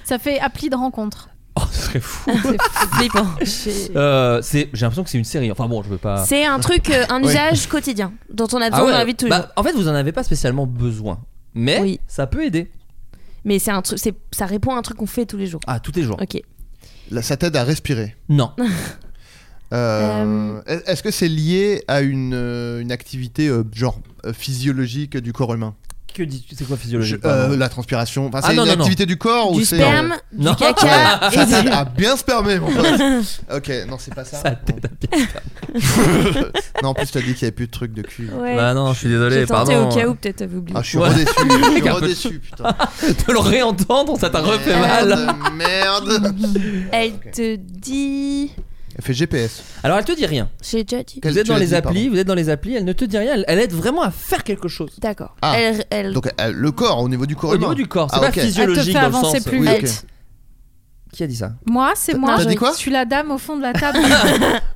H: Ça fait appli de rencontre.
E: Oh, ce serait fou.
G: Flippant. J'ai-
E: Euh, c'est- J'ai l'impression que c'est une série. Enfin bon, je veux pas.
G: C'est un truc, euh, un
E: Ah. Oui.
G: usage quotidien dont on a besoin
E: Ah ouais,
G: dans la vie de tous les
E: bah,
G: jours.
E: En fait, vous en avez pas spécialement besoin, mais ça peut aider.
G: Mais c'est un truc, c'est- ça répond à un truc qu'on fait tous les jours.
E: Ah, tous les jours.
G: Ok.
F: Là, ça t'aide à respirer.
E: Non.
F: Euh, Est-ce que c'est lié à une, euh, une activité euh, genre euh, physiologique du corps humain
E: Que dis C'est quoi physiologique
F: Je- euh,
E: pardon
F: La transpiration. Enfin,
E: Ah,
F: c'est
E: non,
F: une
E: non, non.
F: activité du corps
G: Du
F: ou c'est euh, Ah,
G: sperme, du Non. caca
F: Ça
G: et
F: t'aide
G: du-
F: à bien spermer, mon pote. ok, non, c'est pas ça.
E: Ça
F: t'aide non, en plus, t'as dit qu'il y avait plus de trucs de cul.
G: Ouais.
E: Bah non, je suis désolé,
G: J'ai tenté
E: pardon.
G: au cas où peut-être vous oublié.
F: Ah, je suis
E: Ouais.
F: redéçu. Je suis
E: Un peu-
F: redéçu, putain.
E: De le réentendre, ça t'a refait
H: Ah,
E: mal.
F: Merde.
G: Elle te dit,
F: Elle fait GPS.
E: Alors, elle te dit rien.
G: j'ai déjà dit.
F: Quelle-
E: vous êtes
F: tu
E: dans
F: l'as
E: les
F: dit,
E: applis,
F: pardon.
E: vous êtes dans les applis, elle ne te dit rien. Elle, elle aide vraiment à faire quelque chose.
G: D'accord.
F: Ah.
G: Elle, elle,
F: Donc, euh, le corps, au niveau du corps
E: Au
F: humain.
E: niveau du corps, c'est
F: Ah,
E: pas
F: ok.
H: Elle te
E: physiologique
H: fait
E: dans le
H: avancer
E: sens.
H: plus
F: Oui,
H: vite.
F: ok.
E: Qui a dit ça
H: Moi, c'est
F: T'as-
H: moi.
F: t'as dit
H: je-
F: quoi
H: je suis la dame au fond de la table.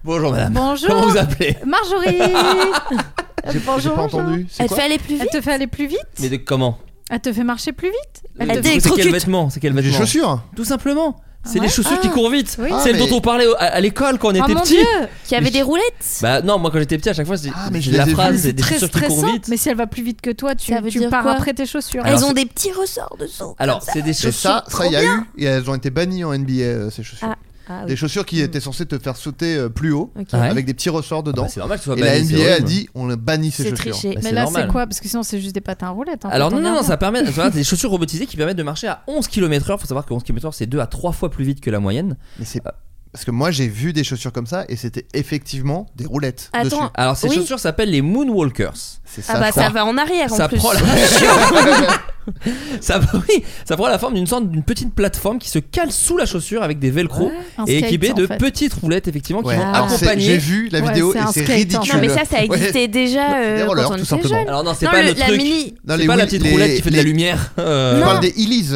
E: Bonjour madame. Comment
H: Bonjour.
E: vous appelez
H: Marjorie.
F: J'ai- J'ai
H: Bonjour,
F: pas
H: bonjour.
F: entendu.
G: Euh,
F: C'est
G: elle te
F: quoi
G: fait aller plus
H: Elle
G: vite.
H: te fait aller plus vite.
E: Mais de comment
H: Elle te fait marcher plus vite.
G: Elle
E: Euh,
H: te fait...
G: dit-
E: C'est
G: t'électrocute.
E: quel vêtement C'est quel
F: Des
E: vêtement
F: chaussures
E: Tout simplement. C'est
H: Ah
E: les
H: ouais
E: chaussures qui
H: Ah.
E: courent vite.
H: Oui.
F: Ah,
E: Celles
F: mais-
E: dont on parlait au- à, à l'école quand on
H: Ah
E: était
H: mon
E: petit.
H: dieu.
G: Qui avait des roulettes.
E: Bah non, moi quand j'étais petit, à chaque fois, c'est
F: Ah, mais je
E: la
F: les ai
E: phrase,
F: vues.
E: c'est des
H: Très
E: chaussures qui courent
H: stressant.
E: vite.
H: Mais si elle va plus vite que toi, tu,
G: Ça veut
H: tu
G: dire
H: pars
G: quoi
H: après tes chaussures.
E: Alors,
G: Elles ont
E: c'est-
G: des petits ressorts dessous.
E: Alors, c'est des
F: Et
E: chaussures.
F: ça, ça, il y a
G: trop
F: eu. Et elles ont été bannies en NBA, euh, ces chaussures.
G: Ah, ah
F: Des
G: oui.
F: chaussures qui étaient censées te faire sauter euh, plus haut,
G: Ok.
E: Ouais.
F: avec des petits ressorts
E: Ah bah,
F: dedans.
E: c'est normal que ce soit
F: et la
E: banni, c'est
F: NBA a
E: horrible.
F: dit on le bannit ces
G: C'est
F: chaussures.
G: triché.
E: Bah,
H: Mais
E: c'est
H: là,
E: normal.
H: c'est quoi Parce que sinon, c'est juste des patins à roulettes. hein.
E: Alors
H: Faut
E: non, non,
H: bien
E: non,
H: dire.
E: ça permet, ça va, c'est des chaussures robotisées qui permettent de marcher à 11 km/h. Faut savoir que 11 km/h c'est 2 à 3 fois plus vite que la moyenne.
F: Mais c'est parce que moi j'ai vu des chaussures comme ça et c'était effectivement des roulettes
G: Attends.
F: dessus.
E: Alors ces
G: Oui.
E: chaussures s'appellent les Moonwalkers.
F: C'est ça.
G: Ah bah
F: je crois.
G: ça va en arrière en
E: Ça
G: plus.
E: prend, la... ça, oui, ça prend la forme d'une sorte d'une petite plateforme qui se cale sous la chaussure avec des velcro
H: Un
E: et
H: skate,
E: équipée
H: en
E: de
H: fait.
E: petites roulettes effectivement
F: Ouais.
E: qui vont
G: Ah.
F: Alors, c'est- J'ai
E: accompagner.
F: vu la
H: Ouais,
F: vidéo
H: c'est
F: et
H: un
F: c'est
H: skate, hein.
F: ridicule.
G: Non mais ça, ça existait déjà
F: C'est des
G: euh,
F: rollers,
G: quand on
F: tout
G: était
F: simplement.
G: jeune.
E: Alors non, c'est
G: Non,
E: pas
G: le-
E: le
G: la
E: truc.
G: mini.
F: Non,
E: c'est
F: les
E: pas la
F: wheel-
E: petite
F: les-
E: roulette qui fait de la
F: les-
E: lumière. euh,
F: Je
G: Non.
F: parle des Illies,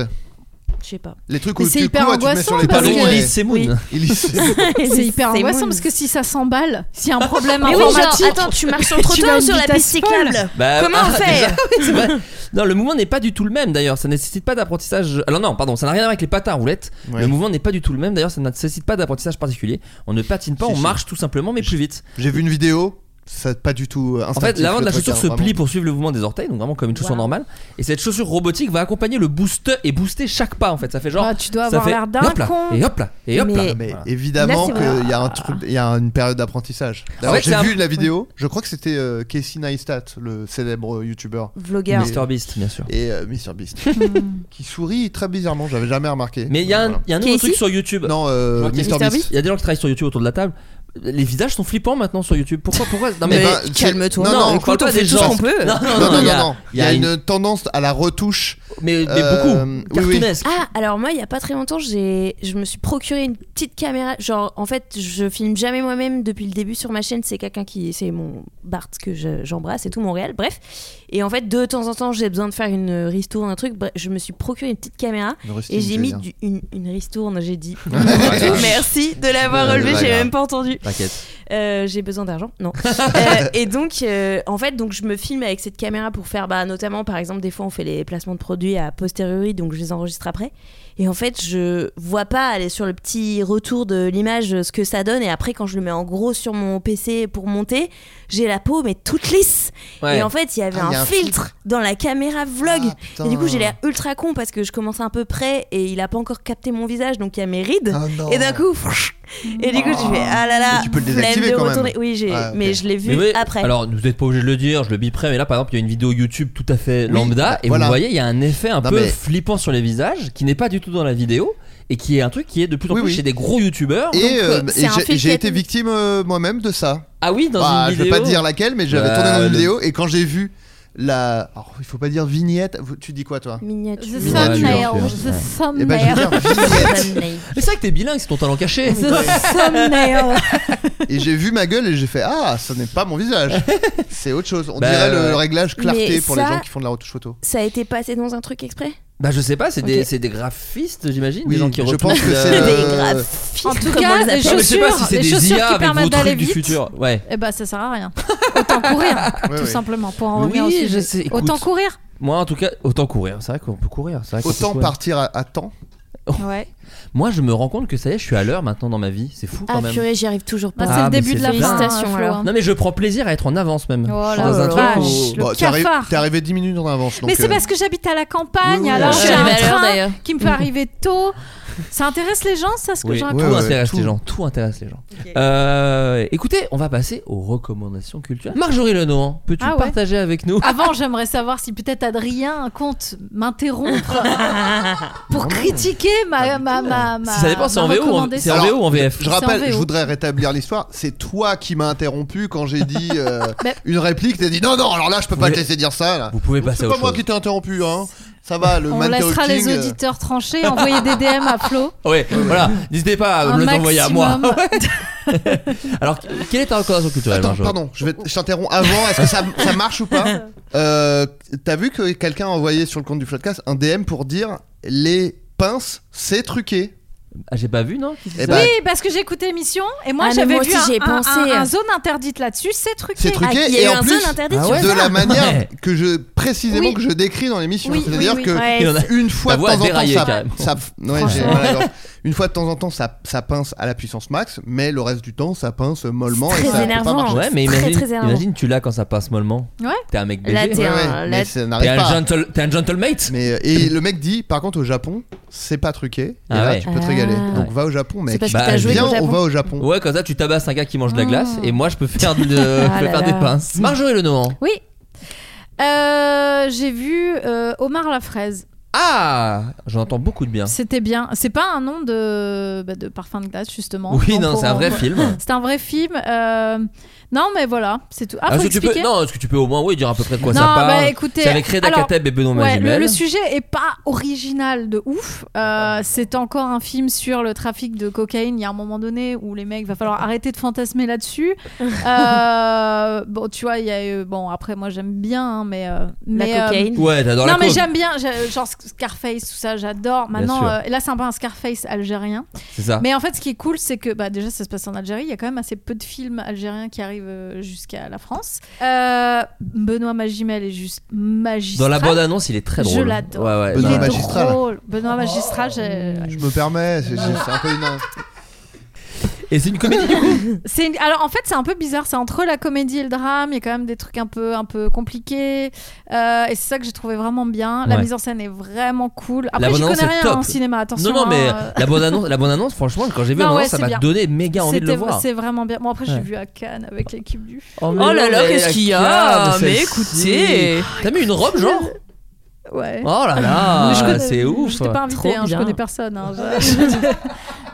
G: Je sais pas.
F: les trucs
H: Mais
F: où
H: c'est
F: tu
H: hyper
F: cours et tu te mets sur
H: angoissant
F: les
E: Pardon,
H: parce
F: talons.
H: que-
E: Elise,
F: et-
E: c'est Moon.
G: Oui.
F: Illies.
H: C'est hyper angoissant
G: moon.
H: parce que si ça s'emballe, s'il y a un problème
G: Mais oui, genre,
H: informatique.
G: attends, tu marches sur le
H: Tu vas à
G: trottoir ou
H: une
G: sur la
H: vitesse
G: piste
H: folle.
G: cyclable
E: Bah,
G: Comment
E: ah,
G: on fait
E: déjà, oui, c'est vrai. Non, le mouvement n'est pas du tout le même d'ailleurs. Ça nécessite pas d'apprentissage. Alors non, pardon, ça n'a rien à voir avec les patins à roulettes.
F: Ouais.
E: Le mouvement n'est pas du tout le même d'ailleurs. Ça ne nécessite pas d'apprentissage particulier. On ne patine pas,
F: Si,
E: on
F: si.
E: marche tout simplement, mais plus vite.
F: J'ai vu une vidéo, ça pas du tout euh,
E: En fait,
F: instinctif,
E: l'avant de
F: le
E: la
F: truc,
E: chaussure
F: hein,
E: se
F: vraiment.
E: plie pour suivre le mouvement des orteils, donc vraiment comme une chaussure
G: Wow.
E: normale. Et cette chaussure robotique va accompagner le boost et booster chaque pas en fait. Ça fait genre.
H: Ah, tu dois
E: ça
H: avoir
E: fait
H: l'air d'un
E: hop là,
H: con.
E: et hop là et hop là.
G: Mais-
F: Ah, Mais
E: Voilà.
F: évidemment
G: Là, c'est vrai.
F: qu'il y a un truc, il y a une période d'apprentissage. D'ailleurs,
E: fait, c'est
F: J'ai
E: un-
F: vu la vidéo. Je crois que c'était euh, Casey Neistat, le célèbre youtubeur
G: Vlogueur.
E: Mister Beast, bien sûr.
F: et euh, Mr Beast,
G: Hmm.
F: qui sourit très bizarrement. J'avais jamais remarqué.
E: Mais il y a un,
F: Voilà.
E: il y a un nouveau
G: Casey
E: truc sur YouTube.
F: non
E: Je
F: euh, Mr
E: vois
G: qu'il y a-
F: Beast.
E: Il y a des gens qui travaillent sur YouTube autour de la table. Les visages sont flippants maintenant sur YouTube. Pourquoi Pourquoi Non
F: Eh
E: mais.
F: ben, c'est-
G: calme-toi.
F: Non, non,
E: on
F: écoute,
E: parle pas
F: on fait
E: des
F: tout ce
E: gens.
F: qu'on peut.
E: Non, non,
F: Non, non,
E: il y a-
F: non, non.
E: il y a une-
F: tendance à la retouche.
E: Mais, mais
F: Euh, oui,
E: beaucoup.
F: oui.
E: Cartoonesque.
G: Ah, alors moi, il y a pas très longtemps, j'ai, je me suis procuré une petite caméra. Genre, en fait, je filme jamais moi-même depuis le début sur ma chaîne. C'est quelqu'un qui, c'est mon Bart que je- j'embrasse et tout, mon réel. Bref. Et en fait, de temps en temps, j'ai besoin de faire une ristourne, un truc. Bref, je me suis procuré une petite caméra
F: Une rustine,
G: et
F: tu
G: j'ai
F: veux
G: mis
F: dire.
G: du- une, une ristourne. J'ai dit.
E: Pas grave.
G: Merci de l'avoir
F: Ouais,
G: relevé.
F: pas
G: J'ai
F: grave.
G: même pas entendu.
E: T'inquiète.
G: Euh, j'ai besoin d'argent non Euh, et donc euh, en fait donc je me filme avec cette caméra pour faire bah, notamment par exemple des fois on fait les placements de produits à posteriori donc je les enregistre après et en fait je vois pas aller sur le petit retour de l'image euh, ce que ça donne et après quand je le mets en gros sur mon PC pour monter j'ai la peau mais toute lisse
E: Ouais.
G: et en fait il y avait
F: Ah,
G: un,
F: il y a un
G: filtre, dans la caméra vlog
F: Ah,
G: et du coup
F: putain.
G: j'ai l'air ultra con parce que je commence un peu près et il a pas encore capté mon visage donc il y a mes rides
F: Ah, non.
G: et d'un coup pfff. et du coup je fais ah là là
F: Mais tu peux le
G: flemme
F: désactiver
G: de
F: quand même.
G: retourner oui j'ai
F: Ah, ok.
G: mais je l'ai vu
E: Mais oui,
G: après
E: Alors, vous n'êtes pas obligé de le dire, je le biperai, mais là, par exemple, il y a une vidéo YouTube tout à fait
F: Oui,
E: lambda,
F: bah,
E: et
F: voilà.
E: vous voyez, il y a un effet un
F: Non,
E: peu
F: mais-
E: flippant sur les visages, qui n'est pas du tout dans la vidéo, et qui est un truc qui est de plus en
F: Oui,
E: plus
F: oui.
E: chez des gros youtubeurs.
F: Et, euh,
G: c'est
F: et
G: un
F: j'ai-
G: filtre
F: j'ai
G: qui
F: été
G: est-
F: victime euh, moi-même de ça.
E: Ah oui, dans
F: Bah,
E: une
F: je vais
E: vidéo.
F: pas te dire laquelle, mais j'avais
E: Bah,
F: tourné dans une
E: le-
F: vidéo et quand j'ai vu la. Alors, il faut pas dire vignette. vous- Tu dis quoi toi
G: miniature
H: The
E: Ouais,
H: thumbnail.
E: ouais.
H: The
G: Oh,
F: Eh ben, je vais
H: thumbnail.
F: dire vignette.
G: Thumbnail.
E: Mais c'est vrai que t'es bilingue, c'est ton talent caché.
H: The thumbnail.
F: et j'ai vu ma gueule et j'ai fait Ah, ce n'est pas mon visage. C'est autre chose. On
E: Bah,
F: dirait
E: ouais.
F: le réglage clarté
G: Mais
F: pour
G: ça-
F: les gens qui font de la retouche photo.
G: ça a été passé dans un truc exprès
E: bah, je sais pas, c'est des,
G: Ok.
E: c'est des graphistes, j'imagine,
F: Oui,
E: des gens qui
F: je
E: retouchent,
F: pense que
E: euh,
F: c'est
G: des
F: Euh,
G: graphiques
H: En tout
G: comment
H: cas,
G: ils appellent
H: les
E: Non, mais je sais pas
H: chaussures,
E: si c'est
H: les
E: des IA
H: chaussures qui
E: avec vos
H: permettent
E: trucs
H: d'aller
E: du
H: vite.
E: futur. Ouais.
H: Eh ben, ça sert à rien. Autant courir,
G: Ah,
F: Ouais,
H: tout
F: ouais.
H: simplement, pour en revenir au
E: Oui,
H: sujet.
E: je sais, écoute.
H: Autant courir.
E: Moi, en tout cas, autant courir. Bah, C'est vrai qu'on peut courir. c'est Vrai qu'on
F: Autant
E: peut courir.
F: partir à, à temps
H: Ouais.
E: Moi, je me rends compte que ça y est, je suis à l'heure maintenant dans ma vie. C'est fou quand
H: Ah
E: même.
H: purée, j'y arrive toujours pas.
E: Bah, c'est le Ah, mais début c'est de la fin,
H: Félicitation,
G: hein, Flo,
H: alors.
G: hein.
E: Non, mais je prends plaisir à être en avance même.
G: Oh
E: Je suis
G: la
E: dans un truc
G: vache,
E: où-
G: le Bon,
F: t'es arrivé,
G: cafard.
F: t'es arrivé 10 minutes en avance.
G: Mais
F: donc,
G: c'est
F: euh,
G: parce que j'habite à la campagne,
F: Oui, oui,
G: alors
F: oui.
G: j'ai
F: Je
G: un
H: suis à l'heure,
G: train
H: d'ailleurs.
G: qui me peut arriver tôt. Ça intéresse les gens, ça, ce que
E: Oui,
G: j'ai
E: tout
G: raconté
E: intéresse
F: tout.
E: les gens, tout intéresse les gens. Euh, écoutez, on va passer aux recommandations culturelles. Marjorie Lenoir, peux-tu
G: Ah ouais.
E: partager avec nous
G: Avant, j'aimerais savoir si peut-être Adrien compte m'interrompre pour critiquer
H: Ah,
G: ma, ma, ma, ma-
E: Si ça
H: bah,
E: dépend, c'est
G: ma
E: en
H: hein.
E: VO ou en- c'est
G: recommandation.
E: en
F: Alors,
E: VO ou en VF
F: Je
G: en
F: rappelle,
G: VO.
F: je voudrais rétablir l'histoire. C'est toi qui m'as interrompu quand j'ai dit euh,
G: Mais-
F: une réplique. T'as dit non, non, alors là, je peux pas
E: Vous
F: te
E: voulez-
F: laisser dire ça. là.
E: Vous pouvez passer
F: C'est
E: à
F: pas
E: autre
F: moi
E: chose.
F: qui t'ai interrompu, hein. Ça va, le
G: On
F: man-talking,
G: laissera les
F: euh,
G: auditeurs trancher, envoyer des DM à Flo.
E: Ouais, voilà, n'hésitez pas à
G: Un
E: me les envoyer à moi.
G: maximum.
E: Alors, quelle est ta recommandation culturelle,
F: Attends,
E: Marjorie
F: pardon, je, vais, je t'interromps avant. Est-ce que ça, ça marche ou pas Euh, T'as vu que quelqu'un a envoyé sur le compte du Floodcast un DM pour dire les pinces, c'est truqué.
E: Ah, j'ai pas vu, non
F: Eh ben,
G: Oui, parce que j'ai écouté l'émission et moi
H: Ah, mais
G: j'avais
H: moi
G: vu
H: aussi,
G: un,
H: j'y ai
G: un-
H: pensé.
G: un- un zone interdite là-dessus, c'est truqué.
F: C'est truqué.
H: Ah, il y a
F: et
H: eu
F: en
H: un
F: plus,
H: zone interdite
E: Ah
H: sur
E: ouais,
F: de
H: ça.
F: la manière
E: Ouais.
F: que je précisément
G: Oui.
F: que je décris dans l'émission.
G: Oui,
F: C'est-à-dire
G: oui, oui.
F: que
H: Ouais,
E: Il en a-
F: une fois
E: Ta
F: de
E: voix
F: temps en
E: a
F: temps,
E: déraillé,
F: ça,
E: carrément.
F: ça- ouais, j'ai mal à la gorge. une fois de temps en temps, ça, ça pince à la puissance max, mais le reste du temps, ça pince mollement.
H: C'est très
F: et ça peut pas
H: énervant.
F: marcher.
E: Ouais, mais
H: Très,
E: imagine,
H: très énervant.
E: imagine tu l'as quand ça passe mollement.
G: Ouais.
E: T'es un mec BG.
H: Là, t'es
F: Ouais, ouais,
H: un-
F: mais
H: hein, là,
F: ça
E: T'es
F: n'arrive
E: un,
F: pas.
E: gentle- t'es un gentlemate
F: Mais euh, et le mec dit, par contre, au Japon, c'est pas truqué. Et
E: Ah
F: là,
E: ouais.
F: tu peux te régaler.
H: Ah.
F: Donc va au Japon,
H: C'est
F: mec.
H: parce que
E: Bah,
H: t'as joué
F: Viens,
H: au
F: on
H: Japon.
F: va au Japon.
E: Ouais, comme ça, tu tabasses un gars qui mange de la glace
G: Mmh.
E: et moi, je peux faire, de- je peux
H: Ah là
E: faire des
H: là.
E: pinces. Marjorie Lenoir.
G: Oui. Euh, j'ai vu euh, Omar la fraise.
E: Ah J'en entends beaucoup de bien.
G: C'était bien. C'est pas un nom de, bah, de parfum de glace justement.
E: Oui,
G: Donc,
E: non,
G: pour- Ah,
E: c'est un vrai
G: pour-
E: film.
G: C'est un vrai film. euh, Non, mais voilà, c'est tout. Ah, faut
E: est-ce que tu peux,
G: expliquer.
E: non, est-ce que tu peux au moins oui, dire à peu près de quoi
G: Non,
E: ça
G: bah,
E: parle
G: écoutez,
E: C'est avec Reda
G: alors,
E: Kateb et Benoît
G: Ouais, le,
E: Magimel.
G: le sujet est pas original de ouf. Euh, c'est encore un film sur le trafic de cocaïne. Il y a un moment donné où les mecs, va falloir arrêter de fantasmer là-dessus. Euh, bon, tu vois, il y a eu- bon après moi j'aime bien, hein, mais euh,
H: La
G: mais, euh,
H: cocaïne.
E: Ouais, t'adores
G: non
E: la
G: mais
E: coke.
G: j'aime bien, j'ai- genre Scarface, tout ça, j'adore. Maintenant,
E: sûr.
G: euh, là c'est un peu un Scarface algérien.
E: C'est ça.
G: Mais en fait, ce qui est cool, c'est que bah, déjà, ça se passe en Algérie. Il y a quand même assez peu de films algériens qui arrivent euh, jusqu'à la France. Euh, Benoît Magimel est juste magistral.
E: Dans la bande annonce, il est très
G: Je
E: drôle.
G: l'adore.
E: Ouais, ouais,
G: Il est
F: Benoît
E: bah,
F: Magimel. Magistral.
G: drôle. Benoît Magistral, j'ai-
F: Je me permets, c'est c'est un peu une.
E: Et c'est une comédie du coup
G: c'est une- alors en fait c'est un peu bizarre, c'est entre la comédie et le drame, il y a quand même des trucs un peu un peu compliqués Euh, et c'est ça que j'ai trouvé vraiment bien. La
E: Ouais.
G: mise en scène est vraiment cool. Après
E: bande
G: je connais
E: annonce est
G: rien
E: top.
G: en cinéma, attention.
E: Non, non,
G: hein,
E: mais
G: euh,
E: la bande annonce, la bande annonce franchement, quand j'ai vu la
G: Non,
E: bande
G: ouais,
E: annonce, ça
G: c'est
E: m'a
G: bien.
E: donné méga envie de le
G: c'était-
E: voir.
G: C'est vraiment bien. Bon après je
E: Ouais.
G: l'ai vu à Cannes avec l'équipe du.
H: Oh là là, qu'est-ce qu'il y a Mais écoutez
E: T'as mis une robe genre
G: Ouais.
E: Oh là
G: Mais je
E: là,
G: connais-
E: c'est ouf.
G: Je t'ai pas
H: Trop
G: invité, hein, je
H: bien.
G: connais personne. hein, je-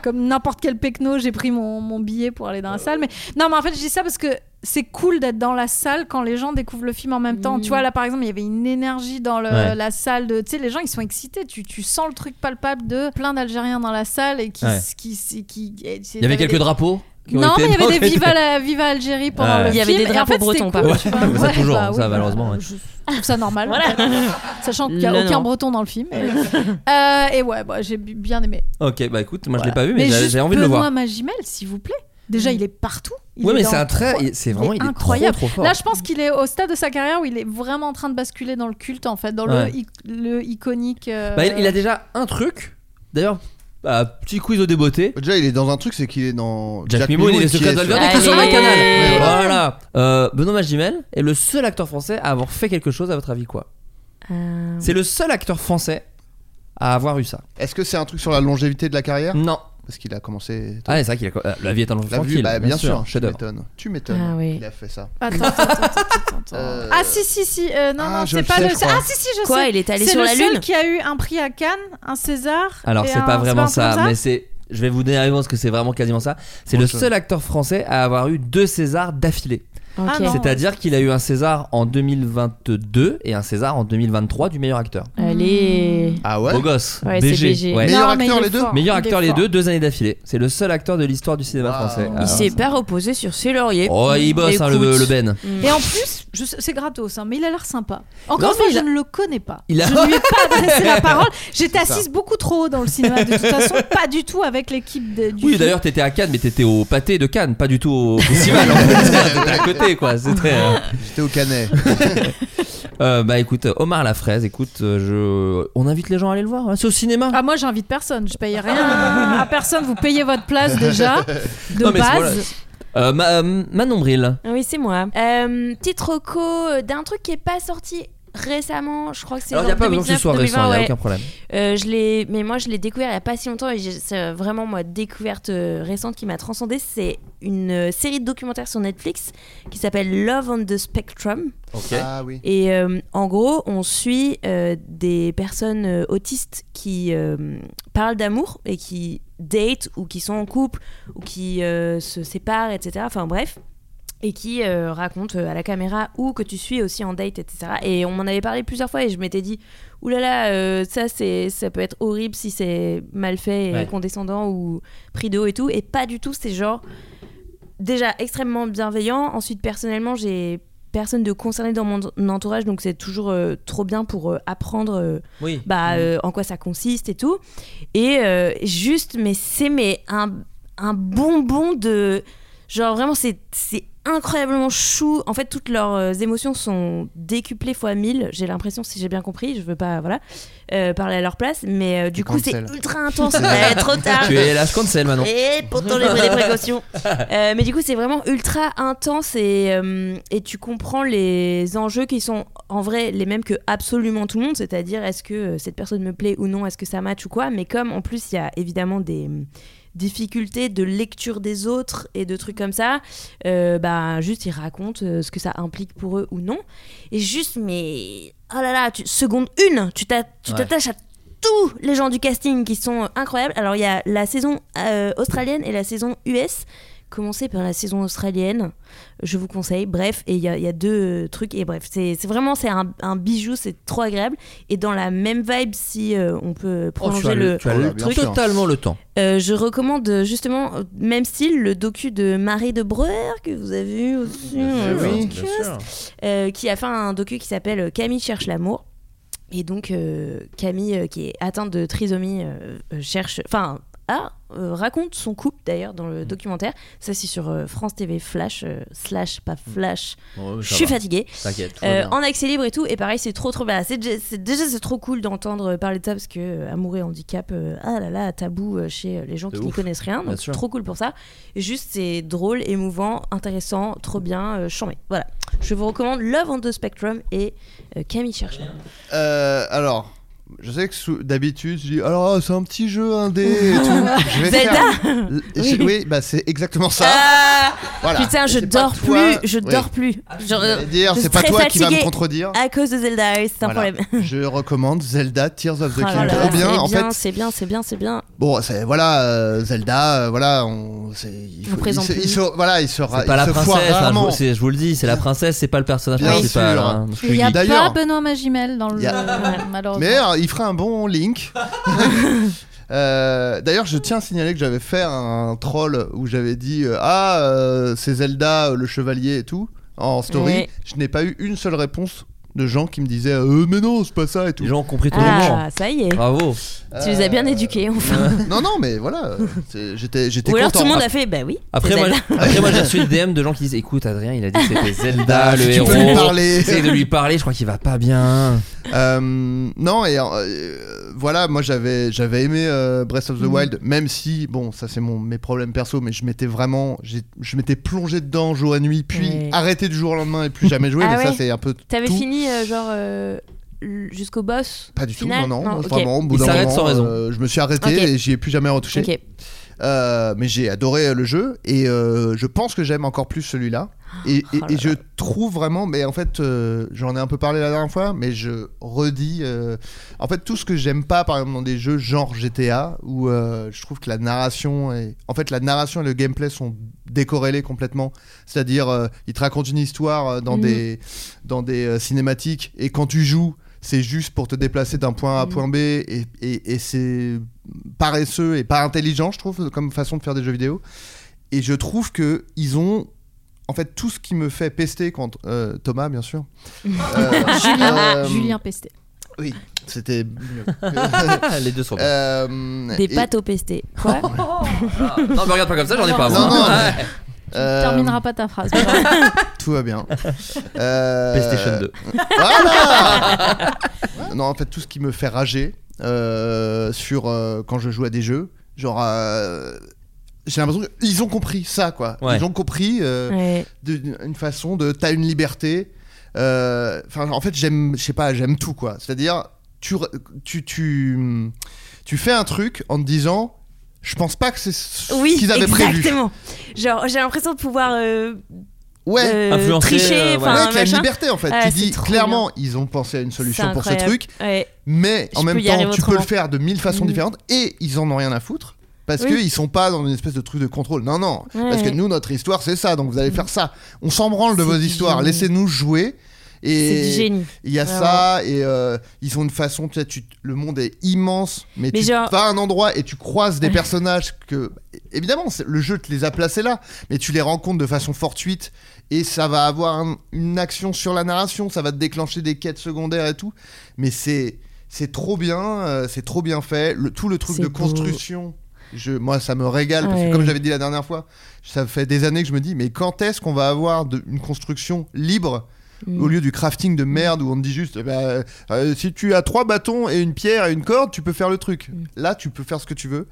G: Comme n'importe quel pecno, j'ai pris mon, mon billet pour aller dans la salle. Mais non, mais en fait, je dis ça parce que c'est cool d'être dans la salle quand les gens découvrent le film en même temps.
H: Mm.
G: Tu vois, là par exemple, il y avait une énergie dans le-
E: Ouais.
G: la salle. De... Tu sais, les gens ils sont excités. Tu, tu sens le truc palpable de plein d'Algériens dans la salle et qui.
E: Ouais.
G: qui, qui, qui- et c'est-
E: Il y avait
G: t'avais
E: quelques
G: des-
E: drapeaux qui ont
G: Non,
E: été
G: mais il y avait des
E: plantés.
G: Viva, la, Viva Algérie pendant
E: Ouais.
G: le
E: Il
H: y avait
G: film,
H: des
G: et en fait,
H: drapeaux
G: c'était
H: bretons, par
G: cool,
E: contre.
G: tu vois.
E: Ouais, ça, toujours, ça,
G: voilà.
E: malheureusement, ouais.
G: Je trouve ça normal.
H: Voilà.
G: Sachant qu'il n'y a
H: Non,
G: aucun
H: non.
G: breton dans le film. mais- Euh, et ouais, bah, j'ai bu- bien aimé.
E: Ok, bah écoute, moi je l'ai
G: Voilà.
E: pas vu, mais j'ai-
G: juste
E: j'ai envie de le voir.
G: Benoît Magimel, s'il vous plaît. Déjà, il est partout. Il
E: Ouais,
G: est
E: mais
G: dans-
E: c'est un trait, c'est vraiment, il
G: est
E: est trop,
G: incroyable.
E: trop fort.
G: Là, je pense qu'il est au stade de sa carrière où il est vraiment en train de basculer dans le culte, en fait, dans
E: Ouais.
G: le, i- le iconique. euh,
E: Bah, il, il a déjà un truc. D'ailleurs, bah, petit quiz au débeauté.
F: Déjà, il est dans un truc, c'est qu'il est dans.
E: Jack, Mimoun et les
F: qui
E: secrets
F: est sur-
E: d'Albert qui est sur
H: Allez.
E: le canal.
H: Ouais,
E: Voilà.
H: voilà.
E: Euh, Benoît Magimel est le seul acteur français à avoir fait quelque chose, à votre avis, quoi
H: Euh,
E: C'est le seul acteur français à avoir eu ça.
F: Est-ce que c'est un truc sur la longévité de la carrière
E: Non.
F: Parce qu'il a commencé.
E: Ah, c'est vrai qu'il a. euh, La vie est un long
F: La
E: tranquille.
F: vue, bah, bien sûr, tu
E: Chef-d'œuvre.
F: m'étonnes. Tu m'étonnes.
H: Ah oui.
F: Il a fait ça.
G: Attends, attends, attends, attends, attends.
F: Euh,
G: Ah, si, si, si. euh, non,
F: ah,
G: non,
F: je
G: c'est
F: le
G: pas
F: sais,
G: le.
F: je crois.
G: Ah, si, si, je
H: Quoi
G: sais.
H: Il est allé
G: C'est
H: sur
G: le
H: la
G: seul
H: Lune
G: qui a eu un prix à Cannes, un César.
E: Alors,
G: et
E: c'est
G: un-
E: pas vraiment
G: un truc
E: ça,
G: comme
E: mais c'est. Je vais vous donner la réponse que c'est vraiment quasiment ça. C'est
F: Bon,
E: le
F: je-
E: seul acteur français à avoir eu deux Césars d'affilée.
G: Ah,
H: Ok.
G: non.
E: C'est-à-dire qu'il a eu un César en 2022 et un César en 2023 du meilleur acteur.
H: Allez.
F: Ah ouais
E: Beau gosse.
H: Ouais, c'est
E: BG.
H: BG.
E: Ouais.
F: Meilleur
G: Non, mais
F: acteur,
G: il est
F: les deux
G: fort.
E: Meilleur
G: Oh, Il
E: acteur
G: est
E: les
G: fort.
E: deux, deux années d'affilée. C'est le seul acteur de l'histoire du cinéma
F: Wow.
E: français.
F: Il
E: Alors,
H: Il s'est pas reposé sur ses lauriers.
E: Ah,
H: Mmh.
E: Oh, il bosse hein, le,
H: Écoute.
E: le Ben.
G: Mmh. Et en plus, je sais- c'est gratos, hein, mais il a l'air sympa. Encore
E: Non,
G: une fois,
E: mais il
G: je
E: a-
G: ne le connais pas.
E: Il a-
G: Je ne lui ai pas adressé la parole. J'étais assise beaucoup trop haut dans le cinéma, de toute façon, pas du tout avec l'équipe de- du
E: Oui,
G: film.
E: d'ailleurs, t'étais à Cannes, mais t'étais au pâté de Cannes, pas du tout au festival. en fait. T'étais à côté. écouté quoi. C'était. euh,
F: J'étais au canet.
E: euh, bah écoute, Omar la fraise, écoute, euh, je, on invite les gens à aller le voir. hein. C'est au cinéma.
H: Ah, moi, j'invite personne. Je paye rien à personne. Vous payez votre place déjà de
E: Non, mais c'est- voilà.
H: base.
E: Euh, Ma- euh, Manon Bril.
G: Ah Oui, c'est moi. Euh, petite reco euh, d'un truc qui est pas sorti récemment, je crois que c'est
E: Alors il
G: genre
E: n'y a pas besoin que
G: 2019,
E: ce soit
G: 2020,
E: récent, il n'y a
G: ouais.
E: aucun problème.
G: Euh, je l'ai, mais moi je l'ai découvert il y a pas si longtemps et j'ai- c'est euh, vraiment moi découverte euh, récente qui m'a transcendée. C'est une euh, série de documentaires sur Netflix qui s'appelle Love on the Spectrum.
E: Ok.
F: Ah oui.
G: Et euh, en gros, on suit euh, des personnes euh, autistes qui euh, parlent d'amour et qui datent ou qui sont en couple ou qui euh, se séparent, etc. Enfin bref. Et qui euh, racontent euh, à la caméra ou que tu suis aussi en date, etc. Et on m'en avait parlé plusieurs fois et je m'étais dit, oulala, euh, ça c'est, ça peut être horrible si c'est mal fait et
E: Ouais.
G: condescendant ou pris de haut et tout. Et pas du tout, c'est genre déjà extrêmement bienveillant. Ensuite, personnellement, j'ai personne de concerné dans mon entourage, donc c'est toujours euh, trop bien pour euh, apprendre euh,
E: Oui.
G: bah, euh, en quoi ça consiste et tout. Et euh, juste, mais c'est mais un, un bonbon de. Genre vraiment, c'est c'est incroyablement chou. En fait, toutes leurs euh, émotions sont décuplées fois 1000. J'ai l'impression, si j'ai bien compris, je veux pas voilà, euh, parler à leur place, mais euh, du coup, c'est
F: cancel.
G: ultra intense. Ouais, trop tard.
E: Tu es la cancel Manon.
G: Et pourtant, ah, euh, j'ai pris des précautions. Euh, mais du coup, c'est vraiment ultra intense et, euh, et tu comprends les enjeux qui sont en vrai les mêmes que absolument tout le monde, c'est-à-dire est-ce que euh, cette personne me plaît ou non, est-ce que ça match ou quoi. Mais comme en plus, il y a évidemment des euh, difficultés de lecture des autres et de trucs comme ça, euh, bah juste ils racontent euh, ce que ça implique pour eux ou non. Et juste, mais oh là là, tu- seconde une, tu t'a- tu
E: Ouais.
G: t'attaches à tous les gens du casting qui sont euh, incroyables. Alors il y a la saison euh, australienne et la saison US. Commencez par la saison australienne, je vous conseille. Bref, et il y, a- il y a deux euh, trucs et bref, c'est c'est vraiment c'est un, un bijou, c'est trop agréable. Et dans la même vibe, si euh, on peut
E: Oh, tu
G: prolonger
E: as
G: le,
E: le, tu as
F: Oh là,
E: le
F: bien
E: truc.
F: sûr.
E: totalement le temps.
G: euh, je recommande euh, justement euh, même style le docu de Marie de Breuer que vous avez vu aussi,
E: Eh
G: euh, euh, qui a fait un docu qui s'appelle euh, Camille cherche l'amour. Et donc euh, Camille, euh, qui est atteinte de trisomie, euh, euh, cherche, enfin, a, euh, raconte son couple d'ailleurs dans le documentaire. Ça c'est sur euh, France TV Flash euh, slash pas Flash.
E: Oh,
G: Je suis fatiguée.
E: T'inquiète.
G: Euh, en accès libre et tout. Et pareil, c'est trop trop bien. C'est déjà c'est déjà- c'est trop cool d'entendre parler de ça parce que euh, amour et handicap, euh, ah là là, tabou euh, chez euh, les gens
E: De
G: qui n'y
E: ouf.
G: connaissent rien.
E: Bien
G: Donc
E: sûr.
G: trop cool pour ça. Et juste c'est drôle, émouvant, intéressant, trop bien, euh, chambé. Voilà. Je vous recommande Love on the Spectrum et euh, Camille cherche.
F: Euh, alors, je sais que sous- d'habitude, je dis alors ah, c'est un petit jeu indé et tout. Je vais
G: Zelda
F: faire- L- je-
G: Oui.
F: Oui, bah c'est exactement ça.
G: Ah
F: voilà.
G: Putain, je
F: C'est pas
G: dors
F: toi-
G: plus, je
F: oui. Ah,
G: dors plus. Je-
F: J'allais dire,
G: je
F: c'est
G: suis
F: pas
G: très
F: toi qui va me
G: fatiguée
F: contredire.
G: À cause de Zelda, oui, c'est un
F: Voilà.
G: problème.
F: Je recommande Zelda Tears of the
G: Ah là
F: Kingdom.
G: là,
F: Trop bien.
G: c'est
F: En
G: bien,
F: fait,
G: c'est bien, c'est bien, c'est bien.
F: Bon, c'est voilà euh, Zelda, euh, voilà, on, c'est, il,
G: Vous présente
F: il, se,
G: plus.
F: il se- voilà, il se, ra-
E: C'est pas
F: il
E: la
F: se foire
E: princesse, hein, je,
F: rarement.
E: vous- c'est- je vous le dis, c'est la princesse, c'est pas le personnage
F: Bien
E: principal.
F: sûr.
E: hein. Je
H: Il
E: suis
H: n'y a
E: geek.
F: D'ailleurs-
H: pas Benoît Magimel dans le
F: Il y a-
H: Ouais,
G: Oh,
H: malheureusement.
F: Mais euh, il ferait un bon Link. Euh, D'ailleurs, je tiens à signaler que j'avais fait un troll où j'avais dit euh, ah euh, c'est Zelda euh, le chevalier et tout en story.
G: Ouais.
F: Je n'ai pas eu une seule réponse de gens qui me disaient euh, mais non c'est pas ça et tout.
E: Les gens ont compris ton moment.
G: Ah, ça y est.
E: Bravo.
G: Tu les as bien
F: Euh,
G: éduqués, enfin.
F: Non non mais voilà, euh, c'est- j'étais j'étais
G: Ou alors tout
F: content.
G: le monde a fait, bah oui.
E: Après
G: c'est
E: moi,
G: Zelda.
E: après, moi, j'ai reçu des DM de gens qui disent Écoute, Adrien, il a dit que c'était Zelda
F: Ah,
E: le
F: tu
E: héros.
F: peux lui parler.
E: Essaye de lui parler, je crois qu'il va pas bien.
F: Euh, non et euh, euh, voilà moi j'avais j'avais aimé euh, Breath of
G: Mhm.
F: the Wild même si bon ça c'est mon mes problèmes perso mais je m'étais vraiment j'ai- je m'étais plongé dedans jour et nuit puis
G: Ouais.
F: arrêté du jour au lendemain et plus jamais joué
G: Ah
F: mais ça
G: ouais.
F: c'est un peu
G: T'avais
F: tout.
G: fini euh, genre euh, l- jusqu'au boss
F: pas du tout
G: final
F: non non,
G: ok.
F: vraiment au bout
E: Il
F: d'un
E: s'arrête
F: moment,
E: sans raison.
F: euh, je me suis arrêté
G: Ok.
F: et j'y ai plus jamais retouché
G: Ok.
F: Euh, mais j'ai adoré euh, le jeu et euh, je pense que j'aime encore plus celui-là. Et, et-
G: Oh là
F: et je trouve vraiment, mais en fait, euh, j'en ai un peu parlé la dernière fois, mais je redis. euh, en fait, tout ce que j'aime pas, par exemple, dans des jeux genre GTA, où euh, je trouve que la narration est. En fait, la narration et le gameplay sont décorrélés complètement. C'est-à-dire, euh, ils te racontent une histoire euh, dans
G: Mhm.
F: des, dans des euh, cinématiques, et quand tu joues, c'est juste pour te déplacer d'un point A à
G: Mhm.
F: point B, et, et- et c'est paresseux et pas intelligent, je trouve, comme façon de faire des jeux vidéo. Et je trouve que ils ont, en fait, tout ce qui me fait pester quand euh, Thomas, bien sûr. Euh,
H: Julien,
F: euh,
H: Julien Pesté.
F: Oui, c'était. mieux.
E: Les deux sont bons.
F: Euh,
G: Des
F: et-
G: pâtes au pesté. Quoi
E: Non, me Ah. regarde pas comme ça, j'en ai pas. moi.
F: Non, non,
E: Ouais.
F: euh,
H: Terminera pas ta phrase.
F: tout tout va bien. Euh,
E: PlayStation 2.
F: Voilà Non, en fait, tout ce qui me fait rager euh, sur euh, quand je joue à des jeux, genre. euh, j'ai l'impression qu'ils ont compris ça, quoi.
E: Ouais.
F: Ils ont compris euh,
G: Ouais.
F: d'une- une façon de. T'as une liberté. Euh, Enfin, en fait, j'aime, je sais pas, j'aime tout, quoi. C'est-à-dire, tu, re- tu, tu, tu fais un truc en te disant, je pense pas que c'est ce
G: Oui,
F: qu'ils avaient prévu.
G: exactement. Genre, j'ai l'impression de pouvoir euh,
F: Ouais.
G: euh,
E: Influencer,
G: tricher,
E: euh,
G: enfin,
F: Ouais, avec la
G: machin.
F: liberté en fait.
G: Ah,
F: tu
G: c'est
F: dis
G: trop
F: clairement, ils ont pensé à une
G: C'est
F: solution pour ce
G: incroyable.
F: truc,
G: Ouais.
F: mais en
G: Je peux
F: même
G: y arriver
F: temps, tu peux le
G: autrement.
F: faire de mille façons
G: Mm.
F: différentes et ils en ont rien à foutre. Parce
G: Oui.
F: qu'ils sont pas dans une espèce de truc de contrôle. Non, non.
G: Ouais,
F: Parce que
G: ouais.
F: nous, notre histoire, c'est ça. Donc vous allez faire ça. On s'en branle de
G: C'est
F: vos
G: du
F: histoires.
G: génie.
F: Laissez-nous jouer.
G: C'est du
F: Et
G: génie.
F: il y a
G: Ouais,
F: ça. Et euh, ils ont une façon. Tu sais, tu- le monde est immense. Mais,
G: Mais
F: tu
G: genre-
F: vas à un endroit et tu croises des personnages que. Évidemment, c'est- le jeu te les a placés là. Mais tu les rencontres de façon fortuite et ça va avoir un- une action sur la narration, ça va te déclencher des quêtes secondaires et tout. Mais c'est c'est trop bien, euh, c'est trop bien fait. Le, tout le truc
G: C'est
F: de
G: beau.
F: construction, je, moi ça me régale parce
G: Ouais.
F: que comme j'avais dit la dernière fois, ça fait des années que je me dis mais quand est-ce qu'on va avoir de- une construction libre
G: Mm.
F: au lieu du crafting de merde où on te dit juste bah, euh, si tu as trois bâtons et une pierre et une corde, tu peux faire le truc.
G: Mm.
F: Là, tu peux faire ce que tu veux.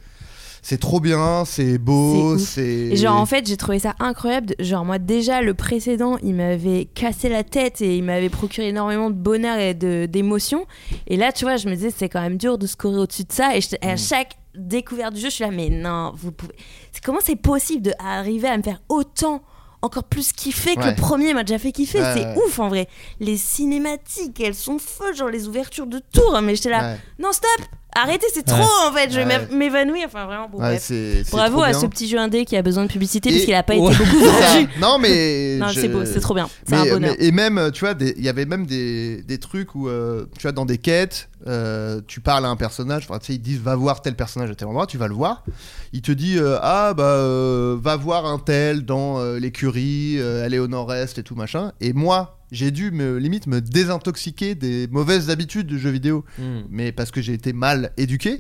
F: C'est trop bien, c'est beau,
G: C'est ouf.
F: c'est
G: Et genre en fait j'ai trouvé ça incroyable. de- Genre moi déjà le précédent il m'avait cassé la tête et il m'avait procuré énormément de bonheur et de- d'émotion. Et là tu vois je me disais c'est quand même dur de scorer au-dessus de ça. Et, je-
F: Mm.
G: et à chaque découverte du jeu je suis là mais non vous pouvez. c'est- Comment c'est possible d'arriver à me faire autant encore plus kiffer que
F: Ouais.
G: le premier m'a déjà fait kiffer.
F: Ouais,
G: c'est
F: ouais.
G: ouf en vrai. Les cinématiques elles sont folles genre les ouvertures de tours. Mais j'étais là
F: Ouais.
G: non stop arrêtez c'est trop en fait je vais
F: Ouais.
G: m'é- m'évanouir. Enfin vraiment bon,
F: Ouais,
G: bref.
F: c'est- c'est
G: Bravo
F: trop
G: à
F: bien.
G: ce petit jeu indé qui a besoin de publicité
F: Et-
G: parce qu'il a pas
E: Ouais.
G: été beaucoup
F: C'est ça.
G: vendu.
F: Non mais
G: Non,
F: je-
G: c'est beau, c'est trop bien. C'est
F: Mais-
G: un bonheur.
F: mais- et même, euh, tu vois, des- il y avait même des, des trucs où, euh, tu vois, dans des quêtes, euh, tu parles à un personnage, enfin, tu sais, ils te disent va voir tel personnage à tel endroit, tu vas le voir. Il te dit euh, ah bah euh, va voir un tel dans euh, l'écurie, euh, elle est au nord-est et tout machin. Et moi, j'ai dû me limite me désintoxiquer des mauvaises habitudes de jeux vidéo
E: Hmm.
F: mais parce que j'ai été mal éduqué.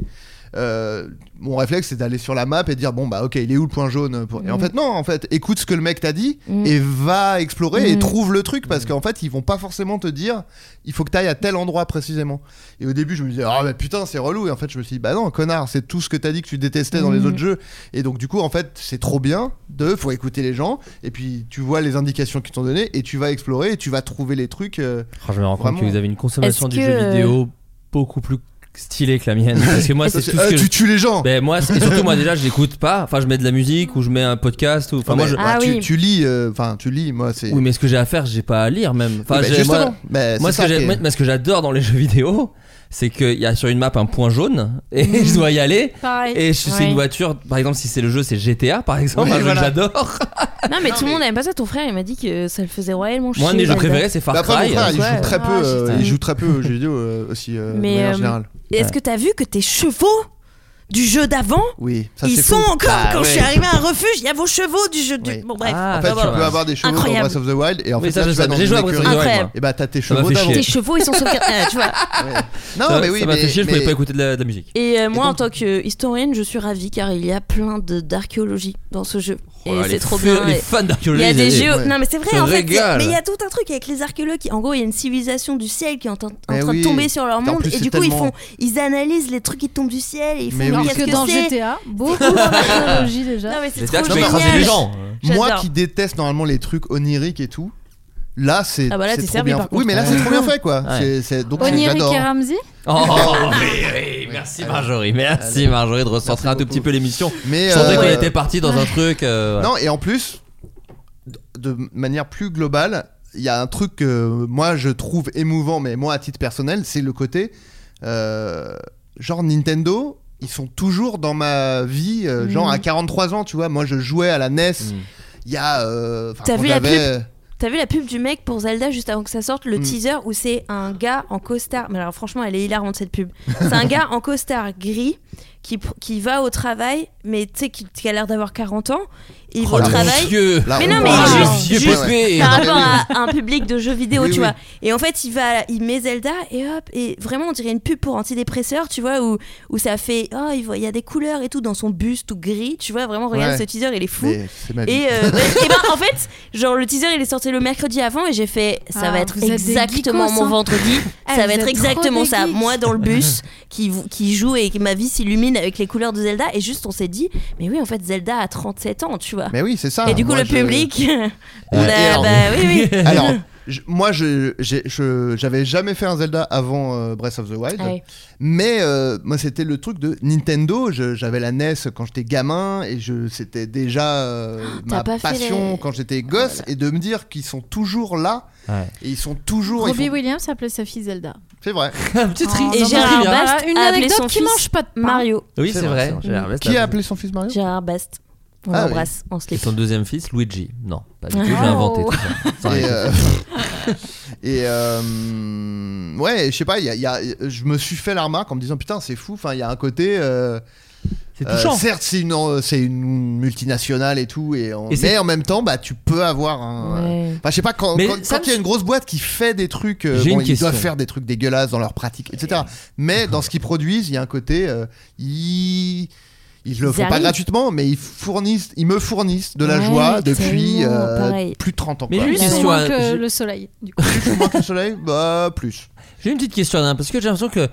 F: euh, mon réflexe c'est d'aller sur la map et de dire bon bah ok il est où le point jaune pour- et en fait non en fait écoute ce que le mec t'a dit
G: Mm.
F: et va explorer et
G: Mm.
F: trouve le truc parce qu'en fait ils vont pas forcément te dire il faut que t'ailles à tel endroit précisément et au début je me disais ah bah putain c'est relou et en fait je me suis dit bah non connard c'est tout ce que t'as dit que tu détestais dans les
G: Mm.
F: autres jeux et donc du coup en fait c'est trop bien de faut écouter les gens et puis tu vois les indications qu'ils t'ont données et tu vas explorer et tu vas trouver les trucs euh,
E: Oh, je me rends compte
F: Vraiment.
E: que vous avez une consommation
G: Est-ce
E: du
G: que,
E: jeu
G: euh,
E: vidéo beaucoup plus stylée que la mienne. Parce que moi, Ah, c'est tout
F: Euh,
E: ce que. je-
F: tu tues les gens
E: Ben moi, c'est- et surtout moi déjà, je l'écoute pas. Enfin, je mets de la musique ou je mets un podcast ou. Enfin, moi, je.
G: Ah
F: tu,
G: oui.
F: tu lis, euh, enfin tu lis, moi c'est.
E: Oui, mais ce que j'ai à faire, j'ai pas à lire même. Enfin,
F: Oui, bah,
E: j'ai-
F: justement,
E: moi-
F: bah,
E: Moi, ce
F: c'est
E: que,
F: ça
E: j'ai-
F: qui est-
E: moi, moi, ce que j'adore dans les jeux vidéo, c'est qu'il y a sur une map un point jaune et je dois y aller.
H: Pareil.
E: Et je- c'est
G: Ouais.
E: une voiture, par exemple, si c'est le jeu, c'est GTA, par exemple,
F: Ouais,
E: un jeu que
F: voilà.
E: j'adore.
G: Non, mais tout le
F: mais-
G: monde aime pas ça. Ton frère, il m'a dit que ça le faisait royalement chier.
E: Moi, un de mes jeux
G: Zelda.
E: préférés, c'est Far
F: Bah, après,
E: Cry.
F: mon frère, il
G: Ouais.
F: joue très peu,
H: Ah,
F: euh,
G: putain.
F: il joue très peu aux jeux vidéo euh, aussi, euh, de
G: Mais,
F: manière
G: euh,
F: générale.
G: Et Est-ce que t'as vu que tes chevaux du jeu d'avant,
F: Oui, ça
G: ils
F: c'est
G: sont
F: faux.
G: encore
F: Bah,
G: quand je
F: ouais.
G: suis arrivé à un refuge, il y a vos chevaux du jeu du.
F: Oui.
G: Bon bref.
E: Ah,
F: En fait,
E: bah,
F: tu
E: voilà.
F: peux avoir des chevaux dans
G: Incroyable.
F: Breath of the Wild et en
E: Oui,
F: fait,
E: ça,
F: là,
E: je
F: tu vas
E: savais.
F: dans
E: J'ai joué à
F: une
E: Breath of the
F: écurie.
E: Wild.
G: Incroyable.
E: moi.
F: Et bah t'as tes
E: Ça m'a
F: chevaux
E: fait
F: dans
E: chier.
G: Tes chevaux, ils sont sur tu vois.
F: Ouais. Non
E: ça,
F: mais oui,
E: ça m'a
F: mais,
E: fait chier, je
F: mais-
E: pouvais pas écouter de la, de la musique.
G: Et euh, moi,
F: donc-
G: en tant que historienne, je suis ravie car il y a plein de- d'archéologie dans ce jeu.
E: Oh là,
G: et
E: les
G: c'est trop
E: feux-
G: bien.
E: Les
G: et-
E: fans
G: Il
E: d'archéologie.
G: y a des
E: ils-
G: géos.
F: ouais.
G: Non, mais c'est vrai,
E: Ça
G: en fait.
E: régale.
G: il y a- Mais il y a tout un truc avec les archéologues. qui- En gros, il y a une civilisation du ciel qui est en, train- en
F: Eh
G: train
F: oui.
G: de tomber sur leur
F: Putain, en
G: monde.
F: plus,
G: et
F: c'est
G: du coup, ils
F: tellement-
G: font, ils analysent les trucs qui tombent du ciel et ils font.
F: Mais
G: mais
F: oui.
H: Alors
G: qu'est-ce
H: que dans
G: c'est
H: GTA, beaucoup d'archéologie déjà.
G: Non mais c'est
E: Les théâtres,
G: trop
E: tu peux écraser
G: génial.
E: les gens.
F: Moi
G: J'adore.
F: qui déteste normalement les trucs oniriques et tout. Là, c'est
G: Ah bah là,
F: c'est
G: t'es
F: trop
G: servi,
F: bien.
G: par
F: fait.
G: contre.
F: oui,
G: hein.
F: mais là,
G: Ouais.
F: c'est trop bien fait, quoi.
E: Ouais.
F: C'est- c'est- donc,
H: Onirique
F: j'adore.
H: et Ramsey
E: Oh, mais oui, merci Marjorie, merci Marjorie de recentrer un tout
F: beaucoup.
E: petit peu l'émission.
F: Mais
E: Je sentais
F: euh,
E: qu'on était parti dans un truc. euh, voilà.
F: Non, et en plus, de manière plus globale, il y a un truc que moi je trouve émouvant, mais moi à titre personnel, c'est le côté euh, genre Nintendo. Ils sont toujours dans ma vie, euh,
G: Mhm.
F: genre à 43 ans, tu vois. Moi, je jouais à la NES. Il y a. euh, enfin,
G: T'as
F: quand
G: vu la
F: j'avais-
G: T'as vu la pub du mec pour Zelda juste avant que ça sorte, le
F: Mm.
G: teaser où c'est un gars en costard. Mais alors franchement, elle est hilarante cette pub. C'est un gars en costard gris qui, pr- qui va au travail, mais tu sais, qui, qui a l'air d'avoir 40 ans, il
E: Oh,
G: va au
E: le
G: travail.
E: vieux. Là,
G: Mais non,
E: on
G: mais
E: parle.
G: juste,
E: Vieux
G: juste
E: pépé. Non,
G: par
E: mais
G: rapport
E: oui.
G: à un public de jeux vidéo,
E: Oui,
G: tu
E: oui.
G: vois. Et en fait, il va, il met Zelda et hop, et vraiment, on dirait une pub pour antidépresseur, tu vois, où, où ça fait, oh, il voit- il y a des couleurs et tout dans son buste tout gris, tu vois, vraiment, regarde
F: Ouais.
G: ce teaser, il est fou.
F: Mais c'est ma vie.
G: Et, euh, ouais, et ben, en fait, genre le teaser il est sorti le mercredi avant et j'ai fait ça
H: Ah,
G: va être
H: vous êtes des
G: exactement
H: geekos,
G: mon
H: hein.
G: vendredi,
H: Ah,
G: ça
H: vous
G: va être
H: êtes trop
G: exactement
H: des
G: ça.
H: geeks.
G: Moi dans le bus qui, vou- qui joue et que ma vie s'illumine avec les couleurs de Zelda et juste on s'est dit mais oui en fait Zelda a 37 ans tu vois.
F: Mais oui, c'est ça.
E: Ah,
G: et du coup
F: Moi,
G: le
F: je-
G: public on
F: Ouais. Et
G: a
F: alors-
G: bah oui oui.
F: Alors, je- moi, je, j'ai- je- j'avais jamais fait un Zelda avant euh, Breath of the Wild.
G: Ah oui.
F: Mais euh, moi, c'était le truc de Nintendo. Je- j'avais la NES quand j'étais gamin et je, c'était déjà euh,
G: t'as
F: ma
G: pas fait
F: passion
G: les-
F: quand j'étais gosse. Et de me dire qu'ils sont toujours là
E: Ouais.
F: et ils sont toujours. ils
H: Robbie
F: font-
H: Williams appelait sa fille Zelda.
F: C'est vrai.
E: Petite
H: Ah,
E: ri-
G: Et
E: non,
G: Gérard
E: mais c'est bien.
G: Bast
H: Une
G: a appelé
H: anecdote
G: son
H: qui
G: fils
H: mange pas de pain.
G: Mario.
E: Oui, c'est vrai.
F: c'est
E: Gérard Best
F: Qui
E: l'a
F: a
E: fait.
F: appelé son fils Mario
G: Gérard Bast. On
F: Ah oui.
G: l'embrasse, on se
E: Et
G: les
E: son deuxième fils, Luigi. Non, pas du tout, j'ai
H: Oh.
E: inventé tout ça. Ça aurait
F: Et,
E: été-
F: euh, et, euh, ouais, je sais pas, il y a- il y a- je me suis fait la remarque en me disant putain, c'est fou. Enfin, il y a un côté. euh,
E: C'est
F: euh,
E: touchant.
F: certes, c'est une, euh, c'est une multinationale et tout, et en-
E: Et c'est-
F: mais en même temps, bah, tu peux avoir un.
G: Ouais.
F: Enfin, je sais pas, quand
E: Mais
F: quand-
E: ça
F: quand il y a une grosse boîte qui fait des trucs, euh,
E: J'ai
F: bon,
E: une
F: ils
E: question.
F: doivent faire des trucs dégueulasses dans leurs pratiques, etc. Mais dans ce qu'ils produisent, il y a un côté. euh, ils... Ils le
G: Ils
F: font pas
G: arrivent.
F: gratuitement, mais ils fournissent, ils me fournissent de la
G: Ouais,
F: joie depuis
G: tellement,
F: euh,
G: pareil.
F: plus de 30 ans.
E: Mais
F: quoi.
E: lui,
H: Plus
E: Question
H: ou moins
E: à-
H: que
E: j'ai-
H: le soleil. Du coup.
F: Plus ou moins que le soleil Bah, plus.
E: J'ai une petite question, Adrien, parce que j'ai l'impression que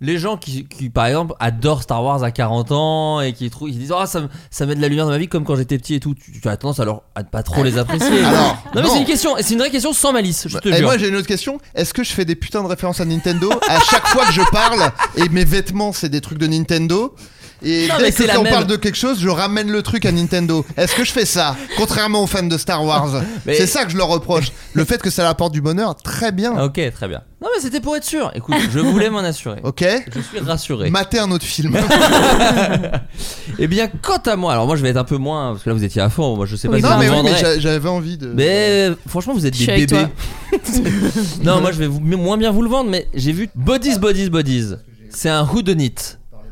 E: les gens qui, qui, par exemple, adorent Star Wars à 40 ans et qui, trouvent, qui disent Ah, ça, me- ça met de la lumière dans ma vie comme quand j'étais petit et tout, tu, tu as tendance alors à ne pas trop les apprécier.
F: Alors,
E: non, mais
F: non.
E: c'est une question, c'est une vraie question sans malice, je te jure.
F: Et Bah, eh, moi, j'ai une autre question. Est-ce que je fais des putains de références à Nintendo à chaque fois que je parle Et mes vêtements, c'est des trucs de Nintendo et
E: Non, mais
F: dès que
E: c'est la
F: on
E: même.
F: parle de quelque chose, je ramène le truc à Nintendo. Est-ce que je fais ça Contrairement aux fans de Star Wars.
E: Mais-
F: C'est ça que je leur reproche. Le fait que ça leur apporte du bonheur, très bien.
E: Ah, ok, très bien. Non, mais c'était pour être sûr. Écoute, je voulais m'en assurer.
F: Ok
E: Je suis rassuré.
F: Mater un autre film.
E: Eh bien, quant à moi, alors moi je vais être un peu moins, parce que là vous étiez à fond, moi je sais pas
H: Oui,
E: si
F: non,
E: vous
F: mais,
E: me
F: oui, mais
E: rendrez.
F: j'a- j'avais envie de.
E: Mais euh, franchement, vous êtes
G: Je suis
E: des
G: avec
E: bébés. non, moi je vais vous, mais moins bien vous le vendre, mais j'ai vu Bodies, Bodies, Bodies. C'est un whodunit.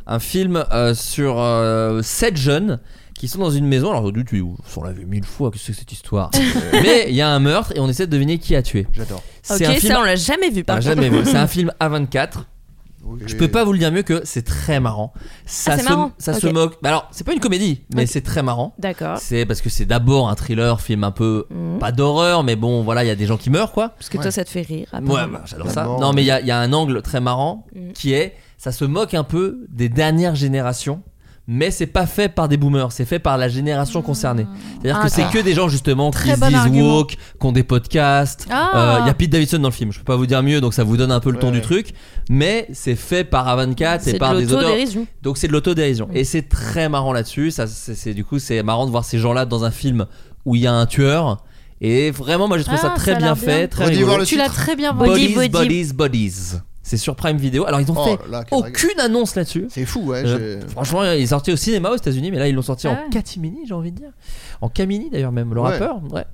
E: Un film euh, sur euh, sept jeunes qui sont dans une maison. Alors, du tu on l'avait mille fois, qu'est-ce que c'est cette histoire Mais il y a un meurtre et on essaie de deviner qui a tué.
F: J'adore.
G: Ok,
E: C'est un film.
G: ça on l'a jamais vu
E: on
G: par
E: l'a
G: contre.
E: jamais vu. C'est un film A24. Je peux pas vous le dire mieux que c'est très marrant. Ça
G: Ah, c'est
E: se,
G: marrant.
E: ça se
G: Ok.
E: moque. Bah alors, c'est pas une comédie, mais
G: Ok.
E: c'est très marrant.
G: D'accord.
E: C'est parce que c'est d'abord un thriller, film un peu
G: Mhm.
E: pas d'horreur, mais bon, voilà, il y a des gens qui meurent, quoi.
G: Parce que toi ça te fait rire.
E: Ouais,
G: apparemment.
E: bah, j'adore ça.
F: Vraiment.
E: Non, mais il y a, il y a un angle très marrant
H: Mm.
G: Mhm.
E: qui est, ça se moque un peu des dernières générations. Mais c'est pas fait par des boomers, c'est fait par la génération concernée. C'est-à-dire
H: Ah,
E: que c'est
H: ok.
E: que des gens justement qui
H: Très
E: se
H: bon
E: disent
H: argument.
E: woke, qui ont des podcasts. Euh, Il
H: Ah.
E: y a Pete Davidson dans le film, je peux pas vous dire mieux, donc ça vous donne un peu le ton
F: Ouais.
E: du truc. Mais c'est fait par A24 et
G: C'est
E: par
G: de
E: des auteurs.
G: l'autodérision.
E: Donc c'est de l'autodérision
H: Mm.
E: et c'est très marrant là-dessus. Ça, c'est c'est- du coup c'est marrant de voir ces gens-là dans un film où il y a un tueur et vraiment moi j'ai trouvé
H: Ah,
E: ça très
H: ça a
E: bien
H: l'air
E: fait,
H: bien.
E: très
F: Redis
E: rigolo.
F: voir le
H: Tu l'as
F: titre.
H: très bien vendu.
E: Bodies,
G: Body, body.
E: bodies, bodies. C'est sur Prime Video. Alors ils ont
F: Oh
E: fait
F: là là, quelle règle.
E: aucune annonce là-dessus.
F: C'est fou, ouais.
E: Euh,
F: j'ai-
E: franchement, il est sorti au cinéma aux États-Unis, mais là ils l'ont sorti
H: Ah
E: en
H: ouais.
E: catimini, j'ai envie de dire, en camini d'ailleurs même le
F: Ouais.
E: rappeur. Ouais.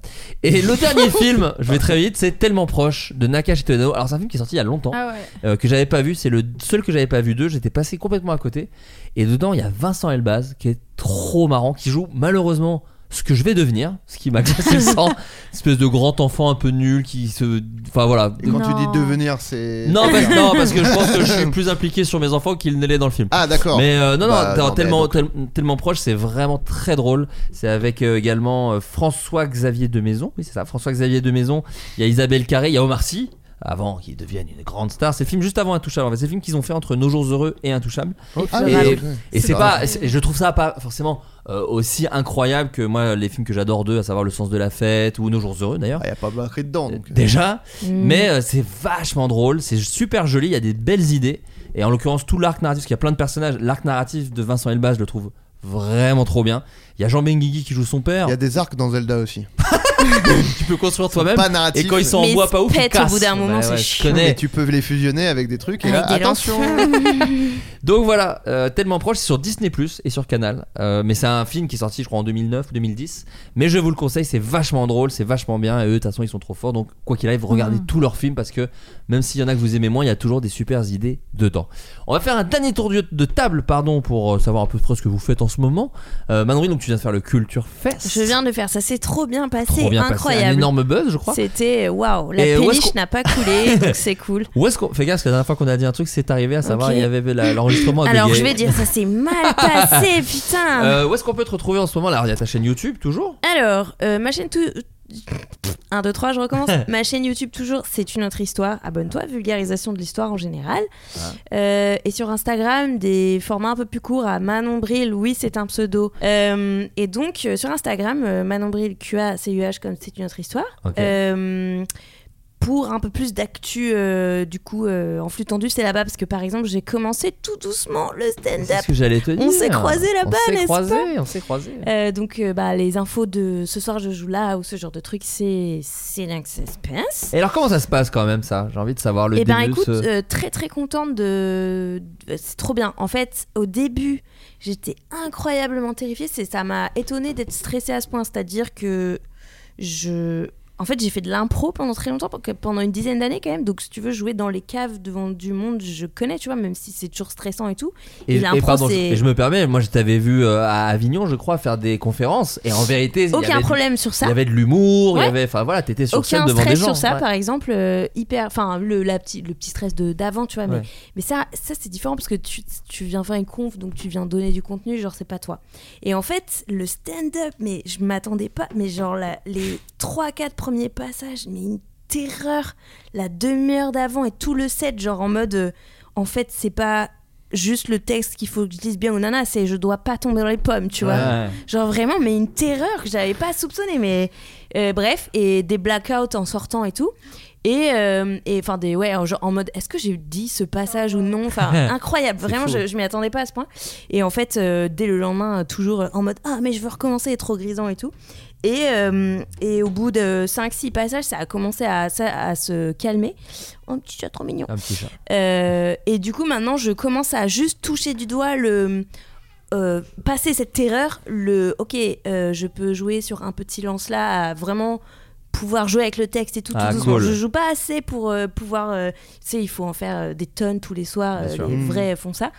E: Et le dernier film, je vais très vite, c'est tellement proche de Nakashi Tono. Alors c'est un film qui est sorti il y a longtemps
H: Ah ouais.
E: euh, que j'avais pas vu. C'est le seul que j'avais pas vu d'eux. J'étais passé complètement à côté. Et dedans, il y a Vincent Elbaz qui est trop marrant, qui joue malheureusement ce que je vais devenir, ce qui m'a cassé le sang, espèce de grand enfant un peu nul qui se, enfin voilà.
F: Et quand
H: Non.
F: tu dis devenir, c'est.
E: Non, parce, non, parce que je pense que je suis plus impliqué sur mes enfants qu'il ne l'est dans le film.
F: Ah, d'accord.
E: Mais euh, non, non,
F: Bah,
E: t'as
F: non, mais
E: tellement,
F: donc-
E: tel- tellement proche, c'est vraiment très drôle. C'est avec euh, également euh, François-Xavier de Maison. Oui, c'est ça, François-Xavier de Maison. Il y a Isabelle Carré, il y a Omar Sy, avant qu'il devienne une grande star. C'est le film juste avant Intouchable. En fait, c'est le film qu'ils ont fait entre Nos Jours Heureux et Intouchable.
F: Ah,
E: Et-
F: mais-
E: Et c'est
F: Ah,
E: pas, c'est- je trouve ça pas forcément euh, aussi incroyable que moi les films que j'adore d'eux, à savoir Le Sens de la Fête ou Nos Jours Heureux d'ailleurs.
F: Il n'y Ah, a pas Bakri dedans. Donc. euh,
E: Déjà,
G: Mm.
E: mais euh, c'est vachement drôle, c'est super joli, il y a des belles idées. Et en l'occurrence, tout l'arc narratif, parce qu'il y a plein de personnages, l'arc narratif de Vincent Elbaz, je le trouve vraiment trop bien. Il y a Jean Benguigui qui joue son père.
F: Il y a des arcs dans Zelda aussi.
E: tu peux construire toi-même.
F: pas narratifs.
E: Et quand ils sont en
G: Mais
E: bois pas ouf,
G: ils
E: ils
G: pètent au
E: cassent.
G: bout d'un moment,
E: Bah
G: c'est
E: ouais, je
G: chiant.
E: connais.
F: Mais tu peux les fusionner avec des trucs. Et là,
G: Avec des
F: attention.
E: Donc voilà, euh, tellement proche, c'est sur Disney et sur Canal. Euh, mais c'est un film qui est sorti, je crois, en 2009 ou 2010. Mais je vous le conseille, c'est vachement drôle, c'est vachement bien. Et eux, de toute façon, ils sont trop forts. Donc quoi qu'il arrive, regardez
G: Mm.
E: tous leurs films parce que même s'il y en a que vous aimez moins, il y a toujours des super idées dedans. On va faire un dernier tour de, de table, pardon, pour euh, savoir à peu près ce que vous faites en ce moment. Euh, Manory, donc tu viens de faire le Culture Fest.
G: Je viens de le faire, ça s'est trop bien passé,
E: Trop bien passé, Un
G: incroyable.
E: énorme buzz, je crois.
G: C'était waouh, la
E: Et où est-ce
G: péniche
E: qu'on- Oh,
G: n'a pas coulé, donc c'est cool.
E: Où est-ce qu'on. Fais gaffe, parce que la dernière fois qu'on a dit un truc, c'est arrivé à savoir,
G: Ok.
E: il y avait la- l'enregistrement. a
G: Alors
E: bugué.
G: je vais dire, ça s'est mal passé, putain.
E: Euh, où est-ce qu'on peut te retrouver en ce moment là Alors, Il y a ta chaîne YouTube toujours
G: Alors, euh, ma chaîne tout. 1, 2, 3, je recommence. Ma chaîne YouTube, toujours, c'est une autre histoire. Abonne-toi, vulgarisation de l'histoire en général. Euh, et sur Instagram, des formats un peu plus courts à Manon Bril, oui, c'est un pseudo. Euh, et donc, euh, sur Instagram, euh, Manon Bril, QA-CUH, comme c'est une autre histoire.
E: Ok.
G: Euh, pour un peu plus d'actu, euh, du coup, euh, en flux tendu, c'est là-bas. Parce que, par exemple, j'ai commencé tout doucement le
E: C'est
G: stand-up.
E: ce que j'allais te dire.
G: On s'est croisés là-bas,
E: On s'est
G: n'est-ce
E: croisés, on s'est croisés.
G: Euh, donc, euh, bah, les infos de ce soir je joue là ou ce genre de truc, c'est c'est là que ça se passe.
E: Et alors comment ça se passe quand même ça J'ai envie de savoir le
G: Et ben
E: début.
G: écoute,
E: ce-
G: euh, très très contente de. de- C'est trop bien. En fait, au début, j'étais incroyablement terrifiée. C'est ça m'a étonnée d'être stressée à ce point. C'est-à-dire que je. En fait, j'ai fait de l'impro pendant très longtemps, pendant- pendant une dizaine d'années quand même. Donc, si tu veux jouer dans les caves devant du monde, je connais, tu vois, même si c'est toujours stressant et tout.
E: et,
G: et l'impro,
E: et pardon, je,
G: c'est-
E: et je me permets, moi je t'avais vu euh, à Avignon, je crois, faire des conférences. Et en vérité, il y
G: Aucun
E: avait,
G: problème sur ça.
E: Il y avait de l'humour, il y
G: Ouais.
E: avait, enfin voilà, t'étais sur
G: aucun
E: scène devant
G: stress
E: des gens.
G: sur ça
E: ouais.
G: par exemple euh, hyper enfin le la petite le petit stress de d'avant tu vois
E: Ouais.
G: mais mais ça ça c'est différent parce que tu, tu viens faire une conf donc tu viens donner du contenu genre c'est pas toi et en fait le stand-up mais je m'attendais pas mais genre la- les 3 4 premiers passages mais une terreur la demi-heure d'avant et tout le set genre en mode euh, en fait c'est pas juste le texte qu'il faut que je dise bien ou nana c'est je dois pas tomber dans les pommes tu vois
E: Ouais.
G: Genre vraiment, mais une terreur que j'avais pas soupçonnée. Mais euh, bref, et des blackouts en sortant et tout. Et euh, et, enfin, des ouais, en- genre en mode est-ce que j'ai dit ce passage ou non Enfin, incroyable,
E: C'est
G: vraiment,
E: fou.
G: je, je m'y attendais pas à ce point. Et en fait, euh, dès le lendemain, euh, toujours euh, en mode ah, mais je veux recommencer, trop grisant et tout. Et, euh, et au bout de 5-6 passages, ça a commencé à, ça- à se calmer. Un petit chat trop mignon.
E: Un petit chat.
G: Euh, et du coup, maintenant, je commence à juste toucher du doigt le. euh, passer cette terreur, le ok, euh, je peux jouer sur un petit lance là, à vraiment pouvoir jouer avec le texte et tout, tout
E: Ah,
G: doucement.
E: cool.
G: Je joue pas assez pour euh, pouvoir, euh, tu sais, il faut en faire euh, des tonnes tous les soirs.
E: Bien
G: euh,
E: sûr. Mmh.
G: les
F: Mhm.
G: vrais font ça,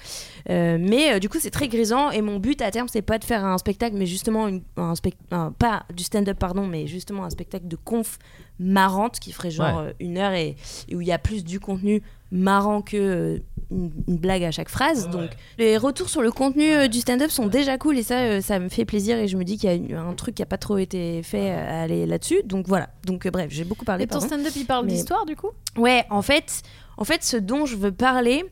G: Euh, mais euh, du coup c'est très grisant et mon but à terme c'est pas de faire un spectacle, mais justement une- un spectacle, pas du stand-up pardon, mais justement un spectacle de conf marrante qui ferait genre
E: Ouais.
G: euh, une heure et, et où il y a plus du contenu marrant que euh, une, une blague à chaque phrase. Donc les retours sur le contenu euh, du stand-up sont déjà cool et ça, euh, ça me fait plaisir et je me dis qu'il y a une- un truc qui a pas trop été fait euh, à aller là-dessus. Donc voilà. Donc euh, bref, j'ai beaucoup parlé.
H: Et ton
G: pardon.
H: stand-up, il parle
G: Mais-
H: d'histoire du coup
G: Ouais, en fait, en fait, ce dont je veux parler.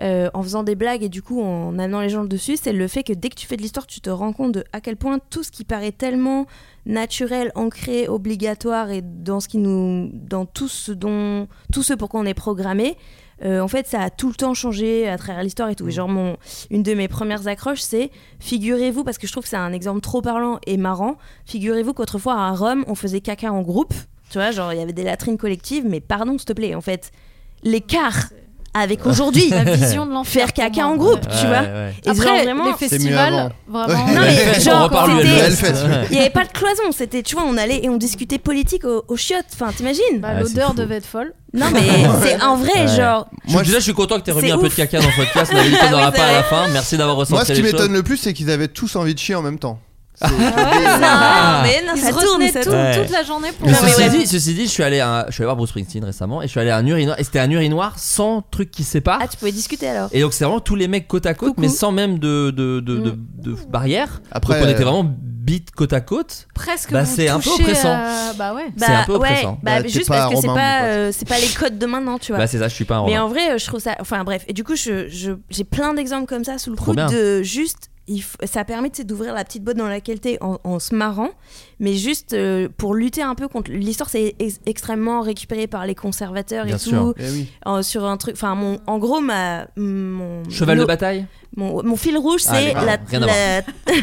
G: euh, en faisant des blagues et du coup en amenant les gens dessus, c'est le fait que dès que tu fais de l'histoire, tu te rends compte de à quel point tout ce qui paraît tellement naturel, ancré, obligatoire et dans ce qui nous, dans tout ce dont, tout ce pour quoi on est programmé, euh, en fait, ça a tout le temps changé à travers l'histoire et tout. Et genre mon, une de mes premières accroches, c'est figurez-vous parce que je trouve que c'est un exemple trop parlant et marrant. Figurez-vous qu'autrefois à Rome, on faisait caca en groupe. Tu vois, genre il y avait des latrines collectives, mais pardon, s'il te plaît, en fait, l'écart avec aujourd'hui.
H: La vision de l'enfer.
G: Faire caca
H: pour
G: en
H: moi.
G: groupe, tu vois. Et
H: Après,
G: genre, vraiment,
H: les
F: mieux
H: festivals,
F: avant.
H: vraiment.
F: Ouais.
G: Non, mais genre,
E: on reparle du
G: c'était-
E: Hellfest.
F: Hellfest,
E: Ouais.
G: il n'y avait pas de cloison, c'était, tu vois, on allait et on discutait politique aux au chiottes, enfin, t'imagines
H: Bah,
E: Ah, c'est
H: L'odeur
E: fou.
H: devait être folle.
G: Non, mais c'est en vrai,
E: Ouais.
G: genre,
E: Je-
F: Moi,
E: déjà, je suis content que t'aies remis
G: C'est
E: un peu
G: ouf.
E: de caca dans le podcast. On a vu qu'on
G: Oui,
E: n'aura
G: c'est
E: pas à la
G: vrai.
E: fin. Merci d'avoir
F: Moi,
E: ressenti
F: ce qui
E: les choses.
F: m'étonne le plus, c'est qu'ils avaient tous envie de chier en même temps.
G: non, mais non,
H: Ils
G: ça
H: se
G: tourne,
H: retenaient
G: ça
H: tout-
G: tourne.
E: Ouais.
H: toute la journée pour.
E: Mais
G: Non, mais
E: ceci,
G: ouais.
E: dit, ceci dit, je suis allé, à- je suis allé voir Bruce Springsteen récemment et je suis allé à un urinoir et c'était un urinoir sans truc qui sépare.
G: Ah, tu pouvais discuter alors
E: Et donc c'est vraiment tous les mecs côte à côte,
G: Coucou.
E: mais sans même de, de, de, de-
G: Mm.
E: de barrière.
F: Après,
E: donc on était
F: euh,
E: vraiment bite côte à côte.
H: Presque.
E: Bah,
H: vous
E: c'est un peu
H: touchez,
E: oppressant.
H: euh, Bah ouais.
E: C'est un peu oppressant.
G: Ouais, bah,
F: Bah, t'es
G: juste
F: pas
G: parce que c'est
F: Romain, mon
G: pas,
F: pote.
G: euh, c'est pas les codes de maintenant, tu vois.
E: Bah c'est ça, je suis pas un
G: Mais
E: Romain.
G: en vrai, euh, je trouve ça. Enfin bref, et du coup, je- je- j'ai plein d'exemples comme ça sous le
E: Trop
G: coude
E: bien.
G: de juste. il f- ça permet tu sais, d'ouvrir la petite boîte dans laquelle t'es en, en se marrant, mais juste euh, pour lutter un peu contre. L'histoire, c'est ex- extrêmement récupéré par les conservateurs
E: Bien
F: eh
G: et
E: sûr.
G: tout. En, sur un truc. Enfin, mon- en gros, ma. Mon,
E: Cheval de
G: no-
E: bataille
J: Mon, mon fil rouge,
E: Ah,
J: c'est
E: les parents,
J: la,
E: rien à voir.
J: la-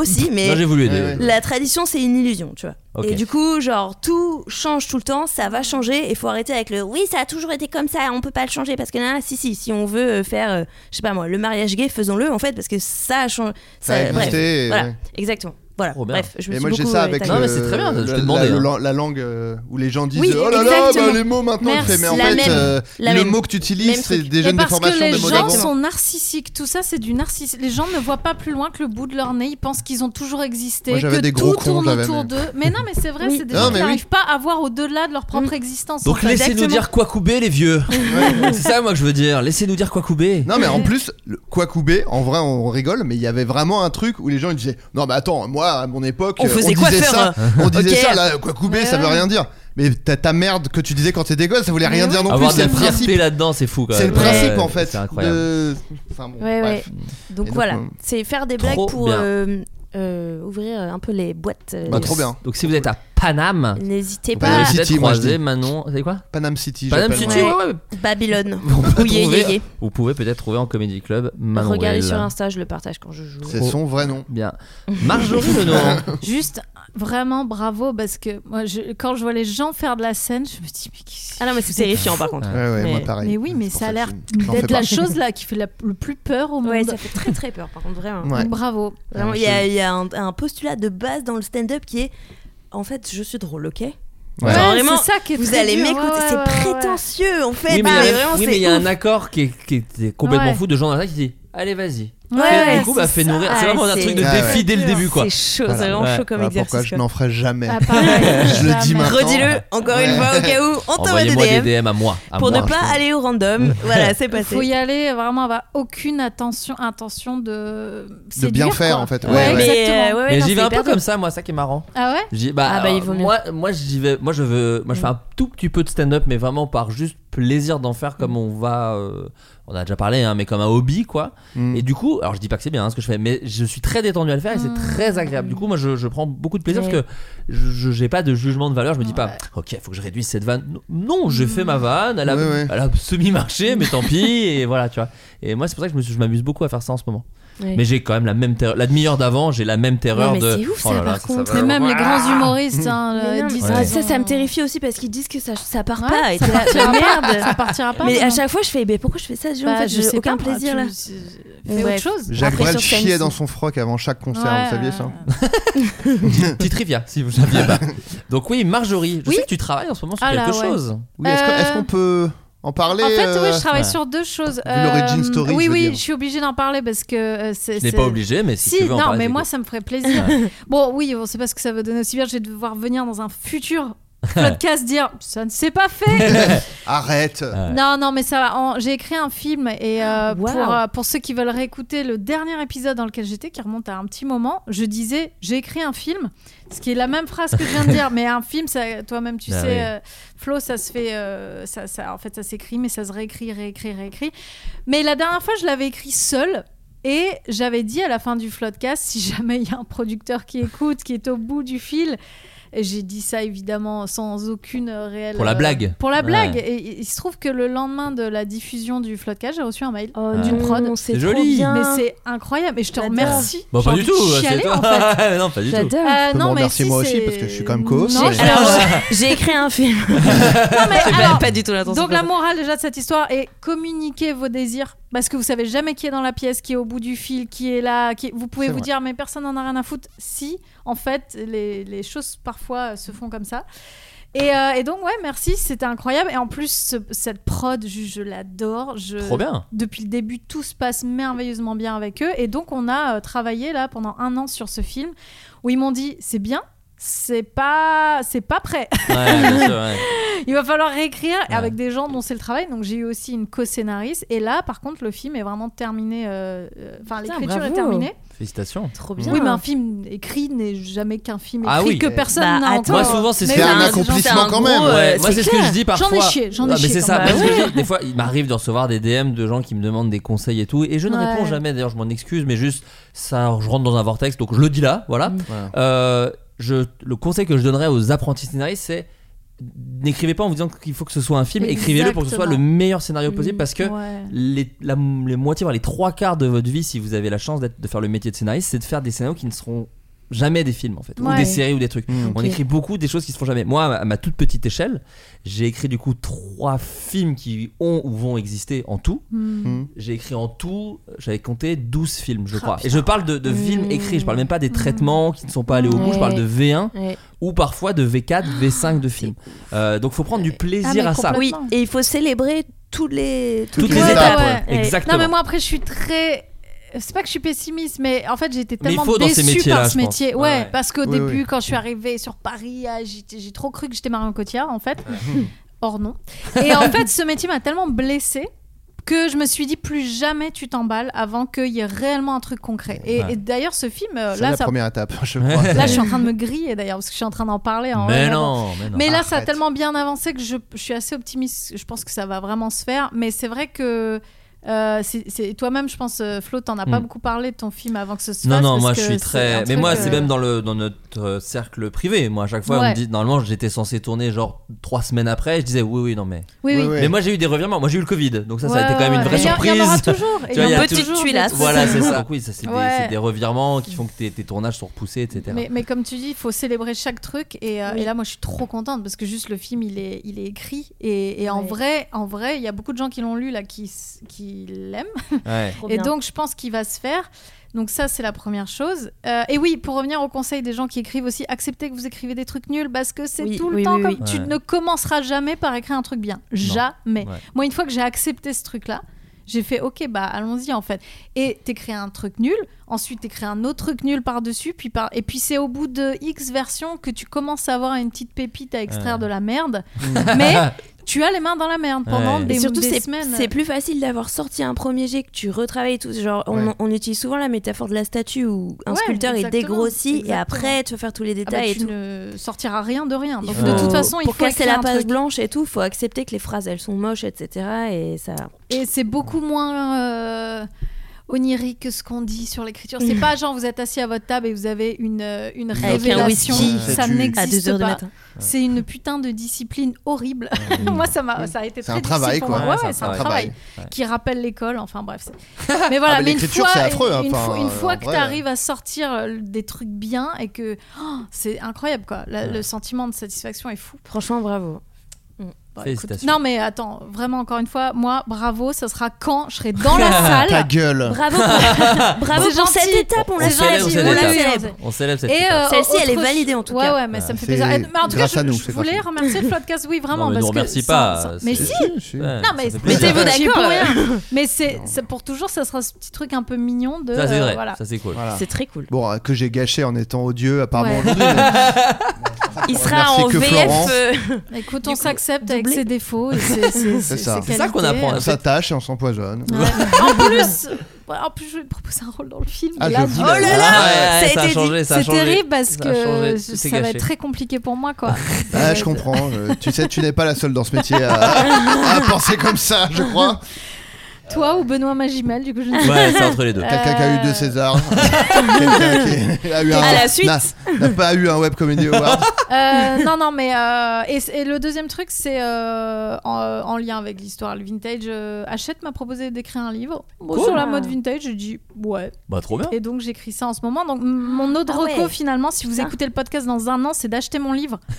J: aussi, mais
E: Non, j'ai voulu aider.
J: la tradition, c'est une illusion, tu vois.
E: Ok.
J: Et du coup, genre tout change tout le temps, ça va changer, et faut arrêter avec le oui, ça a toujours été comme ça, on peut pas le changer parce que là, si si, si on veut euh, faire, euh, je sais pas moi, le mariage gay, faisons-le en fait parce que ça a changé.
F: Ça a
J: bref,
F: existé, et-
J: voilà,
F: ouais.
J: exactement. Voilà.
E: Trop bien.
J: Bref, je me
F: Et
J: suis
F: moi j'ai
J: beaucoup,
F: ça
J: euh,
F: avec
J: étalée.
E: Non, mais c'est très bien, je te
F: la,
E: demandais,
F: la-
E: hein.
F: la- la langue euh, où les gens disent
J: Oui,
F: oh là là
J: exactement.
F: bah, les mots maintenant
G: Merci.
F: tu fais, mais en
J: La
F: fait
J: même.
F: euh,
J: La
F: le
J: même.
F: mot que tu utilises
J: Même
F: c'est
J: truc.
F: déjà
G: Mais
F: une
G: parce que
F: déformation
G: les
F: des mots
G: gens
F: d'avant.
G: sont narcissiques, tout ça c'est du narcissisme. Les gens ne voient pas plus loin que le bout de leur nez, ils pensent qu'ils ont toujours existé,
F: Moi, j'avais
G: que
F: des
G: tout
F: gros cons,
G: tourne
F: j'avais
G: autour
F: aimé.
G: d'eux. Mais non, mais c'est vrai,
J: Oui.
G: c'est des
F: Non,
G: gens
F: mais
G: qui
F: oui.
G: n'arrivent pas à voir au-delà de leur propre existence. en
E: Mm. Donc
G: fait.
E: laissez-nous dire quoi couper les vieux. c'est ça moi que je veux dire. Laissez-nous dire quoi couper.
F: Non mais en plus, le Kwakubé, en vrai on rigole, mais il y avait vraiment un truc où les gens ils disaient non mais attends, moi à mon époque
J: On
F: euh,
J: faisait
F: disait
J: coiffeur,
F: ça, on disait
J: Ok.
F: ça là Kwakubé
G: Ouais,
F: ça veut
G: hein ouais.
F: rien dire. Mais ta, ta merde que tu disais quand t'étais gosse, ça voulait rien
G: Mais
F: dire non
E: Avoir
F: plus,
E: de
F: c'est
E: la
F: le principe.
E: fierté là-dedans, c'est fou quand
F: C'est
E: même.
F: le principe
E: Ouais,
F: en fait.
E: C'est incroyable.
F: de- Enfin, bon,
J: Ouais,
F: bref.
J: Donc,
F: Et donc,
J: voilà,
F: euh,
J: c'est faire des
E: mm. Trop
J: blagues pour
E: bien.
J: euh, euh, ouvrir un peu les boîtes. euh,
F: Bah,
J: les-
F: trop bien.
E: Donc si vous êtes à Paname,
J: N'hésitez
E: vous pouvez
J: pas.
F: City,
E: peut-être
F: moi, je
E: croiser
F: dis.
E: Manon. C'est quoi
F: Panam City.
E: Paname
F: j'appelle.
E: City,
J: ouais.
E: ouais, ouais.
J: Babylone.
E: On peut
J: Ou Yé
E: trouver-
J: Yé Yé.
E: Vous pouvez peut-être trouver en comédie club Manon.
J: Regardez
E: Well.
J: sur Insta, je le partage quand je joue.
F: C'est son vrai nom.
E: Bien. Marjorie Lenoir.
G: Juste vraiment bravo parce que moi je- quand je vois les gens faire de la scène, je me dis mais, qu'est-ce-
J: Ah non, mais c'est terrifiant par contre.
F: Ouais, ouais,
J: Mais-
F: moi pareil.
G: mais oui mais
F: C'est pour
G: ça a
F: que
G: l'air
F: je- j'en fais
G: d'être la
F: pas.
G: chose là qui fait la- le plus peur au monde.
J: Ouais, ça fait très très peur par contre, vraiment.
F: Ouais.
G: Donc, bravo.
J: Vraiment,
F: Ouais,
J: il y a, il y a un, un postulat de base dans le stand-up qui est en fait, je suis drôle, ok
F: Ouais.
J: Genre,
G: Ouais,
J: vraiment,
G: c'est ça qui est
J: Vous
G: très
J: allez
G: dur.
J: m'écouter,
G: Ouais,
J: c'est
G: ouais, ouais, ouais.
J: prétentieux en fait. Ah,
E: oui, mais il y a-
J: mais vraiment,
E: oui,
J: c'est
E: mais il y a
J: ouf.
E: un accord qui, est- qui était complètement
G: Ouais.
E: fou de gens dans la salle qui dit Allez, vas-y. Fais-
G: Ouais, ouais,
E: du coup, bah,
J: c'est
E: fais
J: ça.
E: nourrir. C'est
J: Ouais,
E: vraiment un
J: c'est-
E: truc de
F: Ah ouais.
E: défi dès le début, quoi.
J: C'est chaud,
F: Voilà.
J: c'est vraiment
E: Ouais.
J: chaud comme
F: Voilà
J: exercice.
F: pourquoi je n'en ferai jamais.
G: Ah, pareil,
F: Je le dis
G: jamais.
F: maintenant.
J: Redis-le encore une
F: Ouais. Ah,
J: fois au cas où, on t'envoie des
E: Envoyez-moi
J: DM.
E: des DM à moi. à
J: pour
E: moi.
J: ne pas aller au random. voilà, c'est passé.
G: Faut y aller vraiment avoir aucune attention, intention de
F: De bien
G: séduire,
F: faire
G: quoi.
F: en fait.
G: Ouais,
F: Ouais, ouais.
J: Mais,
G: exactement.
J: euh, ouais, ouais,
E: Mais
J: non,
E: j'y vais
J: c'est
E: un peu
J: hyper
E: comme
J: dur.
E: ça, moi, ça qui est marrant.
G: Ah ouais.
E: J'y- bah,
J: Ah bah, il vaut
E: euh,
J: mieux. Mm.
E: Moi, moi j'y vais. Moi, je veux. Moi, je fais un tout petit peu de stand-up, mais vraiment par juste plaisir d'en faire comme on va. euh, on a déjà parlé, hein, mais comme un hobby, quoi.
F: Mm.
E: Et du coup, alors je dis pas que c'est bien hein, ce que je fais, mais je suis très détendu à le faire et c'est
G: Mm.
E: très agréable. Du coup, moi, je, je prends beaucoup de plaisir
J: Ouais.
E: parce que je- je j'ai pas de jugement de valeur. Je me dis pas, ok, faut que je réduise cette vanne. Non, Non, j'ai fait
G: Mm.
E: ma vanne. Elle a,
F: Ouais, ouais.
E: elle a semi-marché, mais tant pis. Et voilà, tu vois. Et moi, c'est pour ça que je me suis- je m'amuse beaucoup à faire ça en ce moment.
J: Ouais.
E: Mais j'ai quand même la même terreur. La demi-heure d'avant, j'ai la même terreur
J: Non, mais
E: de. Oh
J: c'est ouf, ça, par contre.
E: va-
G: Mais même les grands humoristes, hein,
J: Mais
G: euh,
J: non,
G: disent
J: mais
E: Ouais.
J: Ça, ça me
G: qu'ils ont-
J: terrifie aussi parce qu'ils disent que ça, ça part
G: Ouais,
J: pas. Et
G: ça
J: t'es là,
G: partira
J: mais
G: pas,
J: merde.
G: Ça partira pas.
J: Mais à
G: maintenant.
J: chaque fois, je fais, mais pourquoi je fais ça déjà En
G: Bah,
J: fait,
G: je sais
J: aucun
G: pas,
J: plaisir
G: tu-
J: là.
G: Fais
J: Ouais.
G: autre chose.
F: Jacques
J: Après,
F: Brel
J: sur scène,
F: chiait
J: c'est-
F: dans son froc avant chaque concert,
G: Ouais,
F: vous saviez ça
E: Petite trivia, si vous saviez pas. Donc oui, Marjorie, je
G: Oui.
E: sais que tu travailles en ce moment sur
G: Ah là,
E: quelque
G: ouais.
E: chose.
F: Oui, est-ce que-
G: Euh,
F: est-ce qu'on peut en parler
G: En fait, oui,
F: euh,
G: je travaille
E: ouais.
G: sur deux choses.
F: l'origin story,
G: oui,
F: je veux
G: oui,
F: dire.
G: je suis obligée d'en parler parce que euh, c'est.
E: Je n'ai
G: c'est-
E: pas obligé, mais si,
G: Si,
E: tu veux en
G: non,
E: parler,
G: mais
E: c'est
G: moi,
E: cool.
G: ça me ferait plaisir. bon, oui, on sait pas ce que ça va donner aussi bien. Je vais devoir venir dans un futur podcast dire ça ne s'est pas fait.
F: Arrête
E: Ouais. Ah,
G: Non, non, mais ça va. En- J'ai écrit un film et euh,
J: Wow.
G: pour, euh, pour ceux qui veulent réécouter le dernier épisode dans lequel j'étais, qui remonte à un petit moment, je disais j'ai écrit un film, ce qui est la même phrase que je viens de dire, mais un film, ça- toi-même tu
E: Ah
G: sais,
E: oui.
G: euh, Flo, ça se fait, euh, ça, ça- en fait ça s'écrit, mais ça se réécrit, réécrit, réécrit. Mais la dernière fois, je l'avais écrit seule. Et j'avais dit à la fin du Floodcast, si jamais il y a un producteur qui écoute, qui est au bout du fil, et j'ai dit ça évidemment sans aucune euh, réelle.
E: Pour la
G: euh,
E: blague.
G: Pour la
E: Ouais.
G: blague. Et il- il se trouve que le lendemain de la diffusion du Floodcast, j'ai reçu un mail.
J: Oh,
E: Ouais. Mmh,
J: d'une
G: non,
J: prod,
E: c'est
J: c'est
E: joli.
J: trop bien.
G: Mais c'est incroyable. Et je te
J: J'adore.
G: remercie.
E: Bon,
G: J'ai
E: Bah, pas du
G: envie de
E: tout,
G: chialer,
E: c'est toi.
G: en fait.
E: non, pas du tout.
J: J'adore.
G: Euh,
F: peux me
G: non, mais
F: remercier
G: si,
F: moi aussi,
G: c'est-
F: parce que je suis quand même co-host,
G: Non,
F: mais-
G: alors,
J: J'ai écrit un film.
G: non, mais alors,
J: pas du tout l'intention.
G: donc la morale déjà de cette histoire est communiquer vos désirs parce que vous savez jamais qui est dans la pièce, qui est au bout du fil, qui est là. Qui... est- Vous pouvez
F: C'est
G: vous
F: vrai.
G: dire mais personne n'en a rien à foutre. Si en fait les, les choses parfois euh, se font comme ça. Et, euh, et donc ouais merci c'était incroyable et en plus ce- cette prod je, je l'adore je
E: Trop bien.
G: depuis le début, tout se passe merveilleusement bien avec eux. Et donc, on a euh, travaillé là pendant un an sur ce film où ils m'ont dit c'est bien, c'est pas, c'est pas prêt.
E: Ouais, bien sûr, ouais.
G: Il va falloir réécrire et
E: Ouais.
G: avec des gens dont c'est le travail. Donc, j'ai eu aussi une co-scénariste. Et là, par contre, le film est vraiment terminé. euh, euh, Enfin,
J: Putain,
G: l'écriture est
J: bravo.
G: terminée.
E: Félicitations.
J: Trop bien.
G: Oui, mais un film écrit n'est jamais qu'un film écrit
E: Ah oui.
G: que personne
J: Bah,
G: n'a
J: attends.
G: encore.
E: Moi, souvent, c'est ce
G: Mais
F: qu'il y a
G: oui,
F: un
G: mais
J: c'est
F: accomplissement
J: genre, c'est un
F: quand même,
J: gros,
E: Ouais,
J: euh,
E: moi c'est ce que
J: clair.
E: je dis
G: J'en ai
E: parfois.
G: chié, j'en ai
E: Ah, mais
G: chié
E: c'est
G: quand
E: ça. moi,
G: même.
E: ce que je
G: Ouais.
E: dis, des fois, il m'arrive de recevoir des DM de gens qui me demandent des conseils et tout, et je ne
G: Ouais.
E: réponds jamais. D'ailleurs, je m'en excuse, mais juste ça, je rentre dans un vortex,
G: Mm.
E: donc je le dis là, voilà. Euh, je, le conseil que je donnerais aux apprentis scénaristes, c'est N'écrivez pas en vous disant qu'il faut que ce soit un film, écrivez-le pour que ce soit le
H: Exactement.
E: meilleur scénario euh,
G: Mm.
E: possible parce que
H: Ouais.
E: les, la, les moitié, voire les trois quarts de votre vie, si vous avez la chance d'être- de faire le métier de scénariste, c'est de faire des scénarios qui ne seront jamais des films en fait, ou
H: Ouais.
E: des séries ou des trucs. On
H: Ok.
E: écrit beaucoup des choses qui se font jamais. Moi, à ma- à ma toute petite échelle, j'ai écrit du coup trois films qui ont ou vont exister en tout.
H: Hmm.
E: J'ai écrit en tout, j'avais compté 12 films, je
H: Ah,
E: crois. Et
H: putain. Mm.
E: je parle de, de films
G: Mmh.
E: écrits, je parle même pas des traitements qui ne sont pas allés au bout, je parle de V1
G: Ouais.
E: ou parfois de V4, V5 de films. Euh, donc faut prendre du
H: Ah, mais
E: plaisir à ça.
H: complètement.
G: Oui, et il faut célébrer tous les,
E: Toutes les
H: Ouais,
E: étapes,
H: ouais.
E: ouais, exactement.
H: Non, mais moi après, je suis très. C'est pas que je suis pessimiste, mais en fait, j'étais
E: Mais il
H: tellement
E: faut dans ces
H: déçue
E: métiers-là,
H: par
E: je
H: ce métier.
E: pense.
H: Ouais,
E: Ouais, ouais.
H: parce qu'au
F: Oui,
H: début,
F: oui.
H: quand je suis arrivée sur Paris, ah, j'ai j'ai trop cru que j'étais Marion Cotillard, en fait. Or non. Et en fait, ce métier m'a tellement blessée que je me suis dit plus jamais tu t'emballes avant qu'il y ait réellement un truc concret. Et,
E: Ouais.
H: et d'ailleurs, ce film, euh,
F: C'est
H: là,
F: la
H: ça-
F: première étape, je crois.
H: là, je suis en train de me griller d'ailleurs, parce que je suis en train d'en parler. en
E: Mais
H: vrai, avant.
E: non, mais non.
H: Mais là, ça a
F: Arrête.
H: tellement bien avancé que je, je suis assez optimiste. Je pense que ça va vraiment se faire. Mais c'est vrai que euh, c'est- c'est- toi-même, je pense, euh, Flo, t'en as pas
E: Mm.
H: beaucoup parlé de ton film avant que ce se
E: Non,
H: fasse.
E: non,
H: parce
E: moi
H: que
E: je suis
H: c'est un
E: très. Mais
H: truc,
E: moi,
H: euh,
E: c'est même dans, le, dans notre euh, cercle privé. Moi, à chaque fois, on
H: Ouais.
E: me dit, normalement, j'étais censé tourner genre trois semaines après. Je disais, oui, oui, non, mais.
H: Oui, oui.
F: Ouais, ouais.
E: Mais moi, j'ai eu des revirements. Moi, j'ai eu le Covid. Donc, ça, ça a été
H: Ouais,
E: quand même une
H: ouais,
E: vraie
H: ouais. Il y en-
E: surprise.
H: il y en aura toujours. Il
E: vois,
H: y
E: il y
H: en
E: a
H: aura
G: petite
H: toujours des
G: tuilasse.
H: trucs.
E: Voilà, c'est ça. Donc, oui, ça, c'est des-
H: Ouais.
E: c'est des, revirements qui font que tes, tes tournages sont repoussés, etc.
H: Mais, mais comme tu dis, il faut célébrer chaque truc. Et, euh,
G: Oui.
H: et là, moi, je suis trop contente parce que juste le film, il est, il est écrit. Et, et en
G: Ouais.
H: vrai, en vrai, il y a beaucoup de gens qui l'ont lu là, qui, s- qui l'aiment.
E: Ouais.
G: Trop
H: Et
G: bien.
H: donc, je pense qu'il va se faire. Donc ça, c'est la première chose. Euh, et oui, pour revenir au conseil des gens qui écrivent aussi, acceptez que vous écrivez des trucs nuls parce que c'est
G: Oui,
H: tout le
G: oui,
H: temps
G: oui,
H: comme
G: oui.
H: tu
E: Ouais.
H: ne commenceras jamais par écrire un truc bien. Jamais.
E: Ouais.
H: Moi, une fois que j'ai accepté ce truc-là, j'ai fait OK, bah allons-y en fait. Et t'écris un truc nul, ensuite t'écris un autre truc nul par-dessus, puis par... et puis c'est au bout de X versions que tu commences à avoir une petite pépite à extraire
E: Ouais.
H: de la merde. Mais tu as les mains dans la merde pendant
E: Ouais.
H: des,
G: Et surtout,
H: des
G: c'est
H: semaines. euh.
G: c'est plus facile d'avoir sorti un premier jet que tu retravailles et tout. Genre, on,
F: Ouais.
G: on utilise souvent la métaphore de la statue où un
H: Ouais,
G: sculpteur est
H: exactement,
G: dégrossi et
H: exactement.
G: après tu vas faire tous les
H: Ah bah,
G: détails
H: tu
G: et tout.
H: ne sortiras rien de rien.
G: Il
H: Donc,
G: faut-
H: de toute façon, il
G: pour
H: faut
G: casser
H: écrire
G: la
H: un
G: page
H: truc.
G: blanche et tout, faut accepter que les phrases elles sont moches, etc. Et ça.
H: Et c'est beaucoup moins euh, onirique que ce qu'on dit sur l'écriture.
G: Mm.
H: C'est pas genre vous êtes assis à votre table et vous avez une, euh, une
G: Avec un
H: révélation.
G: whisky
H: ça
F: C'est
G: à 2
F: du-
H: n'existe
G: heures
H: pas.
G: du matin.
H: C'est une putain de discipline horrible.
E: Mm.
H: Moi, ça m'a, ça a été
F: C'est
H: très
F: un travail,
H: difficile pour
F: quoi.
H: moi.
E: Ouais,
H: Ouais, c'est un travail qui rappelle l'école. Enfin bref. c'est- Mais
F: Ah,
H: voilà.
F: mais
H: mais une
F: l'écriture,
H: fois,
F: c'est affreux, hein.
H: une,
F: Enfin,
H: fois- une
F: euh,
H: fois
F: en
H: que
F: vrai,
H: tu arrives à sortir euh, des trucs bien et que oh, c'est incroyable quoi. La- Le sentiment de satisfaction est fou.
G: Franchement, bravo.
H: Bah,
E: Félicitations.
H: écoute, non mais attends, vraiment encore une fois, moi bravo, ça sera quand je serai dans la salle.
F: Ah, Ta gueule.
G: Bravo pour, bravo
H: C'est
G: pour cette
H: gentil.
G: étape, on
E: Ah. On
G: l'a
E: célèbre
G: célèbre.
E: cette
G: On la
E: étape.
G: célèbre.
E: On célèbre cette
H: Et,
E: étape.
H: euh,
G: Celle-ci, elle est
H: autre
F: validée,
G: en tout
H: ouais,
G: cas.
H: Ouais, mais ça me fait
F: C'est
H: plaisir. Et- Mais en tout cas,
F: grâce
H: je,
F: à nous,
H: je
F: c'est grâce à
H: voulais
F: nous.
H: remercier le podcast, oui, vraiment.
E: Non, mais
H: parce
E: nous
H: que
E: remercie
H: sans-
E: pas,
H: sans-
E: euh,
H: Mais
E: c'est-
H: si
F: si.
E: Ouais,
H: Non,
E: ça
H: mais
E: fait
H: mais
E: plaisir.
H: c'est
G: J'y
H: d'accord.
G: pour
H: euh,
G: rien.
H: Mais c'est c'est- pour toujours, ça sera ce petit truc un peu mignon de.
E: Ça, c'est
H: euh,
E: vrai.
H: voilà.
E: Ça, c'est cool.
F: Voilà.
G: C'est très cool.
F: Bon, euh, que j'ai gâché en étant odieux, apparemment.
H: Ouais.
F: aujourd'hui, mais-
G: Il
E: Ah,
F: On
G: sera
F: remercie
G: en
F: que Florence.
G: VF. euh,
H: Écoute,
G: Du
H: on
G: coup,
H: s'accepte avec
G: doublé.
H: ses défauts et ses, ses- ses-
F: ça.
H: ses
E: C'est ça qu'on
H: qualités.
E: apprend.
F: On s'attache et on s'empoisonne.
G: Ah,
H: Ouais. en plus, ouais, en plus, je vais proposer un rôle dans le film.
F: Ah,
H: et
F: je
H: là,
F: vous
H: oh là
E: Ah,
H: là,
E: ouais,
G: ça a
E: ça a
G: été
E: changé, ça a
H: c'est
E: changé.
H: terrible parce
E: Ça
H: que
E: a changé, tout
H: ça
E: s'est
H: va
E: gâché.
H: être très compliqué pour moi, quoi.
F: Ah, je comprends. euh, tu sais, tu n'es pas la seule dans ce métier à, à penser comme ça, je crois.
H: Toi ou Benoît Magimel, du coup, je ne sais Euh,
E: Ouais, c'est entre les deux.
G: Euh.
F: Quelqu'un qui a eu deux Césars. Quelqu'un qui a eu un.
G: À la suite.
F: n'a- N'a pas eu un Web Comedy Award.
H: Euh, non, non, mais. euh, et, et le deuxième truc, c'est euh, en, en lien avec l'histoire. Le vintage, euh, Hachette m'a proposé d'écrire un livre Bon,
E: Cool. Ah.
H: sur la mode vintage. J'ai dit ouais.
E: Bah, trop bien.
H: Et donc, j'écris ça en ce moment. Donc, m- mon autre
G: Ah ouais.
H: reco, finalement, si vous
G: Putain.
H: écoutez le podcast dans un an, c'est d'acheter mon livre. Euh,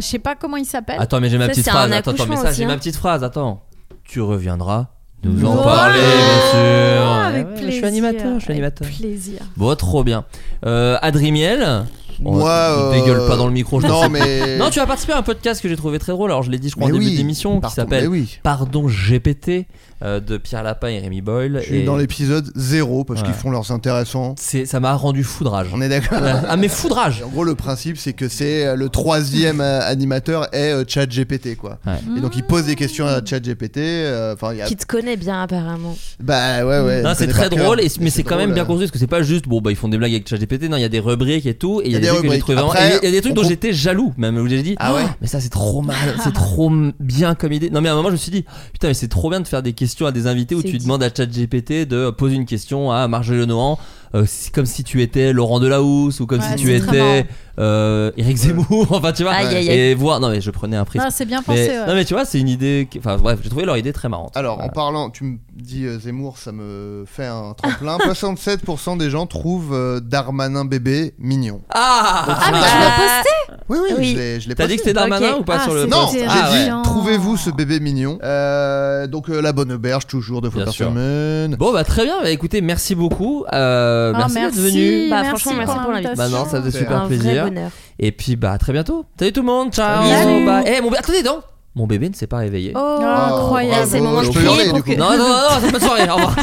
H: Je sais pas comment il s'appelle.
E: Attends, mais j'ai ma
G: Ça,
E: petite
G: c'est
E: phrase.
G: un
E: Attends, attends, mais ça,
G: accouchement
E: j'ai ma
G: aussi,
E: petite phrase. Attends. Tu reviendras nous en
H: Voilà,
E: parler, bien sûr.
H: Ah, Avec
E: Ouais, ouais,
H: plaisir.
E: Je suis animateur, je suis animateur.
H: Avec plaisir.
E: Bon, trop bien. Euh, Adrimiel, on
F: Moi, euh,
E: Oh, dégueule pas dans le micro. Je
F: Non,
E: pense.
F: mais.
E: non, tu as participé à un podcast que j'ai trouvé très drôle. Alors, je l'ai dit, je crois,
F: Mais
E: en début
F: oui,
E: d'émission, qui
F: pardon,
E: s'appelle
F: mais oui.
E: Pardon GPT euh, de Pierre Lapin et Rémi Boyle.
F: Je suis
E: et
F: dans l'épisode 0 parce
E: Ouais.
F: qu'ils font leurs intéressants.
E: c'est- ça m'a rendu foudrage.
F: On est d'accord.
E: ah, mais foudrage.
F: Et En gros, le principe, c'est que c'est euh, le troisième euh, animateur est euh, ChatGPT, quoi.
E: Ouais.
F: Et donc, il pose des questions à ChatGPT. euh, Enfin, il y a.
G: Qui te connaît bien apparemment.
F: Bah ouais, ouais.
E: Non,
F: je
E: c'est
F: connais
E: très
F: par cœur,
E: drôle, et- mais c'est quand même
F: drôle,
E: bien
F: euh.
E: construit parce que c'est pas juste bon, bah ils font des blagues avec ChatGPT, non, il y a des rubriques et tout, et il y a des trucs que j'ai
F: rubriques.
E: trouvé vraiment-
F: Après,
E: et Il y a des trucs
F: on
E: dont
F: comp-
E: j'étais jaloux, même où j'ai dit,
F: Ah ouais
E: Oh, mais ça c'est trop mal, c'est trop m- bien comme idée. Non, mais à un moment je me suis dit, putain, mais c'est trop bien de faire des questions à des invités où
G: C'est
E: tu
G: dit.
E: demandes à ChatGPT de poser une question à Marjolaine Nohan euh, si- comme si tu étais Laurent Delahousse ou comme
H: Ouais,
E: si tu
H: c'est très
E: étais
H: marrant.
E: euh, Eric Zemmour, enfin tu vois,
G: Aïe, aïe, aïe.
E: et voir. Non mais je prenais un prisme.
H: Non, c'est bien
E: Mais-
H: pensé. ouais.
E: Non mais tu vois, c'est une idée. qui- Enfin bref, j'ai trouvé leur idée très marrante.
F: Alors, en
E: Voilà.
F: parlant, tu me dis euh, Zemmour, ça me fait un tremplin. 67% des gens trouvent euh, Darmanin bébé mignon.
E: Ah,
H: Ah, mais tu
G: bah,
H: l'as posté
F: Oui, oui,
G: Oui.
F: je l'ai- je l'ai
E: t'as dit que c'était
F: posté.
E: Darmanin
G: Ok.
E: ou pas
H: Ah,
E: sur le
H: c'était
F: Non,
E: post
F: j'ai
E: Ah
G: hein.
E: ouais.
F: dit,
H: ouais.
F: trouvez-vous ce bébé mignon. Euh, donc, euh, la bonne auberge, toujours deux fois
E: Bien
F: par
E: sûr.
F: semaine.
E: Bon bah très bien. Bah, écoutez, merci beaucoup. Euh,
H: Ah,
E: merci d'être venu.
G: Oh, Bah, franchement, merci pour
E: Bah non, ça faisait
F: C'est
E: super
G: un
E: plaisir.
G: vrai bonheur.
E: Et puis bah à très bientôt. Salut tout le monde. Ciao.
H: Salut.
E: Bye. Eh mon bébé, attendez donc. Mon bébé ne s'est pas réveillé.
H: Oh,
F: Oh,
H: incroyable.
F: bravo,
G: C'est le moment
F: je
G: de
F: peux
G: crier
F: hurler,
G: pour
F: du coup.
G: que-
E: Non, non, non, non, c'est bonne soirée. Au revoir.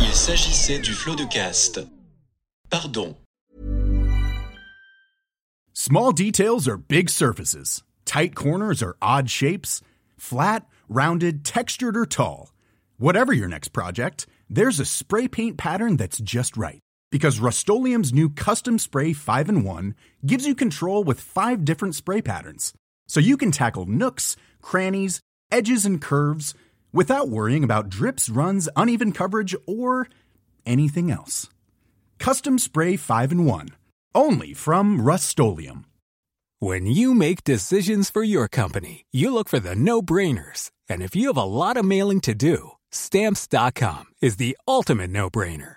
A: Il s'agissait du flot de cast. Pardon.
B: Small details are big surfaces. Tight corners are odd shapes. Flat, rounded, textured, or tall. Whatever your next project, there's a spray paint pattern that's just right. Because Rust new Custom Spray 5 in 1 gives you control with five different spray patterns. So you can tackle nooks, crannies, edges, and curves without worrying about drips, runs, uneven coverage, or anything else. Custom Spray 5 and 1. Only from Rust-Oleum.
K: When you make decisions for your company, you look for the no-brainers. And if you have a lot of mailing to do, stamps.com is the ultimate no-brainer.